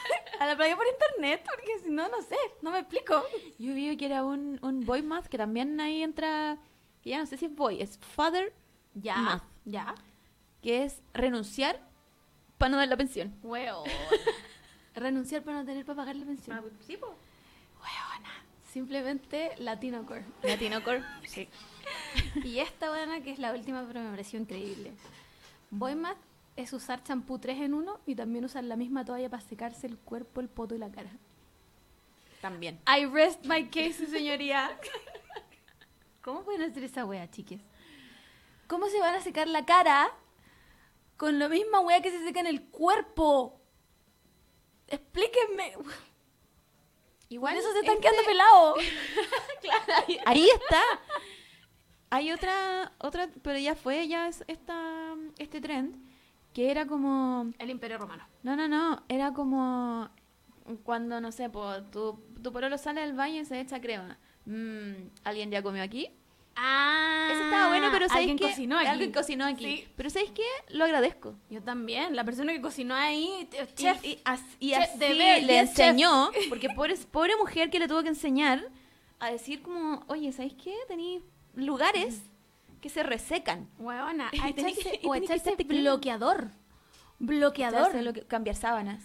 Speaker 3: (laughs) ¿A la playa por internet? Porque si no, no sé, no me explico.
Speaker 4: Yo vi que era un, un boy math que también ahí entra. que ya no sé si es boy, es father,
Speaker 3: Ya,
Speaker 4: Math.
Speaker 3: ya.
Speaker 4: que es renunciar para no dar la pensión.
Speaker 3: (laughs) Huevo. Renunciar para no tener para pagar la pensión.
Speaker 4: ¿Sí, po?
Speaker 3: Huevona. Simplemente Latino Core.
Speaker 4: Latino Core. Sí.
Speaker 3: Y esta buena que es la última, pero me pareció increíble. Boymat es usar champú 3 en 1 y también usar la misma toalla para secarse el cuerpo, el poto y la cara.
Speaker 4: También.
Speaker 3: I rest my case, señoría. (laughs) ¿Cómo pueden hacer esa wea, chiques? ¿Cómo se van a secar la cara con la misma wea que se seca en el cuerpo? Explíquenme. Igual eso se están
Speaker 4: este
Speaker 3: quedando pelados.
Speaker 4: (laughs) Ahí está. Hay otra, otra, pero ya fue, ya es esta, este trend, que era como,
Speaker 3: El Imperio Romano.
Speaker 4: no, no, no, era como cuando, no sé, po, tu, tu porolo sale del baño y se echa crema. Mm, ¿Alguien ya comió aquí?
Speaker 3: Ah.
Speaker 4: Eso estaba bueno, pero ¿sabéis
Speaker 3: alguien
Speaker 4: qué?
Speaker 3: cocinó aquí.
Speaker 4: Alguien cocinó aquí.
Speaker 3: Sí.
Speaker 4: Pero ¿sabéis qué? Lo agradezco.
Speaker 3: Yo también. La persona que cocinó ahí, eh,
Speaker 4: Y-
Speaker 3: chef.
Speaker 4: Y, as- y
Speaker 3: Chef,
Speaker 4: así
Speaker 3: de ver,
Speaker 4: le
Speaker 3: bien chef. (laughs)
Speaker 4: enseñó, porque pobre, pobre mujer que le tuvo que enseñar a decir como, oye, ¿sabéis qué? Tenéis lugares que se resecan.
Speaker 3: Huevona, a
Speaker 4: (laughs) Y tenés
Speaker 3: echarse-
Speaker 4: que- y
Speaker 3: o
Speaker 4: tenés que
Speaker 3: echarse
Speaker 4: hacerte crema.
Speaker 3: bloqueador. Bloqueador.
Speaker 4: Echarse lo que- cambiar sábanas.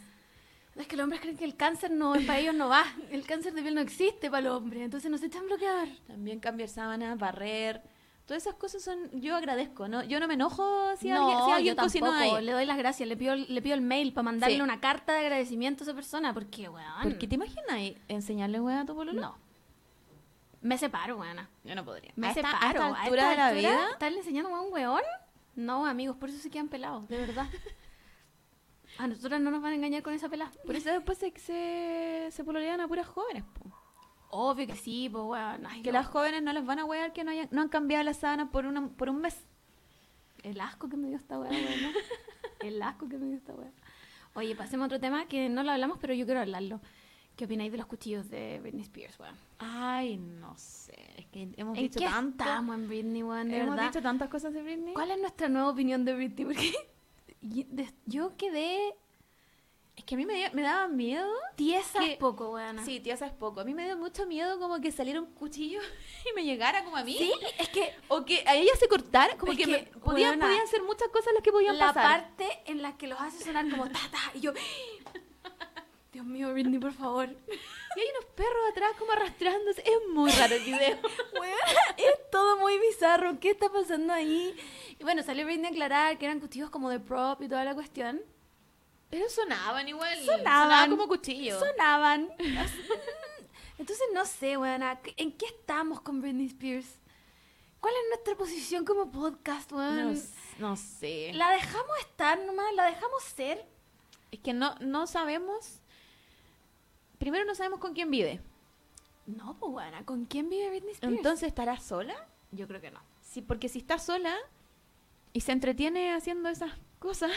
Speaker 3: Es que los hombres creen que el cáncer no, para ellos no va. El cáncer de piel no existe para los hombres, entonces no se echan bloqueador.
Speaker 4: También cambiar sábanas, barrer. Todas esas cosas son, yo agradezco, ¿no? Yo no me enojo si
Speaker 3: no,
Speaker 4: alguien, si alguien
Speaker 3: yo
Speaker 4: cocinó
Speaker 3: tampoco.
Speaker 4: ahí.
Speaker 3: Le doy las gracias, le pido, le pido el mail para mandarle
Speaker 4: Sí.
Speaker 3: una carta de agradecimiento a esa persona, porque, weón.
Speaker 4: Porque te imaginas ahí enseñarle hueá a tu pololo?
Speaker 3: No. Me separo, weona.
Speaker 4: yo no podría.
Speaker 3: Me
Speaker 4: a esta,
Speaker 3: separo.
Speaker 4: a esta
Speaker 3: esta
Speaker 4: altura de la
Speaker 3: altura,
Speaker 4: vida,
Speaker 3: ¿Estarle enseñando a un weón? No, amigos, por eso se quedan pelados, de
Speaker 4: (laughs)
Speaker 3: verdad. a nosotros no nos van a engañar con esa pelada.
Speaker 4: por eso después se, se, se pololean a puras jóvenes, po.
Speaker 3: Obvio que sí, pues, weón. Ay,
Speaker 4: Que
Speaker 3: no.
Speaker 4: las jóvenes no las van a huear que no, hayan- no han cambiado las sábanas por, una, por un mes.
Speaker 3: El asco que me dio esta weá,
Speaker 4: (laughs)
Speaker 3: weón. El asco que me dio esta weá. Oye, pasemos a otro tema que no lo hablamos, pero yo quiero hablarlo. ¿Qué opináis de los cuchillos de Britney Spears, weón?
Speaker 4: Ay, no sé. Es que hemos
Speaker 3: ¿En
Speaker 4: dicho
Speaker 3: qué
Speaker 4: tanto.
Speaker 3: estamos en Britney, weón? De
Speaker 4: hemos
Speaker 3: verdad.
Speaker 4: dicho tantas cosas de Britney.
Speaker 3: ¿Cuál es nuestra nueva opinión de Britney? Porque (laughs) y- des- yo quedé
Speaker 4: Es que a mí me, dio- me daba miedo.
Speaker 3: tiesa
Speaker 4: Que-
Speaker 3: un poco, weón.
Speaker 4: Sí, tía, sabes poco. A mí me dio mucho miedo como que saliera un cuchillo (laughs) y me llegara como a mí.
Speaker 3: Sí, es que
Speaker 4: (laughs) O que a ella se cortara. Como
Speaker 3: Es
Speaker 4: que,
Speaker 3: que,
Speaker 4: me- podían,
Speaker 3: weona,
Speaker 4: podían ser muchas cosas las que podían
Speaker 3: la
Speaker 4: pasar.
Speaker 3: parte en la que los hace sonar como ta, ta, y yo... (laughs) Dios mío, Britney, por favor.
Speaker 4: Y hay unos perros atrás como arrastrándose. Es muy raro el video.
Speaker 3: Weona, (laughs) es todo muy bizarro. ¿Qué está pasando ahí? Y bueno, salió Britney a aclarar que eran cuchillos como de prop y toda la cuestión.
Speaker 4: (laughs) Pero sonaban igual.
Speaker 3: Sonaban.
Speaker 4: como cuchillo.
Speaker 3: Sonaban. (laughs) Entonces no sé, weona, ¿en qué estamos con Britney Spears? ¿Cuál es nuestra posición como podcast,
Speaker 4: No,
Speaker 3: weón?
Speaker 4: s- no sé.
Speaker 3: ¿La dejamos estar nomás? ¿La dejamos ser?
Speaker 4: Es que no, no sabemos. Primero no sabemos con quién vive.
Speaker 3: No, pues weona, ¿con quién vive Britney Spears?
Speaker 4: Entonces, ¿estará sola?
Speaker 3: yo creo que no.
Speaker 4: Sí, porque si está sola y se entretiene haciendo esas cosas,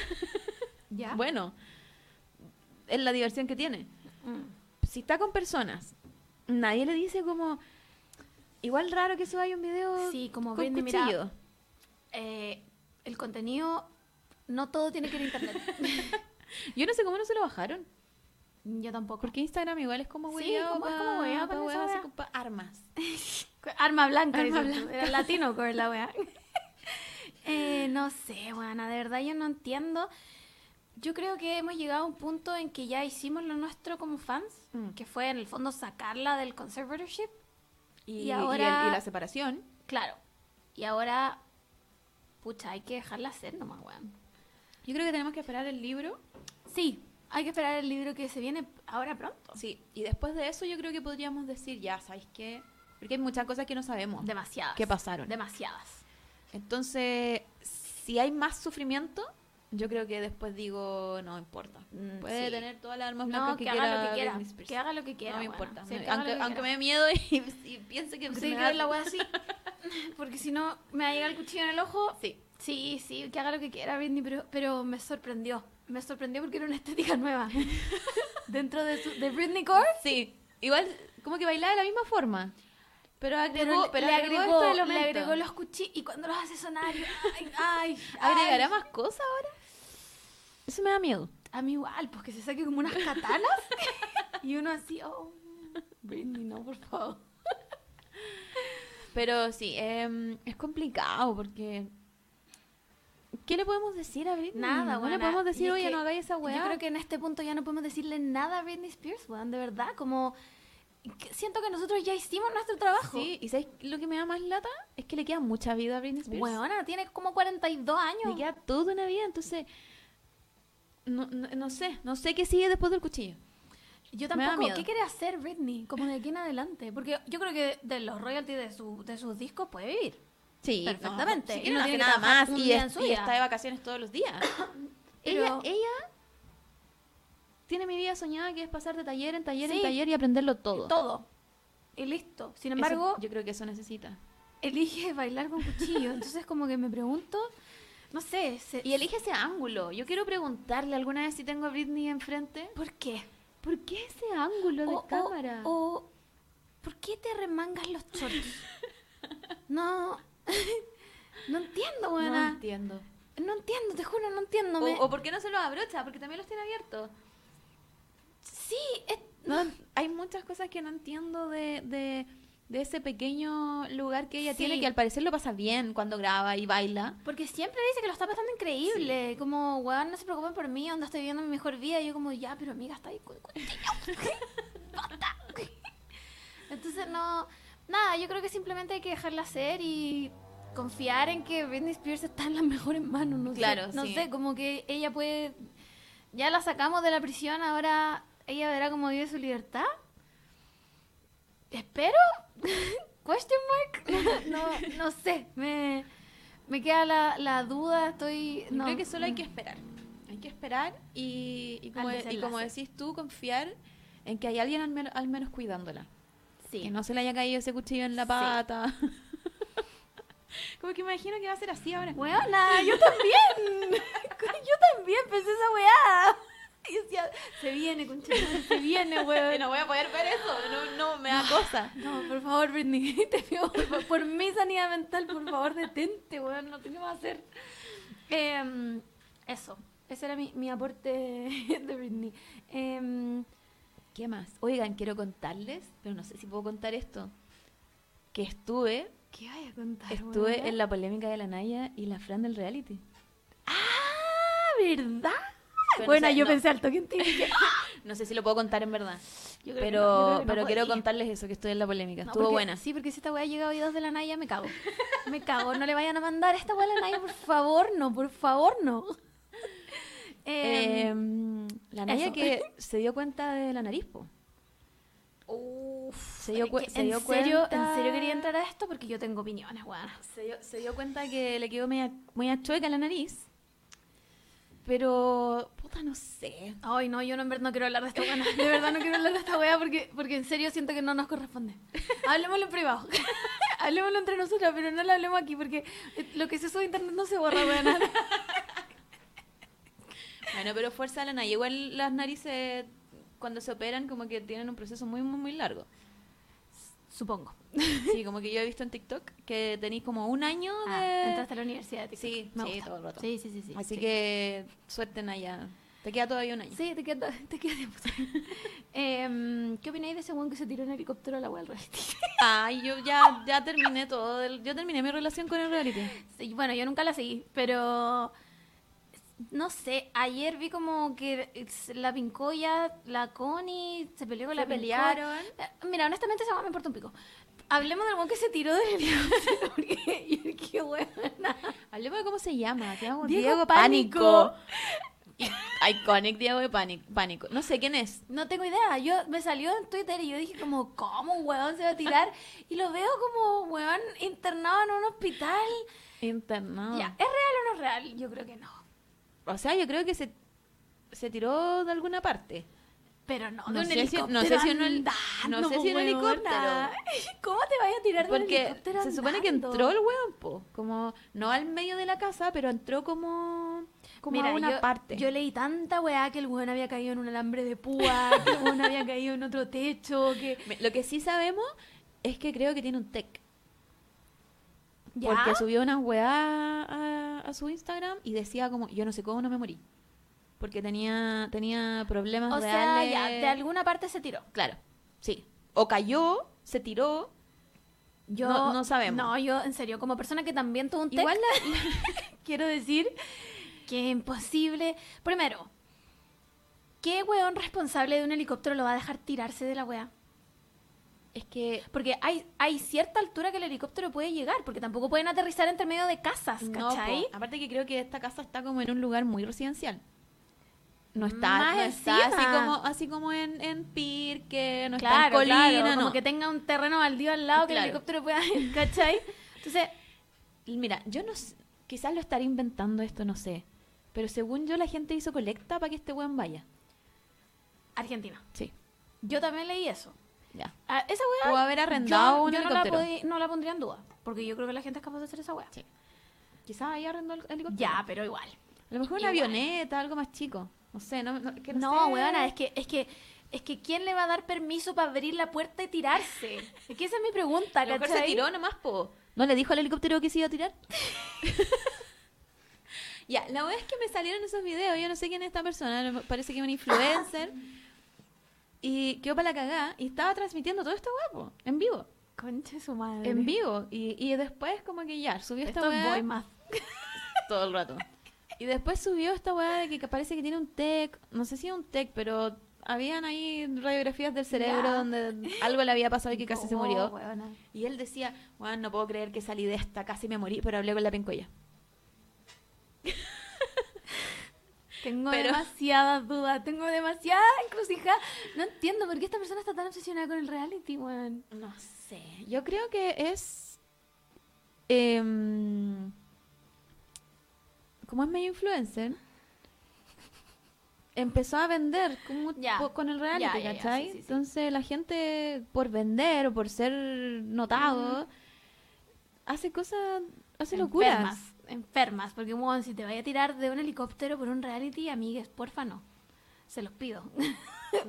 Speaker 3: ¿Ya?
Speaker 4: bueno, es la diversión que tiene.
Speaker 3: Mm.
Speaker 4: Si está con personas, nadie le dice como... Igual raro que suba ahí un video
Speaker 3: Sí, como
Speaker 4: con
Speaker 3: Britney, mira,
Speaker 4: cuchillo.
Speaker 3: Eh, el
Speaker 4: (laughs)
Speaker 3: contenido, no todo tiene que ir a internet.
Speaker 4: Yo no sé cómo no se lo bajaron.
Speaker 3: Yo tampoco.
Speaker 4: Porque Instagram igual es como
Speaker 3: Sí,
Speaker 4: hueveado
Speaker 3: como- es como
Speaker 4: pa-
Speaker 3: hueveado
Speaker 4: pa
Speaker 3: con esa
Speaker 4: hueveas, así
Speaker 3: wea.
Speaker 4: como pa armas.
Speaker 3: Arma blanca,
Speaker 4: Arma
Speaker 3: dices tú. Era latino con la
Speaker 4: (laughs)
Speaker 3: weá. Eh, no sé, weana, de verdad yo no entiendo. Yo creo que hemos llegado a un punto en que ya hicimos lo nuestro como fans,
Speaker 4: Mm.
Speaker 3: que fue en el fondo sacarla del conservatorship.
Speaker 4: (laughs) Y,
Speaker 3: Y
Speaker 4: y el-
Speaker 3: ahora-
Speaker 4: y la separación.
Speaker 3: Claro. Y ahora, pucha, hay que dejarla ser nomás, weón.
Speaker 4: Yo creo que tenemos que esperar el libro.
Speaker 3: Sí, hay que esperar el libro que se viene ahora pronto.
Speaker 4: Sí, y después de eso yo creo que podríamos decir, ya, ¿sabéis qué? Porque hay muchas cosas que no sabemos.
Speaker 3: Demasiadas.
Speaker 4: ¿Qué pasaron?
Speaker 3: Demasiadas.
Speaker 4: Entonces, si hay más sufrimiento, yo creo que después digo, no importa.
Speaker 3: Mm,
Speaker 4: Puede
Speaker 3: sí.
Speaker 4: tener todas las armas blancas
Speaker 3: No,
Speaker 4: que,
Speaker 3: que, haga lo que
Speaker 4: quiera
Speaker 3: quiera.
Speaker 4: Britney Spears.
Speaker 3: Que haga lo que quiera.
Speaker 4: no me
Speaker 3: weona.
Speaker 4: importa.
Speaker 3: Sí,
Speaker 4: No,
Speaker 3: que haga
Speaker 4: aunque,
Speaker 3: lo que
Speaker 4: aunque
Speaker 3: quiera.
Speaker 4: me dé miedo y, y (laughs) piense que...
Speaker 3: Sí,
Speaker 4: me
Speaker 3: que
Speaker 4: da-
Speaker 3: la wea así. (laughs) Porque si no, me va a llegar el cuchillo en el ojo.
Speaker 4: Sí.
Speaker 3: Sí, sí, que haga lo que quiera Britney, pero, pero me sorprendió. Me sorprendió porque era una estética nueva. (laughs) Dentro de, su, de Britney Core.
Speaker 4: Sí. Igual, como que bailaba de la misma forma. Pero agregó, pero
Speaker 3: le,
Speaker 4: agregó,
Speaker 3: agregó,
Speaker 4: esto del
Speaker 3: le
Speaker 4: aumento.
Speaker 3: agregó los cuchillos y cuando los hace sonar. yo, Ay, (laughs) ay,
Speaker 4: ¿Agregará
Speaker 3: ay.
Speaker 4: más cosas ahora? Eso me da miedo.
Speaker 3: A mí igual, pues que se saque como unas katanas. (laughs) y uno así, oh, Britney, no, por favor.
Speaker 4: Pero sí, em, es complicado porque... ¿Qué le podemos decir a Britney?
Speaker 3: Nada,
Speaker 4: No
Speaker 3: weona.
Speaker 4: le podemos
Speaker 3: Y
Speaker 4: decir,
Speaker 3: es
Speaker 4: oye,
Speaker 3: que
Speaker 4: no hagáis esa weá.
Speaker 3: Yo creo que en este punto ya no podemos decirle nada a Britney Spears, weón, de verdad. Como. que Siento que nosotros ya hicimos nuestro trabajo.
Speaker 4: Sí, ¿y sabes lo que me da más lata? Es que le queda mucha vida a Britney Spears.
Speaker 3: Weona, tiene como 42
Speaker 4: Le
Speaker 3: años.
Speaker 4: queda toda una vida, entonces... No, no, no sé, no sé qué sigue después del cuchillo.
Speaker 3: Yo
Speaker 4: me da
Speaker 3: tampoco.
Speaker 4: miedo.
Speaker 3: ¿Qué quiere hacer Britney? Como de aquí en adelante. Porque yo creo que de los royalties de, su, de sus discos puede vivir.
Speaker 4: Sí,
Speaker 3: no,
Speaker 4: perfectamente.
Speaker 3: si
Speaker 4: y
Speaker 3: quiere
Speaker 4: no,
Speaker 3: no
Speaker 4: hace
Speaker 3: tiene que
Speaker 4: nada
Speaker 3: trabajar
Speaker 4: más.
Speaker 3: un
Speaker 4: Y,
Speaker 3: día
Speaker 4: es-
Speaker 3: en su
Speaker 4: y
Speaker 3: vida.
Speaker 4: está de vacaciones todos los (coughs) días. ella,
Speaker 3: Pero-
Speaker 4: ella tiene mi vida soñada que es pasar de taller en taller en
Speaker 3: Sí.
Speaker 4: taller y aprenderlo todo.
Speaker 3: Todo. Y listo. Sin
Speaker 4: Eso-
Speaker 3: embargo,
Speaker 4: yo creo que eso necesita.
Speaker 3: elige bailar con cuchillo. Entonces, como que me pregunto. No sé. se-
Speaker 4: Y elige ese ángulo. Yo quiero preguntarle alguna vez si tengo a Britney enfrente.
Speaker 3: ¿Por qué?
Speaker 4: ¿Por qué ese ángulo de
Speaker 3: O- o-
Speaker 4: cámara?
Speaker 3: O, ¿por qué te remangas los shorts? No, (laughs) no entiendo,
Speaker 4: no
Speaker 3: buena.
Speaker 4: entiendo.
Speaker 3: No, entiendo, te juro, no entiendo. me-
Speaker 4: O, o por qué no se los abrocha, porque también los tiene abiertos.
Speaker 3: Sí, es-
Speaker 4: No, hay muchas cosas que no entiendo de, de- de ese pequeño lugar que ella
Speaker 3: Sí.
Speaker 4: tiene, que al parecer lo pasa bien cuando graba y baila.
Speaker 3: porque siempre dice que lo está pasando increíble. Como, weón, no se preocupen por mí, onda, estoy viviendo mi mejor vida. Y yo como, ya, pero amiga, está ahí con con-
Speaker 4: (laughs)
Speaker 3: Basta. Entonces, no... Nada, yo creo que simplemente hay que dejarla hacer y confiar en que Britney Spears está en las mejores manos. No
Speaker 4: Claro,
Speaker 3: sé, no
Speaker 4: sí.
Speaker 3: sé, como que ella puede ya la sacamos de la prisión, ahora ella verá cómo vive su libertad. Espero. (laughs) Question mark. No, no sé. Me, me queda la, la duda. Estoy.
Speaker 4: Yo
Speaker 3: No.
Speaker 4: Creo que solo hay que esperar. Hay que esperar y, y como,
Speaker 3: Al
Speaker 4: y como
Speaker 3: desenlace.
Speaker 4: decís tú, confiar en que hay alguien al, men- al menos cuidándola.
Speaker 3: Sí.
Speaker 4: Que no se le haya caído ese cuchillo en la
Speaker 3: Sí.
Speaker 4: pata. (laughs) como que imagino que va a ser así ahora.
Speaker 3: Weona, yo también. (laughs) yo también pensé esa weá. (laughs) Y decía, se viene, concha, de madre, se viene,
Speaker 4: (laughs)
Speaker 3: weón.
Speaker 4: no voy a poder ver eso. No, no, me da cosa.
Speaker 3: No, por favor, Britney, (laughs) te pido por, fa- por mi sanidad mental, por favor, detente, weón, no tenemos que hacer. Em, eso, ese era mi, mi aporte (laughs) de Britney. Em,
Speaker 4: ¿Qué más? Oigan, quiero contarles, pero no sé si puedo contar esto. Que estuve,
Speaker 3: ¿Qué vaya a contar?
Speaker 4: estuve
Speaker 3: weona?
Speaker 4: en la polémica de la Naya y la Fran del reality.
Speaker 3: ¡Ah, verdad!
Speaker 4: Pero,
Speaker 3: bueno,
Speaker 4: o sea,
Speaker 3: yo
Speaker 4: no.
Speaker 3: pensé al toque en (laughs) ti. dije, ¡ah!
Speaker 4: No sé si lo puedo contar en verdad.
Speaker 3: Yo creo que
Speaker 4: pero
Speaker 3: no, yo creo que no
Speaker 4: pero quiero
Speaker 3: podía.
Speaker 4: contarles eso, que estoy en la polémica.
Speaker 3: No,
Speaker 4: Estuvo
Speaker 3: porque-
Speaker 4: buena.
Speaker 3: Sí, porque si esta weá llega a oídos de la Naya, me cago. Me cago, no le vayan a mandar esta weá a la Naya, por favor, no, por favor, (laughs) no. Em,
Speaker 4: Em, la Naya
Speaker 3: eso. (laughs)
Speaker 4: que se dio cuenta de la nariz, po. se dio,
Speaker 3: Oye,
Speaker 4: cue-
Speaker 3: que
Speaker 4: se
Speaker 3: en
Speaker 4: dio
Speaker 3: serio,
Speaker 4: cuenta-
Speaker 3: ¿En serio quería entrar a esto? Porque yo tengo opiniones, weón.
Speaker 4: Se dio, se dio cuenta que le quedó media, media chueca la nariz. Pero, puta, no sé.
Speaker 3: Ay, no, yo no, en verdad no quiero hablar de esta weá. (laughs) De verdad no quiero hablar de esta weá porque, porque en serio siento que no nos corresponde. Hablemoslo en privado. (laughs) hablemoslo entre nosotras, pero no lo hablemos aquí porque eh, lo que se sube a internet no se borra, weón.
Speaker 4: Bueno, pero fuerza a la Naya. Igual las narices, cuando se operan, como que tienen un proceso muy, muy, muy (laughs) largo.
Speaker 3: Supongo.
Speaker 4: Sí, como que yo he visto en TikTok que tenéis como un año de...
Speaker 3: Ah, entraste a la universidad. de TikTok.
Speaker 4: Sí,
Speaker 3: Me
Speaker 4: sí,
Speaker 3: gusta.
Speaker 4: todo el rato.
Speaker 3: Sí, sí, sí. sí,
Speaker 4: Así
Speaker 3: sí.
Speaker 4: que suerte Naya Te queda todavía un año.
Speaker 3: Sí, te queda, te queda tiempo. (laughs) Em, ¿Qué opináis de ese weón que se tiró en helicóptero a la web reality?
Speaker 4: Ay, yo ya, ya terminé todo. el- yo terminé mi relación con el reality.
Speaker 3: (laughs) Sí, bueno, yo nunca la seguí, pero no sé, ayer vi como que es- la Pincoya, la Connie, se peleó con
Speaker 4: Se
Speaker 3: la Pincoya.
Speaker 4: pelearon.
Speaker 3: Eh, Mira, honestamente esa weá me importa un pico. Hablemos del weón que se tiró del (laughs) helicóptero, porque qué buena.
Speaker 4: Hablemos de cómo se llama. te amo.
Speaker 3: Diego
Speaker 4: Y- Iconic Diego de Pánico. Pánico. No sé quién es.
Speaker 3: No tengo idea, yo me salió en Twitter y yo dije como, ¿cómo un weón se va a
Speaker 4: (laughs)
Speaker 3: tirar? Y lo veo como un weón internado en un hospital.
Speaker 4: Internado.
Speaker 3: Ya, ¿es real o no es real? Yo creo que no.
Speaker 4: O sea, yo creo que se, se tiró de alguna parte.
Speaker 3: Pero no,
Speaker 4: No
Speaker 3: de un
Speaker 4: sé si-
Speaker 3: helicóptero.
Speaker 4: no sé si en un-
Speaker 3: andando,
Speaker 4: no sé si en un
Speaker 3: huevona. (laughs) ¿Cómo te vayas a tirar de un
Speaker 4: Porque
Speaker 3: helicóptero?
Speaker 4: se supone que
Speaker 3: andando?
Speaker 4: entró el hueón, po. Como, no al medio de la casa, pero entró como, como
Speaker 3: Mira,
Speaker 4: a una
Speaker 3: yo,
Speaker 4: parte.
Speaker 3: Yo leí tanta weá que el weón había caído en un alambre de púa, que el weón había caído en otro techo,
Speaker 4: (laughs)
Speaker 3: que.
Speaker 4: Me- Lo que sí sabemos es que creo que tiene un tech.
Speaker 3: ¿Ya?
Speaker 4: Porque subió una weá a, a su Instagram y decía como, yo no sé cómo no me morí. Porque tenía, tenía problemas
Speaker 3: o sea,
Speaker 4: reales.
Speaker 3: ya, de alguna parte se tiró.
Speaker 4: Claro, sí. O cayó, se tiró.
Speaker 3: Yo,
Speaker 4: No- no sabemos.
Speaker 3: No, yo, en serio, como persona que también tuvo un tec,
Speaker 4: Igual
Speaker 3: quiero decir que es imposible. Primero, ¿qué weón responsable de un helicóptero lo va a dejar tirarse de la weá?
Speaker 4: Es que
Speaker 3: Porque hay, hay cierta altura que el helicóptero puede llegar, porque tampoco pueden aterrizar entre medio de casas,
Speaker 4: No,
Speaker 3: ¿cachai?
Speaker 4: po. aparte que creo que esta casa está como en un lugar muy residencial. No
Speaker 3: Más
Speaker 4: está, no está
Speaker 3: encima.
Speaker 4: así como, así como en, en Pirque, no está en
Speaker 3: claro,
Speaker 4: Colina,
Speaker 3: claro,
Speaker 4: no.
Speaker 3: como que tenga un terreno baldío al lado que el
Speaker 4: Claro.
Speaker 3: helicóptero pueda, ¿cachai? Entonces,
Speaker 4: Mira, yo no s- quizás lo estaré inventando esto, no sé. Pero según yo la gente hizo colecta para que este weón vaya.
Speaker 3: Argentina.
Speaker 4: Sí,
Speaker 3: Yo también leí eso.
Speaker 4: ya.
Speaker 3: Ah, esa weá.
Speaker 4: O haber arrendado
Speaker 3: yo,
Speaker 4: un
Speaker 3: yo no la,
Speaker 4: helicóptero.
Speaker 3: podí- no la pondría en duda, porque yo creo que la gente es capaz de hacer esa weá.
Speaker 4: Sí. Quizás ahí arrendó el helicóptero.
Speaker 3: Ya, pero igual.
Speaker 4: A lo mejor una
Speaker 3: Igual.
Speaker 4: avioneta, algo más chico. No sé, no, no, que
Speaker 3: No,
Speaker 4: sé.
Speaker 3: weona, es que, es que, es que ¿quién le va a dar permiso para abrir la puerta y tirarse? Es que esa es mi pregunta,
Speaker 4: A (laughs) lo mejor se
Speaker 3: ¿cachai?
Speaker 4: tiró nomás, po. ¿No le dijo al helicóptero que se iba a tirar? (laughs) ya, la verdad es que me salieron esos videos. Yo no sé quién es esta persona. no- Parece que es un influencer. y quedó para la cagada. Y estaba transmitiendo todo esto guapo, en vivo.
Speaker 3: Concha de su madre.
Speaker 4: En vivo. Y, y después como que ya, subió esta
Speaker 3: Esto es
Speaker 4: weá
Speaker 3: boy math.
Speaker 4: todo el rato. (laughs) Y después subió esta weá de que- que parece que tiene un tech, no sé si era un tech, pero habían ahí radiografías del cerebro
Speaker 3: Ya.
Speaker 4: donde algo le había pasado y que casi se
Speaker 3: No,
Speaker 4: murió.
Speaker 3: weona.
Speaker 4: Y él decía, bueno, no puedo creer que salí de esta, casi me morí, pero hablé con la pencoya.
Speaker 3: Tengo
Speaker 4: Pero-
Speaker 3: demasiadas dudas, tengo demasiada encrucijada. No entiendo por qué esta persona está tan obsesionada con el reality, weón.
Speaker 4: No sé, yo creo que es... em, como es medio influencer, empezó a vender con, mu-
Speaker 3: Ya,
Speaker 4: po- con el reality,
Speaker 3: ya, ya, ya,
Speaker 4: ¿cachai?
Speaker 3: sí, sí, sí.
Speaker 4: Entonces la gente, por vender o por ser notado, hace cosas, hace locuras.
Speaker 3: Enfermas, enfermas, porque weón, si te vaya a tirar de un helicóptero por un reality, amigues, porfa no. Se los pido.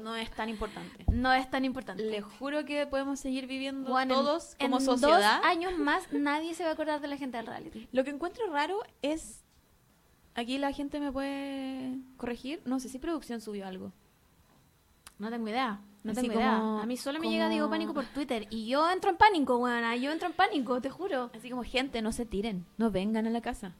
Speaker 4: No es tan importante.
Speaker 3: no es tan importante.
Speaker 4: Le juro que podemos seguir viviendo
Speaker 3: Weón, en-
Speaker 4: todos como
Speaker 3: en
Speaker 4: sociedad.
Speaker 3: Dos años más nadie se va a acordar de la gente del reality.
Speaker 4: Lo que encuentro raro es. Aquí la gente me puede corregir. No sé si producción subió algo.
Speaker 3: No tengo idea. No
Speaker 4: Así
Speaker 3: tengo
Speaker 4: como-
Speaker 3: idea. A mí solo me llega
Speaker 4: como-
Speaker 3: Diego Pánico por Twitter. Y yo entro en pánico, weona. Yo entro en pánico, te juro.
Speaker 4: Así como, gente, no se tiren. No vengan a la casa.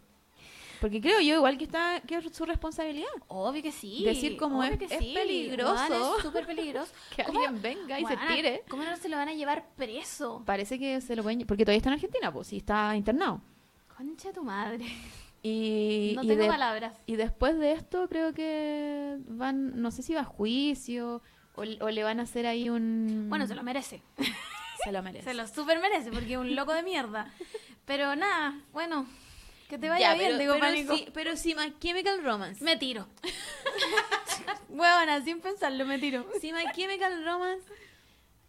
Speaker 4: Porque creo yo, igual que está que es su responsabilidad.
Speaker 3: Obvio que sí.
Speaker 4: Decir como
Speaker 3: obvio
Speaker 4: es-
Speaker 3: que
Speaker 4: es peligroso.
Speaker 3: Weón, es súper peligroso.
Speaker 4: (laughs) Que
Speaker 3: ¿Cómo-
Speaker 4: alguien venga y se
Speaker 3: weona,
Speaker 4: tire.
Speaker 3: ¿Cómo no se lo van a llevar preso?
Speaker 4: Parece que se lo pueden. Porque todavía está en Argentina, pues, y está internado.
Speaker 3: Concha de tu madre.
Speaker 4: Y,
Speaker 3: no
Speaker 4: y
Speaker 3: tengo
Speaker 4: de-
Speaker 3: palabras.
Speaker 4: Y después de esto, creo que van. No sé si va a juicio o, o le van a hacer ahí un.
Speaker 3: Bueno, se lo merece.
Speaker 4: se lo mm. merece.
Speaker 3: Se lo súper merece porque es un loco de
Speaker 4: (laughs)
Speaker 3: mierda. Pero nada, bueno. Que te vaya
Speaker 4: Ya,
Speaker 3: bien,
Speaker 4: pero-
Speaker 3: Diego
Speaker 4: pero
Speaker 3: Pánico.
Speaker 4: sí- pero si My Chemical Romance.
Speaker 3: Me tiro. Huevona, sin pensarlo, me tiro.
Speaker 4: Si My Chemical Romance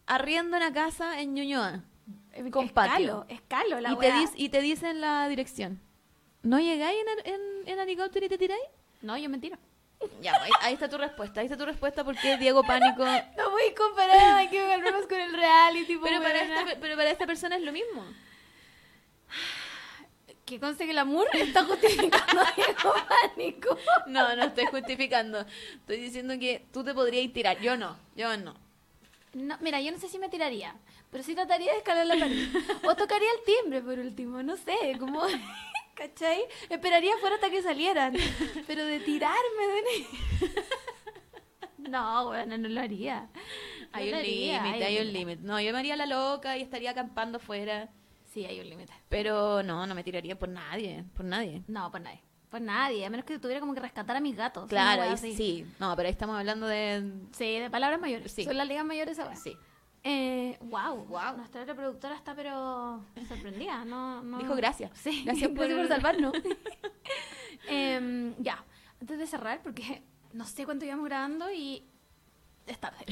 Speaker 4: arrienda una casa en Ñuñoa con
Speaker 3: escalo,
Speaker 4: patio
Speaker 3: escalo la
Speaker 4: y te,
Speaker 3: weá.
Speaker 4: dis- y te dicen la dirección. ¿No llegáis en, el- en- en helicóptero y te tiráis?
Speaker 3: No, yo me tiro.
Speaker 4: Ya, pues, ahí, ahí está tu respuesta. Ahí está tu respuesta porque Diego (laughs) Pánico...
Speaker 3: No voy comparar a que volvemos con el reality, po,
Speaker 4: Pero para,
Speaker 3: weona.
Speaker 4: esta, pero para esta persona es lo mismo.
Speaker 3: que conste que el amor está (laughs) justificando a Diego Pánico.
Speaker 4: No, no estoy justificando. Estoy diciendo que tú te podrías tirar. Yo no, yo no.
Speaker 3: No, mira, yo no sé si me tiraría, pero sí trataría de escalar la pared. O tocaría el timbre por último, no sé, como, (laughs) ¿cachai? Esperaría fuera hasta que salieran, pero de tirarme de ne- (laughs) No, bueno, no lo haría. No
Speaker 4: Hay
Speaker 3: lo
Speaker 4: un
Speaker 3: haría,
Speaker 4: límite, hay un límite. No, yo me haría la loca y estaría acampando fuera.
Speaker 3: Sí, hay un límite.
Speaker 4: Pero no, no me tiraría por nadie, por nadie.
Speaker 3: No, por nadie. Por nadie, a menos que tuviera como que rescatar a mis gatos.
Speaker 4: Claro,
Speaker 3: una wea
Speaker 4: ahí
Speaker 3: así.
Speaker 4: sí. No, pero ahí estamos hablando de...
Speaker 3: Sí, de palabras mayores.
Speaker 4: Sí.
Speaker 3: Son las ligas mayores ahora.
Speaker 4: Sí.
Speaker 3: Eh, wow, wow. Nuestra reproductora está pero sorprendida. No, no...
Speaker 4: Dijo gracias.
Speaker 3: Sí.
Speaker 4: Gracias
Speaker 3: (laughs)
Speaker 4: por- (laughs)
Speaker 3: salvarnos. Em, ya, antes de cerrar, porque no sé cuánto íbamos grabando y es tarde.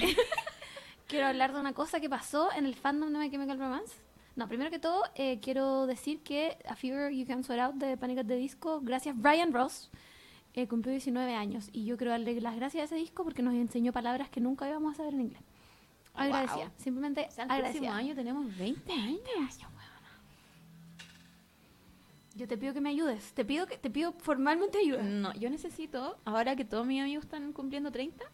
Speaker 3: quiero hablar de una cosa que pasó en el fandom de My Chemical Romance. No, primero que todo, eh, quiero decir que A Fever You Can Sort Out de Panic! at the Disco, gracias Brian Ross, eh, cumplió 19 años. Y yo quiero darle las gracias a ese disco porque nos enseñó palabras que nunca íbamos a saber en inglés. Agradecida, simplemente
Speaker 4: O sea, el próximo
Speaker 3: agradecida.
Speaker 4: año tenemos 20 años.
Speaker 3: Yo te pido que me ayudes, te pido que te pido formalmente ayuda.
Speaker 4: No, yo necesito, ahora que todos mis amigos están cumpliendo 30,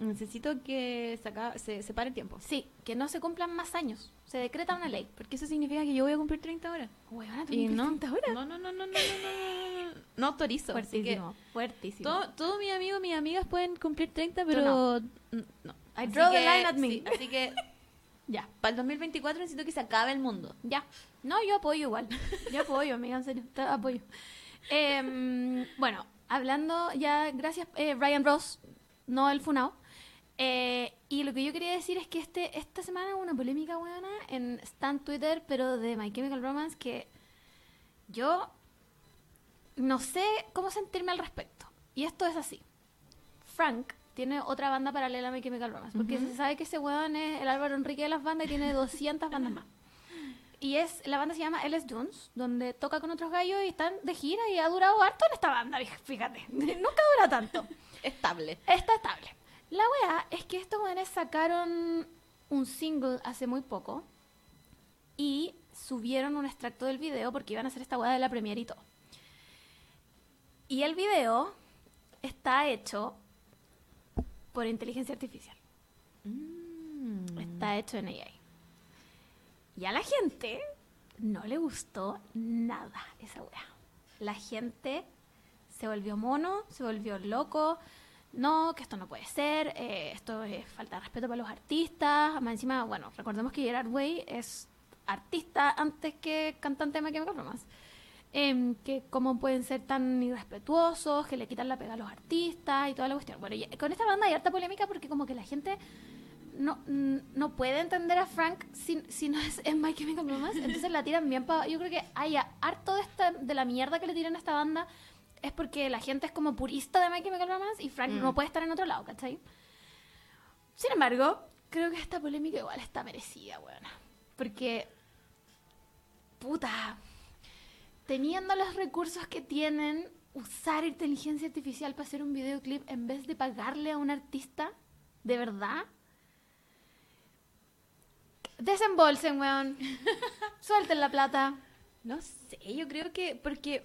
Speaker 4: necesito que se, aca- se, se pare el tiempo.
Speaker 3: Sí, que no se cumplan más años. Se decreta una ley.
Speaker 4: Porque eso significa que yo voy a cumplir 30 horas.
Speaker 3: Huevona,
Speaker 4: Y no, no,
Speaker 3: cumpliste ahora.
Speaker 4: no, no, no, no, no, no, no, no, no autorizo. así que
Speaker 3: Fuertísimo, fuertísimo.
Speaker 4: todo- Todos mis amigos, mis amigas pueden cumplir 30, pero
Speaker 3: no.
Speaker 4: n- no.
Speaker 3: I
Speaker 4: Así
Speaker 3: draw the
Speaker 4: que-
Speaker 3: line at me.
Speaker 4: sí, así que
Speaker 3: Ya,
Speaker 4: para el 2024 necesito que se acabe el mundo.
Speaker 3: ya. No, yo apoyo igual. (laughs) Yo apoyo, amiga, en serio. Te apoyo. Em, bueno, hablando ya, gracias eh, Brian Ross, no el Funao. Eh, y lo que yo quería decir es que este, esta semana hubo una polémica buena en Stan Twitter, pero de My Chemical Romance, que yo no sé cómo sentirme al respecto. Y esto es así. Frank tiene otra banda paralela a My Chemical Romance, porque se sabe que ese weón es el Álvaro Enrique de las bandas y tiene (laughs) 200 bandas más. Y es, la banda se llama LS Jones, donde toca con otros gallos y están de gira y ha durado harto en esta banda, vieja, fíjate. (laughs) Nunca dura tanto.
Speaker 4: Estable.
Speaker 3: Está estable. La weá es que estos jóvenes sacaron un single hace muy poco y subieron un extracto del video porque iban a hacer esta weá de la premiere y todo. Y el video está hecho por inteligencia artificial. Está hecho en AI. Y a la gente no le gustó nada esa weá. La gente se volvió mono, se volvió loco. No, que esto no puede ser, eh, esto es falta de respeto para los artistas. Más encima, bueno, recordemos que Gerard Way es artista antes que cantante de My Chemical Romance. Em, que cómo pueden ser tan irrespetuosos, que le quitan la pega a los artistas y toda la cuestión. Bueno, y con esta banda hay harta polémica porque como que la gente no, mm, no puede entender a Frank si, si no es, (laughs) es My Chemical Romance. Entonces la tiran bien para... Yo creo que hay a- harto de, esta, de la mierda que le tiran a esta banda es porque la gente es como purista de My Chemical Romance y Frank no puede estar en otro lado, ¿cachai? Sin embargo, creo que esta polémica igual está merecida, weona. Porque... Puta. Teniendo los recursos que tienen, usar inteligencia artificial para hacer un videoclip en vez de pagarle a un artista, de verdad, Desembolsen, weón. (laughs) Suelten la plata.
Speaker 4: No sé, yo creo que porque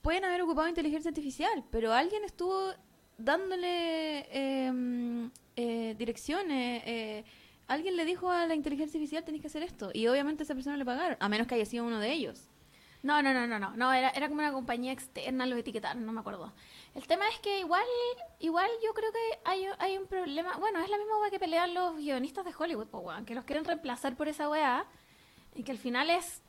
Speaker 4: pueden haber ocupado inteligencia artificial, pero alguien estuvo dándole eh, eh, direcciones. eh, alguien le dijo a la inteligencia artificial tenés que hacer esto y obviamente a esa persona le pagaron, a menos que haya sido uno de ellos.
Speaker 3: No, no, no, no, no. no era, era como una compañía externa, los etiquetaron, no me acuerdo. El tema es que igual, igual yo creo que hay, hay un problema. Bueno, es la misma weá que pelean los guionistas de Hollywood, po, weón, que los quieren reemplazar por esa weá. Y que al final es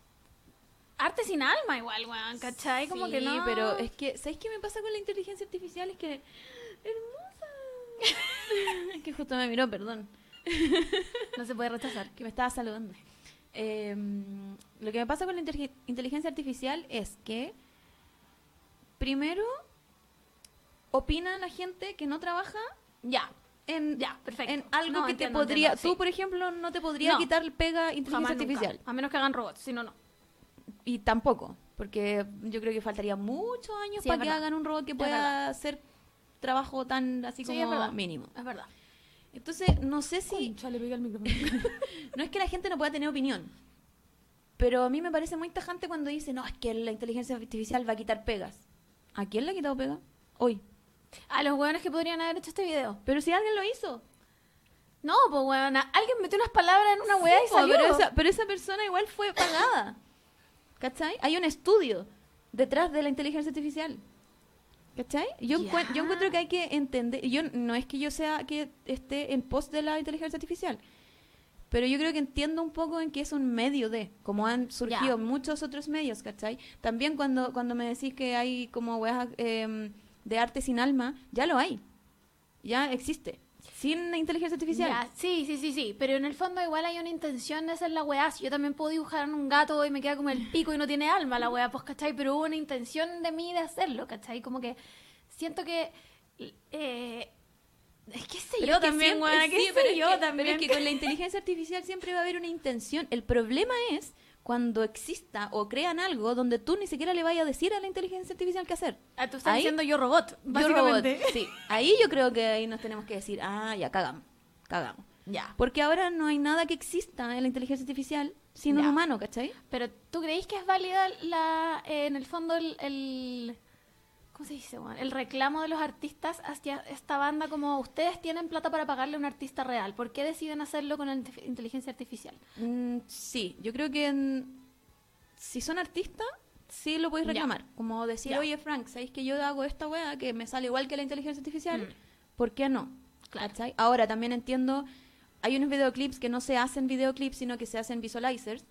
Speaker 3: arte sin alma igual, weón, ¿cachai? Como que
Speaker 4: Sí,
Speaker 3: no. (laughs)
Speaker 4: pero es que ¿sabes qué me pasa con la inteligencia artificial? Es que
Speaker 3: (laughs)
Speaker 4: hermosa. (laughs) es que justo me miró, perdón.
Speaker 3: No se puede rechazar.
Speaker 4: que me estaba saludando. Eh, lo que me pasa con la interge- inteligencia artificial es que primero opina la gente que no trabaja
Speaker 3: Ya.
Speaker 4: en,
Speaker 3: Ya, perfecto.
Speaker 4: en algo
Speaker 3: No,
Speaker 4: que
Speaker 3: entiendo,
Speaker 4: te podría...
Speaker 3: entiendo, sí.
Speaker 4: Tú, por ejemplo, no te podría
Speaker 3: No.
Speaker 4: quitar pega inteligencia
Speaker 3: Jamás
Speaker 4: artificial.
Speaker 3: nunca. A menos que hagan robots, si no, no.
Speaker 4: Y tampoco, porque yo creo que faltaría muchos años
Speaker 3: Sí, es
Speaker 4: para que
Speaker 3: verdad.
Speaker 4: hagan un robot que
Speaker 3: Es
Speaker 4: pueda
Speaker 3: verdad.
Speaker 4: hacer trabajo tan así
Speaker 3: Sí,
Speaker 4: como
Speaker 3: es verdad.
Speaker 4: mínimo.
Speaker 3: Es verdad.
Speaker 4: Entonces, no sé si...
Speaker 3: Concha, le pegué al micrófono. (laughs)
Speaker 4: (laughs) No es que la gente no pueda tener opinión. Pero a mí me parece muy tajante cuando dice, no, es que la inteligencia artificial va a quitar pegas. ¿A quién le ha quitado pega? Hoy.
Speaker 3: A los hueones que podrían haber hecho este video.
Speaker 4: Pero si alguien lo hizo.
Speaker 3: No, pues hueona, alguien metió unas palabras en una
Speaker 4: Sí,
Speaker 3: hueá y
Speaker 4: po,
Speaker 3: salió.
Speaker 4: Pero esa, pero esa persona igual fue pagada. ¿Cachai? Hay un estudio detrás de la inteligencia artificial. ¿Cachai? Yo, encuen-
Speaker 3: Ya.
Speaker 4: yo encuentro que hay que entender. Yo no es que yo sea que esté en pos de la inteligencia artificial. Pero yo creo que entiendo un poco en que es un medio de, como han
Speaker 3: Ya.
Speaker 4: surgido muchos otros medios, ¿cachai? También cuando, cuando me decís que hay como weas em, de arte sin alma, ya lo hay. Ya existe. Sin inteligencia artificial.
Speaker 3: Ya, sí, sí, sí, sí. Pero en el fondo igual hay una intención de hacer la weá. Si yo también puedo dibujar un gato y me queda como el pico y no tiene alma la weá, pues, ¿cachai? Pero hubo una intención de mí de hacerlo, ¿cachai? Como que siento que... Eh, es que sé yo
Speaker 4: es que
Speaker 3: también,
Speaker 4: siempre-
Speaker 3: weá. qué
Speaker 4: sí,
Speaker 3: sé
Speaker 4: pero es
Speaker 3: yo
Speaker 4: que-
Speaker 3: también.
Speaker 4: Pero es que con la inteligencia artificial siempre va a haber una intención. El problema es cuando exista o crean algo donde tú ni siquiera le vayas a decir a la inteligencia artificial qué hacer.
Speaker 3: Ah, tú estás
Speaker 4: Ahí-
Speaker 3: diciendo yo robot,
Speaker 4: Yo robot.
Speaker 3: básicamente.
Speaker 4: Sí, ahí yo creo que ahí nos tenemos que decir, ah, ya cagamos, cagamos.
Speaker 3: Ya.
Speaker 4: Porque ahora no hay nada que exista en la inteligencia artificial sin un
Speaker 3: Ya.
Speaker 4: humano, ¿cachai?
Speaker 3: Pero ¿tú creéis que es válida la, eh, en el fondo el, el- ¿cómo se dice? weón? el reclamo de los artistas hacia esta banda como ustedes tienen plata para pagarle a un artista real? ¿Por qué deciden hacerlo con la inte- inteligencia artificial?
Speaker 4: Mm, sí, yo creo que en- si son artistas, sí lo podéis
Speaker 3: Ya.
Speaker 4: reclamar. Como decir,
Speaker 3: Ya.
Speaker 4: oye Frank, ¿sabéis que yo hago esta weá que me sale igual que la inteligencia artificial? ¿Por qué no? ¿Cachai? Ahora también entiendo, hay unos videoclips que no se hacen videoclips, sino que se hacen visualizers.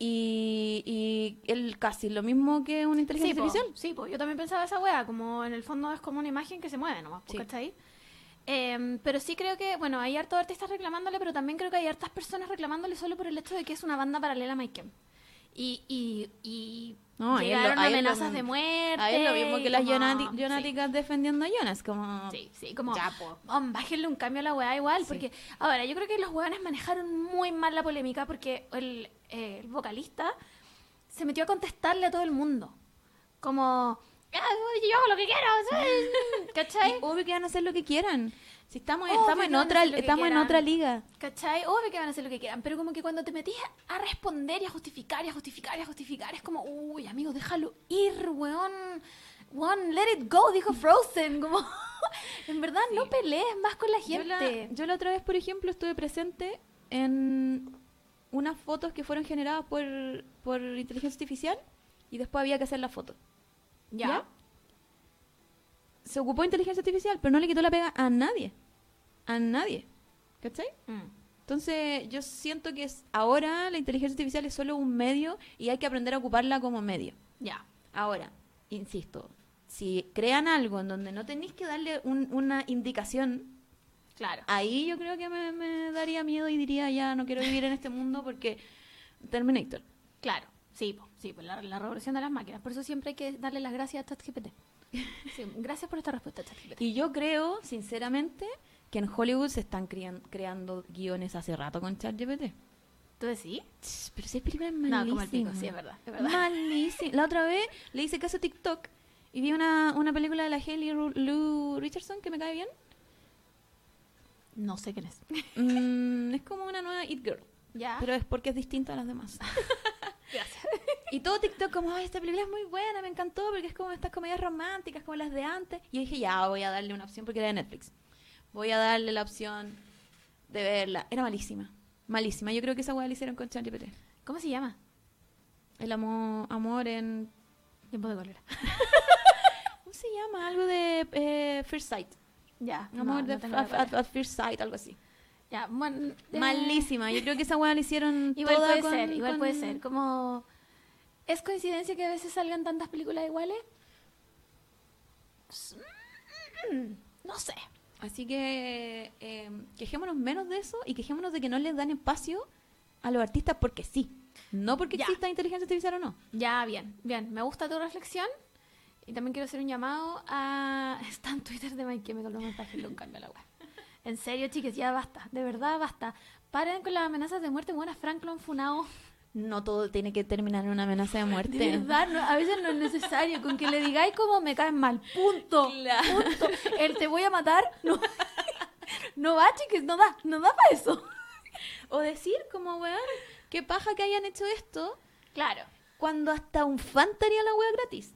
Speaker 4: Y, y el casi lo mismo que una inteligencia
Speaker 3: po,
Speaker 4: artificial.
Speaker 3: sí, po, yo también pensaba esa wea, como en el fondo es como una imagen que se mueve nomás, po,
Speaker 4: Sí.
Speaker 3: ¿cachai? Em, pero sí creo que, bueno, hay hartos artistas reclamándole, pero también creo que hay hartas personas reclamándole solo por el hecho de que es una banda paralela a Michael. Y, y, y
Speaker 4: No, ahí es lo-
Speaker 3: llegaron
Speaker 4: ahí es lo
Speaker 3: amenazas
Speaker 4: mismo.
Speaker 3: de muerte.
Speaker 4: Ahí Ah, es lo mismo que
Speaker 3: y
Speaker 4: las
Speaker 3: como-
Speaker 4: Jonati-
Speaker 3: sí.
Speaker 4: Jonáticas defendiendo a Jonas, como...
Speaker 3: Sí, sí, como,
Speaker 4: Ya, po.
Speaker 3: "Om, bájenle un cambio a la weá igual, porque, ahora, yo creo que los weones manejaron muy mal la polémica porque el, eh, el vocalista se metió a contestarle a todo el mundo, como, "Ah, yo hago lo que quiero,
Speaker 4: (laughs)
Speaker 3: ¿sabes?
Speaker 4: Y uh.
Speaker 3: ¿cachai?
Speaker 4: obvio que van a hacer lo que quieran. Si estamos,
Speaker 3: Obvio
Speaker 4: estamos
Speaker 3: que
Speaker 4: en
Speaker 3: van a
Speaker 4: otra,
Speaker 3: hacer lo que
Speaker 4: estamos en
Speaker 3: quieran.
Speaker 4: otra liga.
Speaker 3: ¿Cachai? Obvio que van a hacer lo que quieran, pero como que cuando te metís a responder y a justificar y a justificar y a justificar, es como, uy, amigo, déjalo ir, weón. Weón, let it go, dijo
Speaker 4: Mm.
Speaker 3: Frozen. Como, (laughs) en verdad, no pelees más con la
Speaker 4: Yo
Speaker 3: gente.
Speaker 4: la, yo la otra vez, por ejemplo, estuve presente en unas fotos que fueron generadas por, por inteligencia artificial y después había que hacer la foto.
Speaker 3: Ya.
Speaker 4: Se ocupó inteligencia artificial, pero no le quitó la pega a nadie. A nadie. ¿Cachai? Entonces, yo siento que es- ahora la inteligencia artificial es solo un medio y hay que aprender a ocuparla como medio.
Speaker 3: Ya.
Speaker 4: Ahora, insisto, si crean algo en donde no tenéis que darle un- una indicación
Speaker 3: Claro.
Speaker 4: Ahí yo creo que me, me daría miedo y diría, ya no quiero vivir en este mundo porque Terminator.
Speaker 3: Claro. Sí, po, sí po, la, la revolución de las máquinas. Por eso siempre hay que darle las gracias a ChatGPT. (laughs) Sí, gracias por esta respuesta, ChatGPT.
Speaker 4: Y yo creo, sinceramente, que en Hollywood se están crian- creando guiones hace rato con ChatGPT.
Speaker 3: ¿Tú decís?
Speaker 4: Ch, Pero si es película es
Speaker 3: No, como
Speaker 4: malísima.
Speaker 3: el pico, sí, es verdad. Es verdad.
Speaker 4: Malísima. La otra vez le hice caso a TikTok y vi una, una película de la Haley Ru- Lou Richardson que me cae bien.
Speaker 3: No sé quién es.
Speaker 4: Mm, es como una nueva It Girl,
Speaker 3: (laughs) Ya.
Speaker 4: pero es porque es distinta a las demás.
Speaker 3: gracias.
Speaker 4: Y todo TikTok como, ay, esta película es muy buena, me encantó, porque es como estas comedias románticas, como las de antes. Y yo dije, ya, voy a darle una opción porque era de Netflix. Voy a darle la opción de verla. Era malísima, malísima. Yo creo que esa weá la hicieron con ChatGPT.
Speaker 3: (laughs) ¿Cómo se llama?
Speaker 4: El amor, amor en...
Speaker 3: Tiempo de cólera.
Speaker 4: ¿Cómo se llama? Algo de eh, First Sight.
Speaker 3: Ya.
Speaker 4: Amor de,
Speaker 3: no tengo la
Speaker 4: at,
Speaker 3: cólera.
Speaker 4: at First Sight, algo así.
Speaker 3: Ya, bueno, eh,
Speaker 4: Malísima. Yo creo que esa weá la hicieron
Speaker 3: (laughs) Igual
Speaker 4: toda
Speaker 3: puede
Speaker 4: con-
Speaker 3: ser, igual
Speaker 4: con-
Speaker 3: puede ser. Como. ¿Es coincidencia que a veces salgan tantas películas iguales? S- mm, No sé.
Speaker 4: Así que eh, quejémonos menos de eso y quejémonos de que no les dan espacio a los artistas porque sí. No porque
Speaker 3: Ya.
Speaker 4: exista inteligencia artificial o no.
Speaker 3: Ya, bien, bien. Me gusta tu reflexión. Y también quiero hacer un llamado a. (laughs) Está en Twitter de Mike Chemical Romance para que lo cambie la web. En serio, chiques, ya basta. De verdad, basta. Paren con las amenazas de muerte. Buena, Franklin Funao.
Speaker 4: No todo tiene que terminar en una amenaza de muerte.
Speaker 3: De verdad, no- a veces no es necesario. Con que le digáis como me caes mal. Punto. Punto. El te voy a matar. No, (laughs) no va, chiques, no da. No da para eso.
Speaker 4: O decir como, weón, Qué paja que hayan hecho esto
Speaker 5: Claro.
Speaker 4: cuando hasta un fan tenía la wea gratis.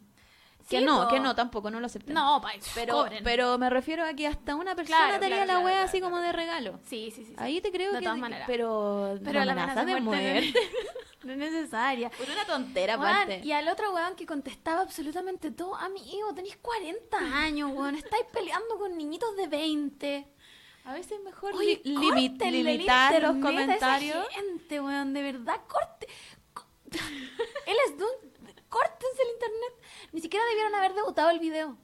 Speaker 4: Que
Speaker 5: Sí,
Speaker 4: no,
Speaker 5: po.
Speaker 4: que no, tampoco, no lo acepté.
Speaker 5: No, pa, pero,
Speaker 4: pero, pero me refiero a que hasta una persona
Speaker 5: Claro,
Speaker 4: tenía
Speaker 5: claro,
Speaker 4: la
Speaker 5: claro,
Speaker 4: wea
Speaker 5: claro,
Speaker 4: así
Speaker 5: claro.
Speaker 4: como de regalo.
Speaker 5: Sí, sí, sí. sí.
Speaker 4: Ahí te creo
Speaker 5: De
Speaker 4: que.
Speaker 5: todas maneras.
Speaker 4: Pero,
Speaker 5: Pero la amenaza de muerte.
Speaker 3: (laughs) No es necesaria.
Speaker 5: Fue una (laughs) tontera,
Speaker 3: Weón,
Speaker 5: aparte.
Speaker 3: y al otro weón que contestaba absolutamente todo, amigo, tenéis 40 años, weón, estáis peleando con niñitos de 20.
Speaker 4: A veces mejor
Speaker 3: Oye,
Speaker 4: li-
Speaker 3: córtenle
Speaker 4: limi-
Speaker 3: el
Speaker 4: limitar los
Speaker 3: internet a esa
Speaker 4: comentarios.
Speaker 3: gente, weón, de verdad, corte. co- (laughs) Él es de un- Córtense el internet. Ni siquiera debieron haber debutado el video.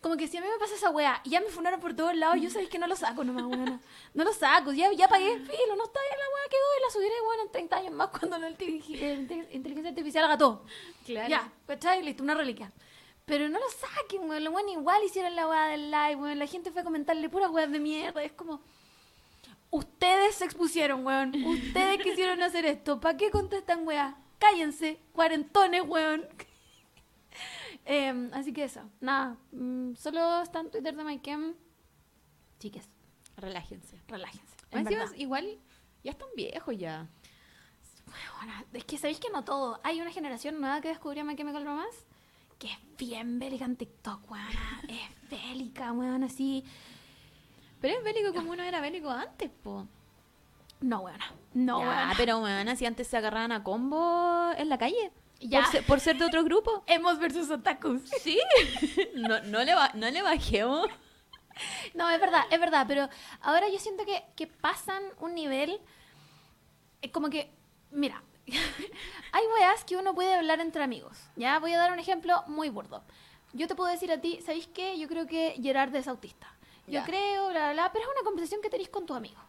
Speaker 3: Como que si a mí me pasa esa weá y ya me funaron por todos lados, yo sabéis que no lo saco nomás, weón. No lo saco, ya, ya pagué el filo, no está bien la weá, quedó y la subiré, weón, en 30 años más cuando la inteligen- eh, inte- inteligencia artificial haga todo.
Speaker 5: Claro.
Speaker 3: Ya, ¿cachai? Listo, una reliquia. Pero no lo saquen, weón. Los weones igual hicieron la weá del live, weón. La gente fue a comentarle puras weas de mierda. Es como. Ustedes se expusieron, weón. Ustedes quisieron hacer esto. ¿Para qué contestan, weá? Cállense, cuarentones, weón. Em, así que eso, nada. Mm, solo está en Twitter de MyChem. Chiques,
Speaker 4: Relájense.
Speaker 3: relájense. en
Speaker 4: Encima,
Speaker 3: verdad.
Speaker 4: igual, ya están viejos ya.
Speaker 3: Bueno, es que sabéis que no todo. Hay una generación nueva que descubrió My Chemical Romance que es bien bélica en TikTok, weón. Es bélica, weón, así.
Speaker 4: Pero es bélico como uno era bélico antes, po.
Speaker 3: No, weón. No,
Speaker 4: ya,
Speaker 3: weón.
Speaker 4: pero weón, si antes se agarraban a combo en la calle.
Speaker 3: Ya.
Speaker 4: Por, ser, por ser de otro grupo.
Speaker 3: Hemos versus otakus.
Speaker 4: (laughs) Sí. (laughs) No, no, le, ba- no le bajemos.
Speaker 3: No, es verdad, es verdad, pero ahora yo siento que, que pasan un nivel eh, como que, mira, (laughs) hay weas que uno puede hablar entre amigos, ¿ya? Voy a dar un ejemplo muy burdo. Yo te puedo decir a ti, ¿sabéis qué? Yo creo que Gerard es autista. Yo
Speaker 4: Ya.
Speaker 3: creo, bla, bla, bla, pero es una conversación que tenéis con tu amigo.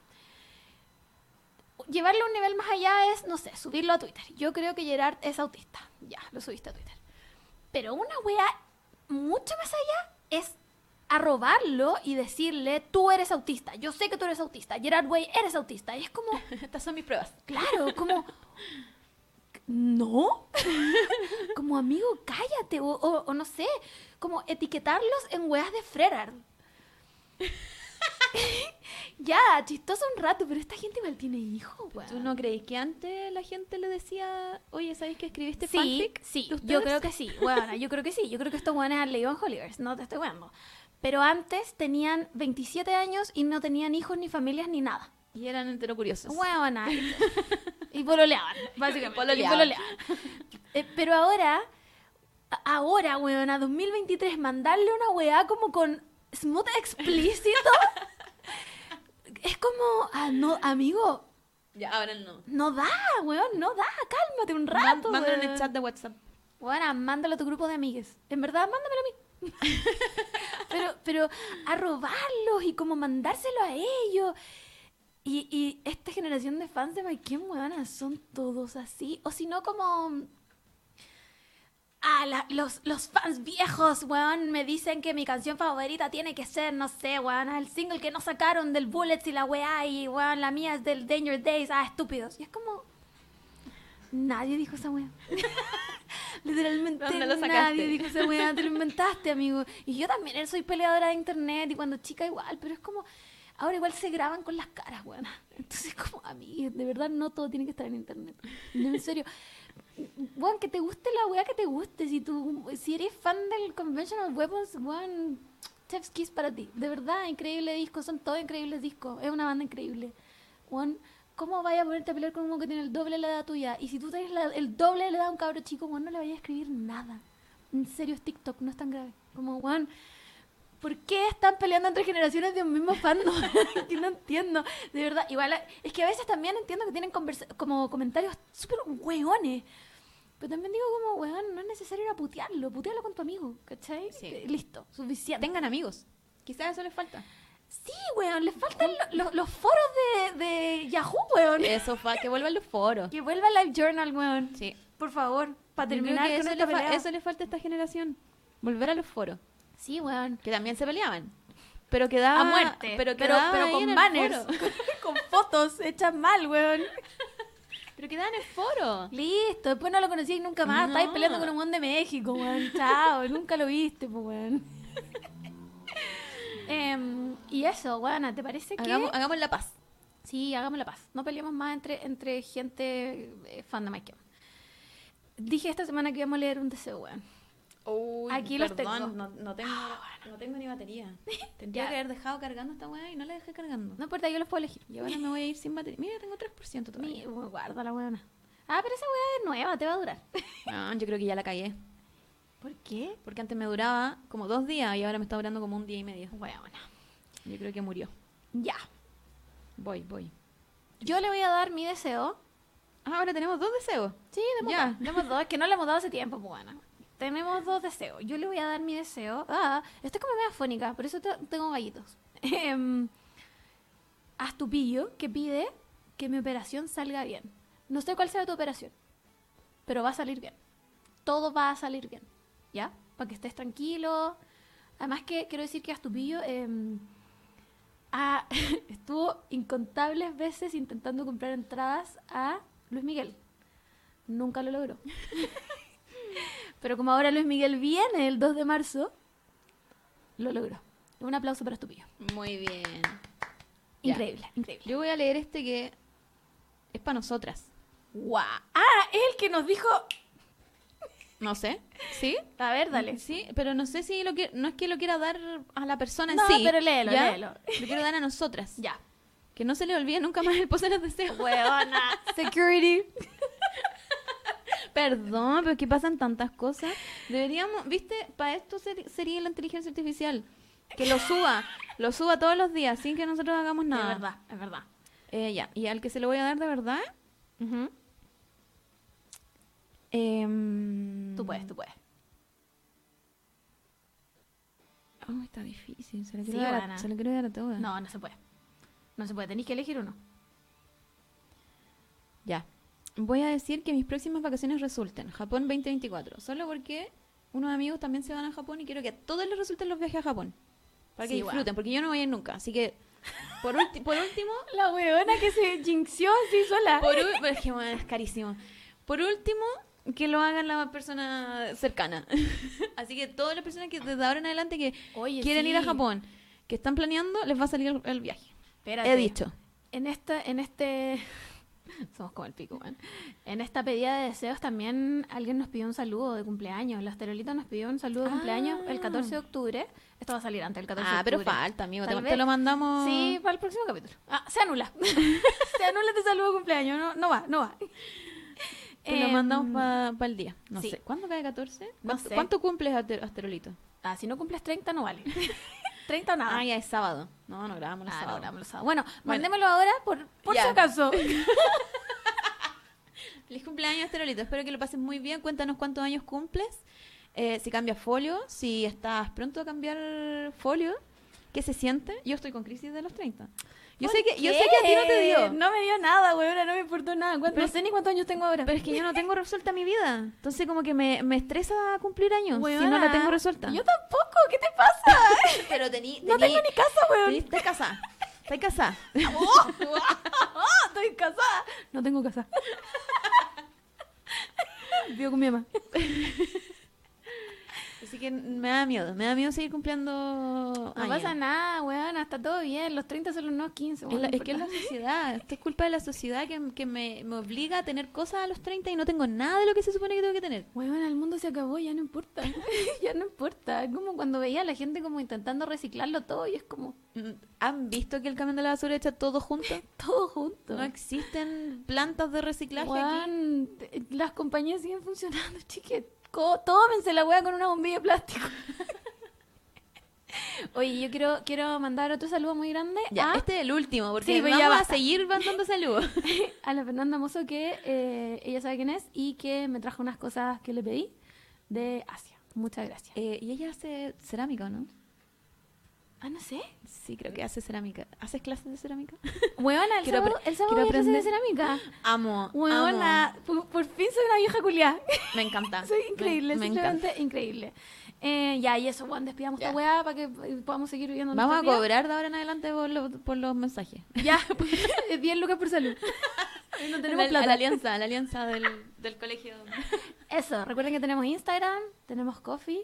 Speaker 3: Llevarlo a un nivel más allá es, no sé, subirlo a Twitter. Yo creo que Gerard es autista. Ya, lo subiste a Twitter. Pero una wea mucho más allá es arrobarlo y decirle, tú eres autista, yo sé que tú eres autista, Gerard Way, eres autista. Y es como,
Speaker 4: (laughs) Estas son mis pruebas.
Speaker 3: claro, como, no, (laughs) como amigo, cállate, o, o- o no sé, como etiquetarlos en weas de Frerard. (laughs) ya, chistoso un rato, pero esta gente igual tiene hijos, weón.
Speaker 4: ¿Tú no crees que antes la gente le decía, oye, ¿sabes que escribiste
Speaker 3: Sí,
Speaker 4: fanfic?
Speaker 3: sí,
Speaker 4: de
Speaker 3: yo
Speaker 4: ustedes?"
Speaker 3: creo que sí. Bueno, yo creo que sí. Yo creo que estos guanes han leído en Hollivers, no te estoy weando. Pero antes tenían 27 años y no tenían hijos, ni familias, ni nada.
Speaker 4: (laughs) Y eran entero curiosos. (laughs)
Speaker 3: Huevona. Y, y pololeaban, básicamente.
Speaker 4: Y
Speaker 3: Y
Speaker 4: pololeaban.
Speaker 3: pololeaban. Eh, pero ahora, a- ahora, huevona, 2023, mandarle una weá como con smooth
Speaker 4: (laughs)
Speaker 3: explícito. es como, ah, no, amigo,
Speaker 4: Ya, ahora no.
Speaker 3: no da, weón, no da. Cálmate un
Speaker 4: Man-
Speaker 3: rato.
Speaker 4: Mándalo en
Speaker 3: weón.
Speaker 4: el chat de WhatsApp.
Speaker 3: Bueno, mándalo a tu grupo de amigues. En verdad, mándamelo a mí. (laughs) pero, pero a robarlos y como mandárselo a ellos. Y, y esta generación de fans de My Kim, weona, son todos así. O si no, como... Ah, la- los, los fans viejos, weón, me dicen que mi canción favorita tiene que ser, no sé, weón, el single que no sacaron del Bullets y la weá, y weón, la mía es del Danger Days, ah, estúpidos. Y es como... Nadie dijo esa
Speaker 4: (laughs)
Speaker 3: weá. Literalmente
Speaker 4: ¿Dónde lo sacaste?
Speaker 3: nadie dijo esa weá, te lo inventaste, amigo. Y yo también soy peleadora de internet y cuando chica igual, pero es como... Ahora igual se graban con las caras, weón. Entonces como a mí, de verdad no todo tiene que estar en internet. No, en serio. Weón, que te guste la weá que te guste. Si tú si eres fan del Conventional Weapons, weón, Chef's Kiss para ti. De verdad, increíble disco. Son todos increíbles discos. Es una banda increíble. Weón, ¿cómo vayas a ponerte a pelear con uno que tiene el doble de la edad tuya? Y si tú tienes la- el doble de la edad a un cabro chico, weón, no le vayas a escribir nada. En serio, es TikTok, no es tan grave. Como, weón, ¿por qué están peleando entre generaciones de un mismo fandom? (laughs) que no entiendo. De verdad, igual, es que a veces también entiendo que tienen conversa- como comentarios súper hueones. Pero también digo como, weón, no es necesario ir a putearlo, putearlo con tu amigo, ¿cachai?
Speaker 4: Sí.
Speaker 3: Eh, Listo, suficiente.
Speaker 4: Tengan amigos. Quizás eso les falta.
Speaker 3: Sí, weón, les faltan lo- lo- los foros de, de Yahoo, weón.
Speaker 4: Eso, fa- que vuelvan los foros.
Speaker 3: Que vuelva Live Journal, weón.
Speaker 4: Sí.
Speaker 3: Por favor, para
Speaker 4: Yo creo
Speaker 3: terminar
Speaker 4: que
Speaker 3: con
Speaker 4: eso,
Speaker 3: esta
Speaker 4: le fa-
Speaker 3: pelea.
Speaker 4: eso le falta a esta generación. Volver a los foros.
Speaker 3: Sí, weón.
Speaker 4: Que también se peleaban. Pero quedaba.
Speaker 3: a muerte.
Speaker 4: Pero,
Speaker 3: Pero, pero,
Speaker 4: quedaba ahí en
Speaker 3: con
Speaker 4: el
Speaker 3: banners,
Speaker 4: foro.
Speaker 3: (laughs)
Speaker 4: (laughs)
Speaker 3: con fotos hechas mal, weón.
Speaker 4: Pero quedaban en el foro.
Speaker 3: Listo, después no lo conocí nunca más.
Speaker 4: No.
Speaker 3: Estáis peleando con un weón de México, weón. Chao, nunca lo viste, pues, weón. Em, y eso, weón, ¿te parece que
Speaker 4: Hagamos, hagamos la paz.
Speaker 3: Sí, hagamos la paz. No peleemos más entre, entre gente eh, fan de Mike. Dije esta semana que íbamos a leer un deseo, weón.
Speaker 4: Uy,
Speaker 3: Aquí los tengo.
Speaker 4: No, no tengo, no tengo ni (laughs) batería. Tendría
Speaker 3: Ya.
Speaker 4: que haber dejado cargando esta weá y no la dejé cargando.
Speaker 3: No importa, yo los puedo elegir.
Speaker 4: Y ahora (laughs) me voy a ir sin batería. Mira, tengo 3%
Speaker 3: Mi,
Speaker 4: todavía.
Speaker 3: guarda la weona. Ah, pero esa weá es nueva, te va a durar. (laughs)
Speaker 4: No, Ah, yo creo que ya la cagué.
Speaker 3: ¿Por qué?
Speaker 4: Porque antes me duraba como dos días y ahora me está durando como un día y medio.
Speaker 3: Weona.
Speaker 4: Yo creo que murió.
Speaker 3: Ya.
Speaker 4: Voy, voy.
Speaker 3: Yo le voy a dar mi deseo.
Speaker 4: Ah, ahora tenemos dos deseos.
Speaker 3: Sí, demos
Speaker 4: Ya.
Speaker 3: dos. Demos dos, es que no le hemos dado hace tiempo, pues, bueno. Tenemos dos deseos. Yo le voy a dar mi deseo. Ah, estoy como media fónica, por eso te- tengo gallitos. (laughs) Em, haz tu pillo que pide que mi operación salga bien. No sé cuál sea tu operación, pero va a salir bien. Todo va a salir bien, ¿ya? Para que estés tranquilo. Además que quiero decir que Astupillo em, ha- (laughs) estuvo incontables veces intentando comprar entradas a Luis Miguel. Nunca lo logró. (laughs) Pero como ahora Luis Miguel viene el 2 de marzo, lo logró. Un aplauso para Estupillo.
Speaker 4: Muy bien. Ya.
Speaker 3: Increíble, increíble.
Speaker 4: Yo voy a leer este que es para nosotras.
Speaker 3: ¡Guau! Ah, es el que nos dijo.
Speaker 4: No sé. ¿Sí?
Speaker 3: A ver, dale.
Speaker 4: Sí, pero no sé si lo que no es que lo quiera dar a la persona en
Speaker 3: No,
Speaker 4: sí.
Speaker 3: pero léelo,
Speaker 4: ¿ya?
Speaker 3: léelo.
Speaker 4: Lo quiero dar a nosotras.
Speaker 3: (laughs) Ya.
Speaker 4: Que no se le olvide nunca más el post de los deseos.
Speaker 3: Huevona.
Speaker 4: Security. Perdón, pero es que pasan tantas cosas. Deberíamos, viste, para esto ser- sería la inteligencia artificial. Que lo suba, lo suba todos los días sin que nosotros hagamos
Speaker 3: Es
Speaker 4: nada.
Speaker 3: verdad, es verdad.
Speaker 4: Eh, ya, y al que se lo voy a dar de verdad. em,
Speaker 3: Tú puedes, tú puedes.
Speaker 4: Ay, está difícil. Se lo
Speaker 3: Sí,
Speaker 4: quiero, dar,
Speaker 3: Juana.
Speaker 4: a, se lo quiero dar a todas.
Speaker 3: No, no se puede. No se puede. Tenéis que elegir uno.
Speaker 4: Ya. Voy a decir que mis próximas vacaciones resulten. Japón 2024. Solo porque unos amigos también se van a Japón y quiero que a todos les resulten los viajes a Japón. Para que
Speaker 3: Sí,
Speaker 4: disfruten, porque yo no voy a ir nunca. Así que, por, ulti-
Speaker 3: (laughs)
Speaker 4: por último,
Speaker 3: La huevona que se jinxió así sola.
Speaker 4: por ul- es que, bueno, es carísimo. Por último, que lo hagan la persona cercana. (laughs) Así que todas las personas que desde ahora en adelante que
Speaker 3: Oye,
Speaker 4: quieren ir a
Speaker 3: sí.
Speaker 4: Japón, que están planeando, les va a salir el, el viaje.
Speaker 3: Espérate.
Speaker 4: He dicho.
Speaker 3: En esta, en este. (laughs) Somos como el pico, weón. En esta pedida de deseos también alguien nos pidió un saludo de cumpleaños. La Asterolita nos pidió un saludo de cumpleaños el 14 de octubre. Esto va a salir antes del 14 de
Speaker 4: Ah,
Speaker 3: octubre.
Speaker 4: pero falta, amigo. Te,
Speaker 3: Tal
Speaker 4: te
Speaker 3: vez-
Speaker 4: lo mandamos.
Speaker 3: Sí, para el próximo capítulo. Ah, se
Speaker 4: (laughs)
Speaker 3: anula. se anula este saludo de cumpleaños. No, no va, no va.
Speaker 4: Te lo
Speaker 3: Em,
Speaker 4: mandamos para el día. No
Speaker 3: sí.
Speaker 4: sé. ¿Cuándo cae 14?
Speaker 3: No
Speaker 4: ¿Cuánto,
Speaker 3: sé.
Speaker 4: cuánto cumples, Aster- Asterolito?
Speaker 3: Ah, si no cumples 30, no vale. (laughs) 30 o nada.
Speaker 4: Ah, ya es sábado. No, no grabamos los
Speaker 3: Ah, no,
Speaker 4: sábados.
Speaker 3: grabamos los sábados. Bueno, mandémoslo ahora por, por
Speaker 4: Ya.
Speaker 3: si
Speaker 4: (laughs)
Speaker 3: acaso.
Speaker 4: Feliz cumpleaños, Asterolito. Espero que lo pases muy bien. Cuéntanos cuántos años cumples. eh, si cambias folio, si estás pronto a cambiar folio, ¿qué se siente? Yo estoy con crisis de los 30. Yo sé, que, yo sé que a ti no te dio.
Speaker 3: No me dio nada, weón. No me importó nada. ¿Cuánto-
Speaker 4: Pero
Speaker 3: No sé ni cuántos años tengo ahora.
Speaker 4: Pero es que yo no
Speaker 3: (laughs)
Speaker 4: tengo resuelta mi vida. Entonces como que me, me estresa cumplir años si no la
Speaker 3: Weona,
Speaker 4: tengo resuelta.
Speaker 3: Yo tampoco, ¿qué te pasa?
Speaker 4: (laughs) pero tení,
Speaker 3: no tengo ni casa, weón. (laughs)
Speaker 4: Estás casada. Estás casada.
Speaker 3: Ah, (laughs) Estoy casada. No tengo (laughs) casa. Vivo con mi mamá.
Speaker 4: Así que me da miedo, me da miedo seguir cumpliendo Ah,
Speaker 3: No pasa nada, weón. Está todo bien. Los 30 son los nuevos 15,
Speaker 4: Es,
Speaker 3: weón.
Speaker 4: la-
Speaker 3: no
Speaker 4: es que es la
Speaker 3: importa.
Speaker 4: sociedad, esto es culpa de la sociedad que, que me, me obliga a tener cosas a los 30 y no tengo nada de lo que se supone que tengo que tener.
Speaker 3: Weón, el mundo se acabó, ya no importa. (laughs) ya no importa. Es como cuando veía a la gente como intentando reciclarlo todo y es como
Speaker 4: Mm, ¿Han visto que el camión de la basura está todo junto?
Speaker 3: todo junto.
Speaker 4: No existen plantas de reciclaje aquí.
Speaker 3: Weón, te- las compañías siguen funcionando, (laughs) chique. Co- Tómense la weá con una bombilla de plástico. (laughs) Oye, yo quiero, quiero mandar otro saludo muy grande
Speaker 4: Ya,
Speaker 3: a,
Speaker 4: este es el último, porque
Speaker 3: Ah. Sí, pero
Speaker 4: vamos
Speaker 3: ya
Speaker 4: a
Speaker 3: basta.
Speaker 4: seguir mandando saludos.
Speaker 3: (laughs) a la Fernanda Mozo, que eh, ella sabe quién es y que me trajo unas cosas que le pedí de Asia. Muchas gracias.
Speaker 4: Eh, y ella hace cerámica, ¿o ¿no?
Speaker 3: Ah, no sé.
Speaker 4: Sí, creo que hace cerámica. ¿Haces clases de cerámica?
Speaker 3: Weona, el
Speaker 4: Quiero
Speaker 3: sábado,
Speaker 4: apre-
Speaker 3: el sábado voy
Speaker 4: quiero
Speaker 3: a clase de
Speaker 4: aprender.
Speaker 3: cerámica.
Speaker 4: Amo, amo.
Speaker 3: Weona, por, por fin soy una vieja (laughs) culiada.
Speaker 4: Me encanta.
Speaker 3: Soy increíble,
Speaker 4: me, me encanta.
Speaker 3: simplemente increíble. Eh, ya, y eso, Juan, despidamos
Speaker 4: Ya.
Speaker 3: esta weá para que eh, podamos seguir viviendo
Speaker 4: Vamos
Speaker 3: nuestras
Speaker 4: a
Speaker 3: vidas.
Speaker 4: cobrar de ahora en adelante por, los- por los mensajes. (laughs)
Speaker 3: Ya, (laughs) pues, 10 lucas por salud. No tenemos
Speaker 4: la,
Speaker 3: plata.
Speaker 4: la alianza, la alianza del, del
Speaker 3: (laughs)
Speaker 4: colegio.
Speaker 3: Eso, recuerden que tenemos Instagram, tenemos Coffee.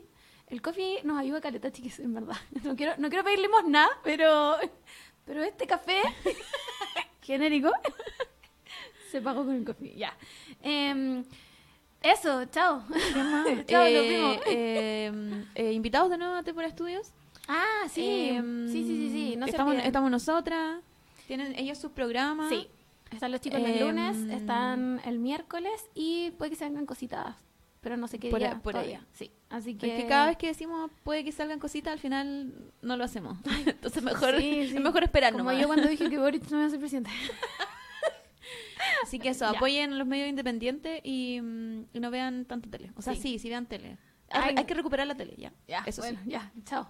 Speaker 3: El Coffee nos ayuda caleta, chiquis, (laughs) en verdad. No quiero, no quiero pedir limosna, pero, pero este café (laughs) genérico. (laughs) Se pagó con el coffee, ya. Em, eso, chao. (laughs)
Speaker 4: (laughs)
Speaker 3: chao, nos vimos.
Speaker 4: Eh, eh, invitados de nuevo a Tempora Studios.
Speaker 3: Ah, sí.
Speaker 4: Em,
Speaker 3: sí, sí, sí, sí. No se
Speaker 4: estamos,
Speaker 3: olviden.
Speaker 4: estamos nosotras. Tienen ellos sus programas.
Speaker 3: Sí. Están los chicos el lunes,
Speaker 4: Em,
Speaker 3: están el miércoles y puede que se vengan cositas, pero no sé qué
Speaker 4: Por
Speaker 3: día
Speaker 4: ahí- por
Speaker 3: todavía.
Speaker 4: ahí.
Speaker 3: Sí. Así que,
Speaker 4: Porque cada vez que decimos puede que salgan cositas, al final no lo hacemos. (laughs) Entonces mejor,
Speaker 3: Sí, sí.
Speaker 4: es mejor esperar
Speaker 3: Como
Speaker 4: nomás.
Speaker 3: yo cuando dije que Boric no iba a ser presidente.
Speaker 4: Así que eso,
Speaker 3: Ya.
Speaker 4: apoyen los medios independientes y, mm, y no vean tanto tele. O sea,
Speaker 3: Sí.
Speaker 4: sí, sí vean tele.
Speaker 3: Ay,
Speaker 4: Hay, hay que recuperar la tele, (laughs) ya.
Speaker 3: Ya,
Speaker 4: eso
Speaker 3: bueno,
Speaker 4: sí.
Speaker 3: ya, chao.